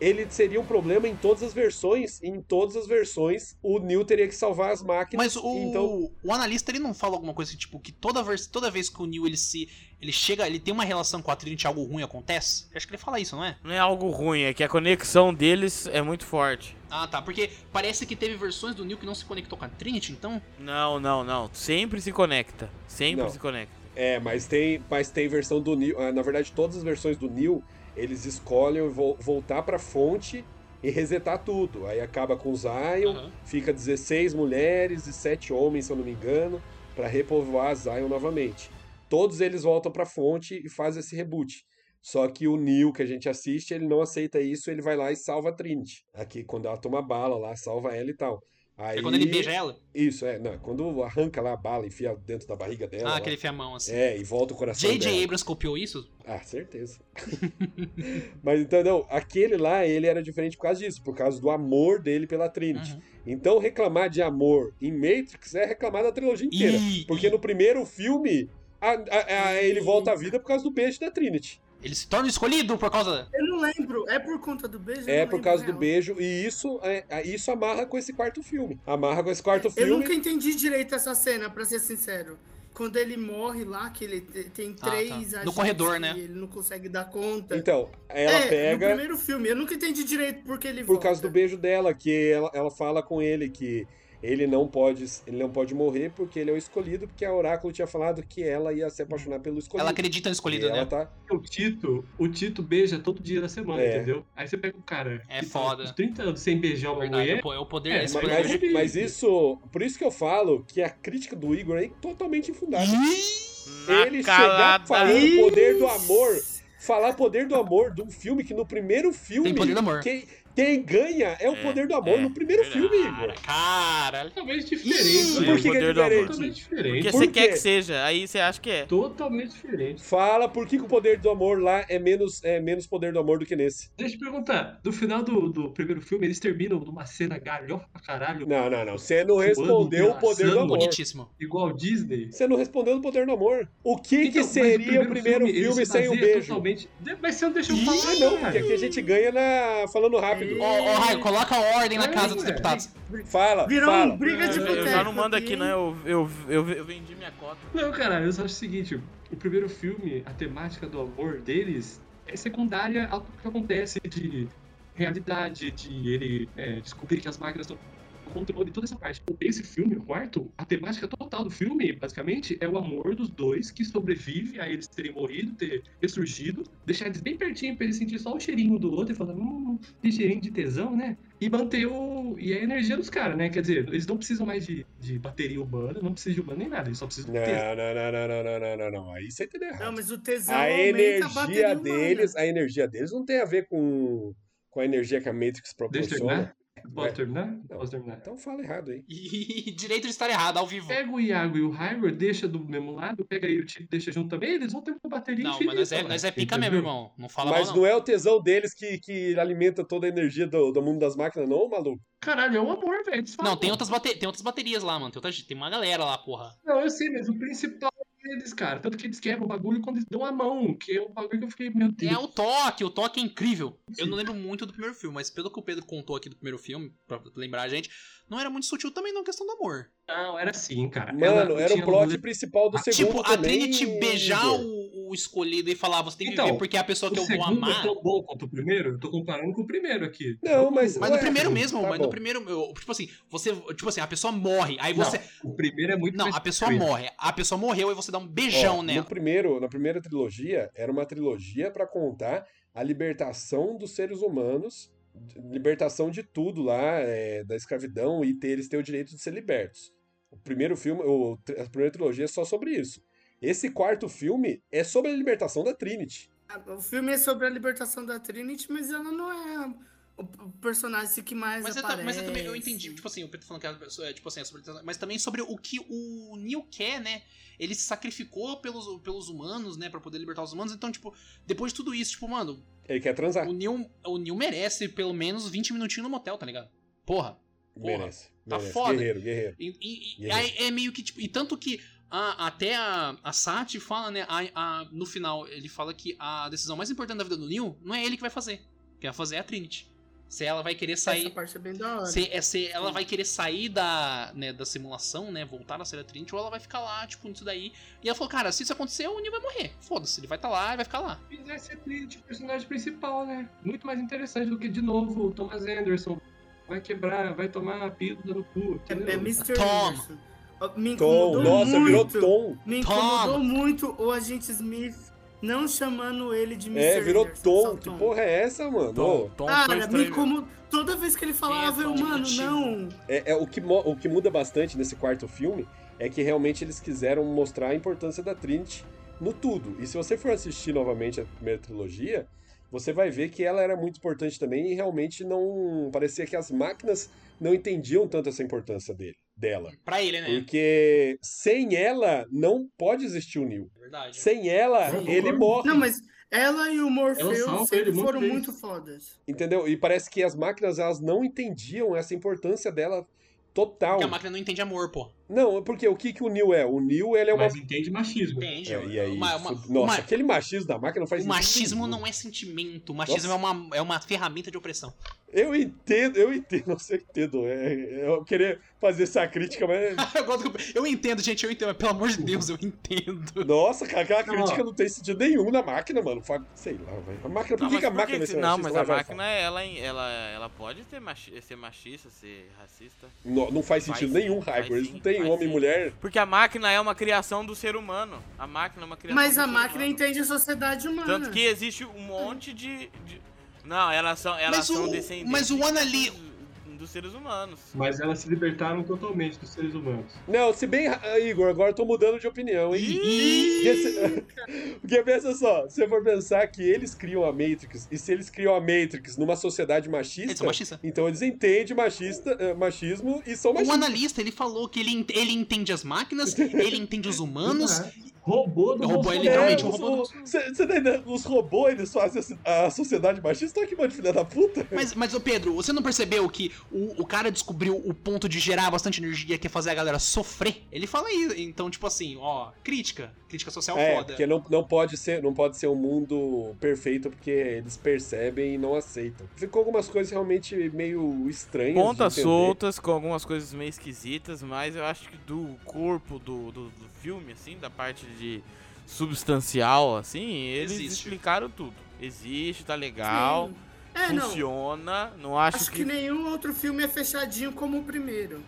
Speaker 4: ele seria um problema em todas as versões. E em todas as versões, o Neo teria que salvar as máquinas.
Speaker 3: Mas o,
Speaker 4: Então,
Speaker 3: o analista ele não fala alguma coisa que, tipo que toda vez, toda vez que o Neil ele se ele chega, ele tem uma relação com a Trinity, algo ruim acontece? Eu acho que ele fala isso, não é?
Speaker 2: Não é algo ruim, é que a conexão deles é muito forte.
Speaker 3: Ah, tá, porque parece que teve versões do Neil que não se conectou com a Trinity, então
Speaker 2: Não, não, não. Sempre se conecta. Sempre
Speaker 4: Não.
Speaker 2: se conecta.
Speaker 4: É, mas tem, mas tem versão do Neo. ah, Na verdade, todas as versões do Neo, eles escolhem vo- voltar pra fonte e resetar tudo. Aí acaba com o Zion,
Speaker 3: Aham.
Speaker 4: fica 16 mulheres e 7 homens, se eu não me engano, pra repovoar Zion novamente. Todos eles voltam pra fonte e fazem esse reboot. Só que o Neo que a gente assiste, ele não aceita isso, ele vai lá e salva a Trinity. Aqui, quando ela toma bala lá, salva ela e tal. Aí,
Speaker 3: é quando ele beija ela.
Speaker 4: Isso, é. Não, quando arranca lá a bala, enfia dentro da barriga dela.
Speaker 3: ah,
Speaker 4: é lá.
Speaker 3: que ele enfia a mão assim.
Speaker 4: É, e volta o coração
Speaker 3: J.J.
Speaker 4: dela.
Speaker 3: Abrams copiou isso?
Speaker 4: Ah, certeza. Mas então, não, aquele lá, ele era diferente por causa disso, por causa do amor dele pela Trinity.
Speaker 3: Uhum.
Speaker 4: Então, reclamar de amor em Matrix é reclamar da trilogia inteira.
Speaker 3: E-
Speaker 4: Porque no primeiro filme, a- a- a- ele volta à vida por causa do beijo da Trinity.
Speaker 3: Ele se torna o escolhido por causa.
Speaker 7: Eu não lembro. É por conta do beijo? Eu
Speaker 4: É
Speaker 7: não
Speaker 4: por
Speaker 7: lembro,
Speaker 4: causa do
Speaker 7: real.
Speaker 4: beijo, e isso, é, isso amarra com esse quarto filme. Amarra com esse quarto
Speaker 7: Eu
Speaker 4: filme.
Speaker 7: nunca entendi direito essa cena, pra ser sincero. Quando ele morre lá, que ele te- tem
Speaker 3: Ah, tá.
Speaker 7: três
Speaker 3: No
Speaker 7: agentes
Speaker 3: corredor,
Speaker 7: que
Speaker 3: né?
Speaker 7: ele não consegue dar conta.
Speaker 4: Então, ela
Speaker 7: é,
Speaker 4: pega.
Speaker 7: no primeiro filme. Eu nunca entendi direito porque ele
Speaker 4: por causa do
Speaker 7: volta.
Speaker 4: beijo dela, que ela, ela fala com ele que ele não pode ele não pode morrer porque ele é o escolhido, porque a oráculo tinha falado que ela ia se apaixonar pelo escolhido.
Speaker 3: Ela acredita no escolhido,
Speaker 4: E ela
Speaker 3: né?
Speaker 4: tá-
Speaker 5: O Tito, o Tito beija todo dia da semana,
Speaker 4: É.
Speaker 5: entendeu? Aí você pega o cara.
Speaker 3: É
Speaker 5: que tá
Speaker 3: foda.
Speaker 5: uns 30 anos sem beijar uma
Speaker 3: Verdade,
Speaker 5: mulher.
Speaker 3: o po- é o poder.
Speaker 5: É,
Speaker 3: esse
Speaker 4: Mas,
Speaker 5: Mas
Speaker 3: poder.
Speaker 5: é
Speaker 4: mas-
Speaker 5: difícil.
Speaker 4: mas isso, por isso que eu falo que a crítica do Igor é totalmente infundada.
Speaker 2: Na
Speaker 4: Ele chegar
Speaker 2: calada.
Speaker 4: falando poder do amor, falar poder do amor de um filme que no primeiro filme
Speaker 3: Tem poder do amor.
Speaker 4: Quem, quem ganha é o
Speaker 2: É,
Speaker 4: poder do amor
Speaker 2: é.
Speaker 4: no primeiro filme, Igor.
Speaker 3: Cara, cara.
Speaker 5: Totalmente
Speaker 4: Por
Speaker 5: diferente. né?
Speaker 2: É o
Speaker 4: que que é
Speaker 2: poder do amor.
Speaker 4: diferente?
Speaker 5: Totalmente
Speaker 2: Porque
Speaker 5: diferente.
Speaker 3: assim-
Speaker 4: Por
Speaker 2: você
Speaker 4: quê?
Speaker 2: quer que seja, aí você acha que é.
Speaker 5: Totalmente diferente.
Speaker 4: Fala por que, que o poder do amor lá é menos, é menos poder do amor do que nesse.
Speaker 5: Deixa eu te perguntar. No final do, do primeiro filme, eles terminam numa cena galhofa pra caralho.
Speaker 4: Não, não, não. Você não
Speaker 5: Suando,
Speaker 4: respondeu o poder do
Speaker 5: engraçando,
Speaker 4: amor.
Speaker 3: Bonitíssimo.
Speaker 5: Igual Disney.
Speaker 4: Você não respondeu o poder do amor. O que,
Speaker 5: Então,
Speaker 4: que
Speaker 5: mas
Speaker 4: seria o primeiro
Speaker 5: ele
Speaker 4: filme,
Speaker 5: se
Speaker 4: sem o
Speaker 5: baseia
Speaker 4: beijo?
Speaker 5: Totalmente... De- Mas você não deixou eu
Speaker 4: Ih,
Speaker 5: falar,
Speaker 4: não, porque
Speaker 5: cara.
Speaker 4: aqui a gente ganha na... falando rápido.
Speaker 3: Ô, ô, Raio, coloca a ordem na
Speaker 5: É,
Speaker 3: casa dos
Speaker 5: ué.
Speaker 3: deputados.
Speaker 4: Fala,
Speaker 7: Virou
Speaker 4: fala.
Speaker 7: um briga de
Speaker 2: Eu,
Speaker 7: boteco.
Speaker 2: eu já não mando aqui,
Speaker 7: hein?
Speaker 2: né? Eu, eu, eu, eu vendi minha cota.
Speaker 5: Não, caralho, eu só acho o seguinte: o primeiro filme, a temática do amor deles é secundária ao que acontece de realidade, de ele é, descobrir que as máquinas estão no controle, toda essa parte. Esse filme, o quarto, a temática total do filme, basicamente, é o amor dos dois que sobrevive a eles terem morrido, ter ressurgido, deixar eles bem pertinho pra eles sentir só o cheirinho do outro e falar, hum, que cheirinho de tesão, né? E manter o. E a energia dos caras, né? Quer dizer, eles não precisam mais de, de bateria humana, não precisam de humano nem nada, eles só precisam de tesão.
Speaker 4: Não, não, não, não, não, não, não, não, não. Aí você entendeu errado.
Speaker 7: Não, mas tá o tesão
Speaker 4: a
Speaker 7: aumenta a
Speaker 4: energia
Speaker 7: bateria
Speaker 4: deles, a
Speaker 7: humana.
Speaker 4: energia deles não tem a ver com, com a energia que a Matrix
Speaker 5: Deixa eu
Speaker 4: proporciona.
Speaker 5: terminar? Posso terminar?
Speaker 4: Não.
Speaker 5: Posso terminar?
Speaker 4: Então fala errado aí.
Speaker 3: E direito de estar errado, ao vivo.
Speaker 5: Pega o Iago e o Hyrule, deixa do mesmo lado, pega aí o Tito, deixa junto também, eles vão ter uma bateria
Speaker 3: Não,
Speaker 5: infinita.
Speaker 3: mas nós é,
Speaker 5: lá,
Speaker 3: nós é pica
Speaker 5: entendeu?
Speaker 3: mesmo, irmão. Não fala
Speaker 4: Mas
Speaker 3: mal,
Speaker 4: não é o tesão deles que, que alimenta toda a energia do, do mundo das máquinas, não, maluco?
Speaker 5: Caralho, é um amor, velho. eles
Speaker 3: Não,
Speaker 5: falam.
Speaker 3: tem outras, bate- tem outras baterias lá, mano. Tem, outras- tem uma galera lá, porra.
Speaker 5: Não, eu sei, mas o principal é eles, cara. Tanto que eles quebram o bagulho quando eles dão a mão, que é o bagulho que eu fiquei, meu Deus.
Speaker 3: É o toque, o toque é incrível. Eu não lembro muito do primeiro filme, mas pelo que o Pedro contou aqui do primeiro filme, pra lembrar a gente, não era muito sutil também não, questão do amor.
Speaker 5: Não, era assim, cara.
Speaker 4: Mano,
Speaker 5: Ela
Speaker 4: era o
Speaker 5: tinha
Speaker 4: plot
Speaker 5: rolê-
Speaker 4: principal do segundo
Speaker 3: tipo, a
Speaker 4: também.
Speaker 3: Trinity beijar um
Speaker 4: Igor.
Speaker 3: o, o escolhido e falar, você tem que
Speaker 5: Então,
Speaker 3: viver porque é a pessoa
Speaker 5: O
Speaker 3: que eu vou
Speaker 5: segundo é
Speaker 3: amar.
Speaker 5: tão bom quanto o primeiro, eu tô comparando com o primeiro aqui.
Speaker 4: Não, mas-
Speaker 3: Mas
Speaker 4: Ué,
Speaker 3: no primeiro mesmo,
Speaker 4: tá
Speaker 3: mas
Speaker 4: bom.
Speaker 3: no primeiro, eu- tipo assim, você, tipo assim, a pessoa morre, aí você,
Speaker 5: O primeiro é muito
Speaker 3: não,
Speaker 5: mais
Speaker 3: a pessoa
Speaker 5: tranquilo.
Speaker 3: morre, a pessoa morreu e você dá um beijão
Speaker 4: Ó, No
Speaker 3: nela.
Speaker 4: primeiro, na primeira trilogia, era uma trilogia pra contar a libertação dos seres humanos, de- libertação de tudo lá, é, da escravidão e ter, eles ter o direito de ser libertos. O primeiro filme, o, a primeira trilogia é só sobre isso. Esse quarto filme é sobre a libertação da Trinity.
Speaker 7: O filme é sobre a libertação da Trinity, mas ela não é o o personagem que mais
Speaker 3: Mas, eu, ta-
Speaker 7: aparece.
Speaker 3: mas eu também eu entendi, tipo assim, o Pedro falando que a pessoa é, tipo assim, é sobre, mas também sobre o que o Neo quer, né? Ele se sacrificou pelos, pelos humanos, né, Pra poder libertar os humanos. Então, tipo, depois de tudo isso, tipo, mano,
Speaker 4: Ele quer transar.
Speaker 3: o Neo, o Neo merece pelo menos 20 minutinhos no motel, tá ligado? Porra. porra,
Speaker 4: merece.
Speaker 3: tá
Speaker 4: merece.
Speaker 3: foda.
Speaker 4: Guerreiro, guerreiro.
Speaker 3: E, e- e
Speaker 4: E aí?
Speaker 3: aí é meio que, tipo, e tanto que a- até a, a Sati fala, né, a- a- no final, ele fala que a decisão mais importante da vida do Neo não é ele que vai fazer. Quem vai fazer é a Trinity. Se ela vai querer
Speaker 7: Essa
Speaker 3: sair.
Speaker 7: parte é bem da hora.
Speaker 3: Se, é, se ela vai querer sair da, né, da simulação, né? Voltar a ser a Trinity, ou ela vai ficar lá, tipo, nisso daí. E ela falou, cara, se isso acontecer, o Neo vai morrer. Foda-se, ele vai estar tá lá, ele vai ficar lá.
Speaker 5: fizesse a trilha o personagem principal, né? Muito mais interessante do que, de novo, o Thomas Anderson. Vai quebrar, vai tomar a pílula no cu.
Speaker 7: É,
Speaker 5: entendeu?
Speaker 7: é Mr.
Speaker 3: Tom.
Speaker 7: Anderson. Ó, Me
Speaker 4: Tom,
Speaker 7: incomodou
Speaker 4: nossa, virou
Speaker 7: muito.
Speaker 4: Tom.
Speaker 7: Me
Speaker 3: Tom.
Speaker 7: incomodou muito o agente Smith não chamando ele de Mr.
Speaker 4: É, virou
Speaker 7: Anderson, só
Speaker 4: Tom. Que porra é essa, mano? Ô,
Speaker 2: Tom, Tom ficou
Speaker 7: Cara, me
Speaker 2: estranho.
Speaker 7: incomodou. Toda vez que ele falava,
Speaker 3: É,
Speaker 7: eu,
Speaker 3: Tom,
Speaker 7: mano,
Speaker 3: motivo.
Speaker 7: não.
Speaker 4: É, é, o, que, mo- o que muda bastante nesse quarto filme é que realmente eles quiseram mostrar a importância da Trinity no tudo. E se você for assistir novamente a primeira trilogia, você vai ver que ela era muito importante também e realmente não. Parecia que as máquinas não entendiam tanto essa importância dele, dela.
Speaker 3: Pra ele, né?
Speaker 4: Porque sem ela não pode existir o Neo.
Speaker 3: É verdade.
Speaker 4: Sem ela,
Speaker 5: Concordo.
Speaker 4: ele morre.
Speaker 7: Não, mas ela e o
Speaker 5: salva
Speaker 7: Morpheus sempre
Speaker 5: ele muito
Speaker 7: foram
Speaker 5: bem.
Speaker 7: muito fodas.
Speaker 4: Entendeu? E parece que as máquinas elas não entendiam essa importância dela total. um.
Speaker 3: Porque a máquina não entende amor, pô.
Speaker 4: Não, porque o que, que o Neil é? O Neil, ele é uma.
Speaker 8: Mas entende machismo.
Speaker 3: Entende?
Speaker 4: É, e aí,
Speaker 3: Uma- uma-
Speaker 4: fu- nossa,
Speaker 3: uma-
Speaker 4: aquele machismo da máquina não faz
Speaker 3: o machismo não é sentimento. O machismo é uma, é uma ferramenta de opressão.
Speaker 4: Eu entendo, eu entendo, nossa, eu entendo. É, eu queria fazer essa crítica, mas.
Speaker 3: eu, gosto que- eu entendo, gente, eu entendo. mas Pelo amor de Deus, eu entendo.
Speaker 4: Nossa, cara, aquela
Speaker 8: Não,
Speaker 4: crítica não tem sentido nenhum na máquina, mano. Fa- Sei lá, velho. A máquina,
Speaker 2: Não,
Speaker 4: por que,
Speaker 2: mas
Speaker 4: que a
Speaker 2: por
Speaker 4: máquina vai
Speaker 2: se-
Speaker 4: ser
Speaker 2: Não,
Speaker 4: machista?
Speaker 2: mas
Speaker 4: Vai,
Speaker 2: a
Speaker 4: vai,
Speaker 2: máquina, ela, ela, ela pode ter machi- ser machista, ser racista.
Speaker 4: fala. Não, não faz sentido
Speaker 2: Vai sim,
Speaker 4: nenhum,
Speaker 2: vai
Speaker 4: Raigor. Eles
Speaker 2: sim,
Speaker 4: não tem
Speaker 2: vai
Speaker 4: homem e
Speaker 2: sim.
Speaker 4: mulher.
Speaker 2: Porque a máquina é uma criação do ser humano. A máquina é uma criação
Speaker 7: Mas
Speaker 2: do
Speaker 7: a
Speaker 2: ser
Speaker 7: máquina
Speaker 2: humano.
Speaker 7: entende a sociedade humana.
Speaker 2: Tanto que existe um monte de. de- Não, elas são, elas
Speaker 3: Mas
Speaker 2: são
Speaker 3: o-
Speaker 2: descendentes.
Speaker 3: mas o Anali-
Speaker 2: dos- Dos seres humanos.
Speaker 8: Mas elas se libertaram totalmente dos seres humanos.
Speaker 4: Não, se bem, ah, Igor, agora eu tô mudando de opinião, hein? Porque, se- porque pensa só, se você for pensar que eles criam a Matrix, e se eles criam a Matrix numa sociedade
Speaker 3: Eles
Speaker 4: machista,
Speaker 3: são machistas.
Speaker 4: então eles entendem machista, eh, machismo e são
Speaker 3: O
Speaker 4: machistas.
Speaker 3: analista, ele falou que ele, ent- ele entende as máquinas, ele entende os humanos.
Speaker 8: É. Robô do
Speaker 3: Robô é
Speaker 8: Bolsonaro.
Speaker 3: literalmente
Speaker 4: É,
Speaker 3: um
Speaker 4: os-
Speaker 3: robô.
Speaker 4: o- cê- cê tá entendendo? Os robôs, eles fazem a a sociedade machista. Olha que mano de filha da puta.
Speaker 3: Mas, mas, ô Pedro, você não percebeu que o, o cara descobriu o ponto de gerar bastante energia que é fazer a galera sofrer? Ele fala aí, então, tipo assim, ó, crítica. Crítica social
Speaker 4: é,
Speaker 3: foda.
Speaker 4: porque não, não, pode ser, não pode ser um mundo perfeito, porque eles percebem e não aceitam. Ficou algumas coisas realmente meio estranhas. de
Speaker 2: pontas
Speaker 4: entender.
Speaker 2: soltas, com algumas coisas meio esquisitas, mas eu acho que do corpo do, do, do filme, assim, da parte de substancial, assim, eles
Speaker 3: Existe.
Speaker 2: explicaram tudo. Existe, tá legal,
Speaker 7: Sim. É, não.
Speaker 2: funciona, não acho,
Speaker 7: Acho
Speaker 2: que...
Speaker 7: que nenhum outro filme é fechadinho como o primeiro.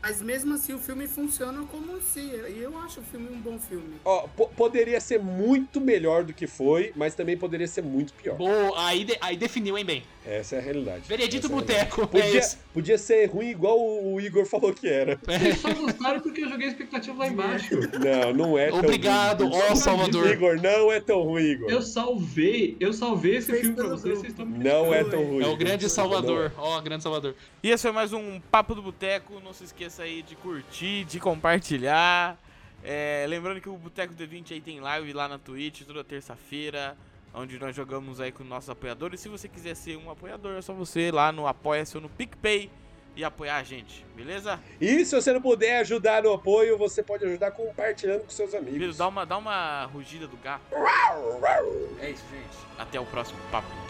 Speaker 7: Mas mesmo assim, o filme funciona como se. E eu acho o filme um bom filme.
Speaker 4: Ó, po- poderia ser muito melhor do que foi, mas também poderia ser muito pior.
Speaker 3: Boa, aí, de- aí definiu, hein, bem.
Speaker 4: Essa é a realidade.
Speaker 3: Veredito
Speaker 4: Essa é a
Speaker 3: Boteco.
Speaker 4: realidade.
Speaker 3: É É.
Speaker 4: Podia,
Speaker 3: isso.
Speaker 4: podia ser ruim igual o, o Igor falou que era.
Speaker 8: Eles é só gostaram porque eu joguei a expectativa lá embaixo.
Speaker 4: Não, não é tão
Speaker 3: Obrigado,
Speaker 4: ruim.
Speaker 3: ó Salvador.
Speaker 4: Igor, não é tão ruim, Igor.
Speaker 8: Eu salvei, eu salvei esse
Speaker 7: Fez
Speaker 8: filme pra
Speaker 7: pelo
Speaker 8: vocês,
Speaker 7: grupo.
Speaker 8: vocês estão me
Speaker 4: Não é tão ruim.
Speaker 3: É o grande
Speaker 4: Não
Speaker 3: Salvador. Ó, grande Salvador.
Speaker 2: E esse foi mais um Papo do Boteco. Não se esqueça aí de curtir, de compartilhar. É, lembrando que o Boteco D20 aí tem live lá na Twitch toda terça-feira, onde nós jogamos aí com nossos apoiadores. Se você quiser ser um apoiador, é só você ir lá no Apoia-se ou no PicPay e apoiar a gente, beleza?
Speaker 4: E se você não puder ajudar no apoio, você pode ajudar compartilhando com seus
Speaker 2: Primeiro,
Speaker 4: amigos.
Speaker 2: dá uma, dá uma rugida do gato. É isso, gente. Até o próximo Papo do Boteco.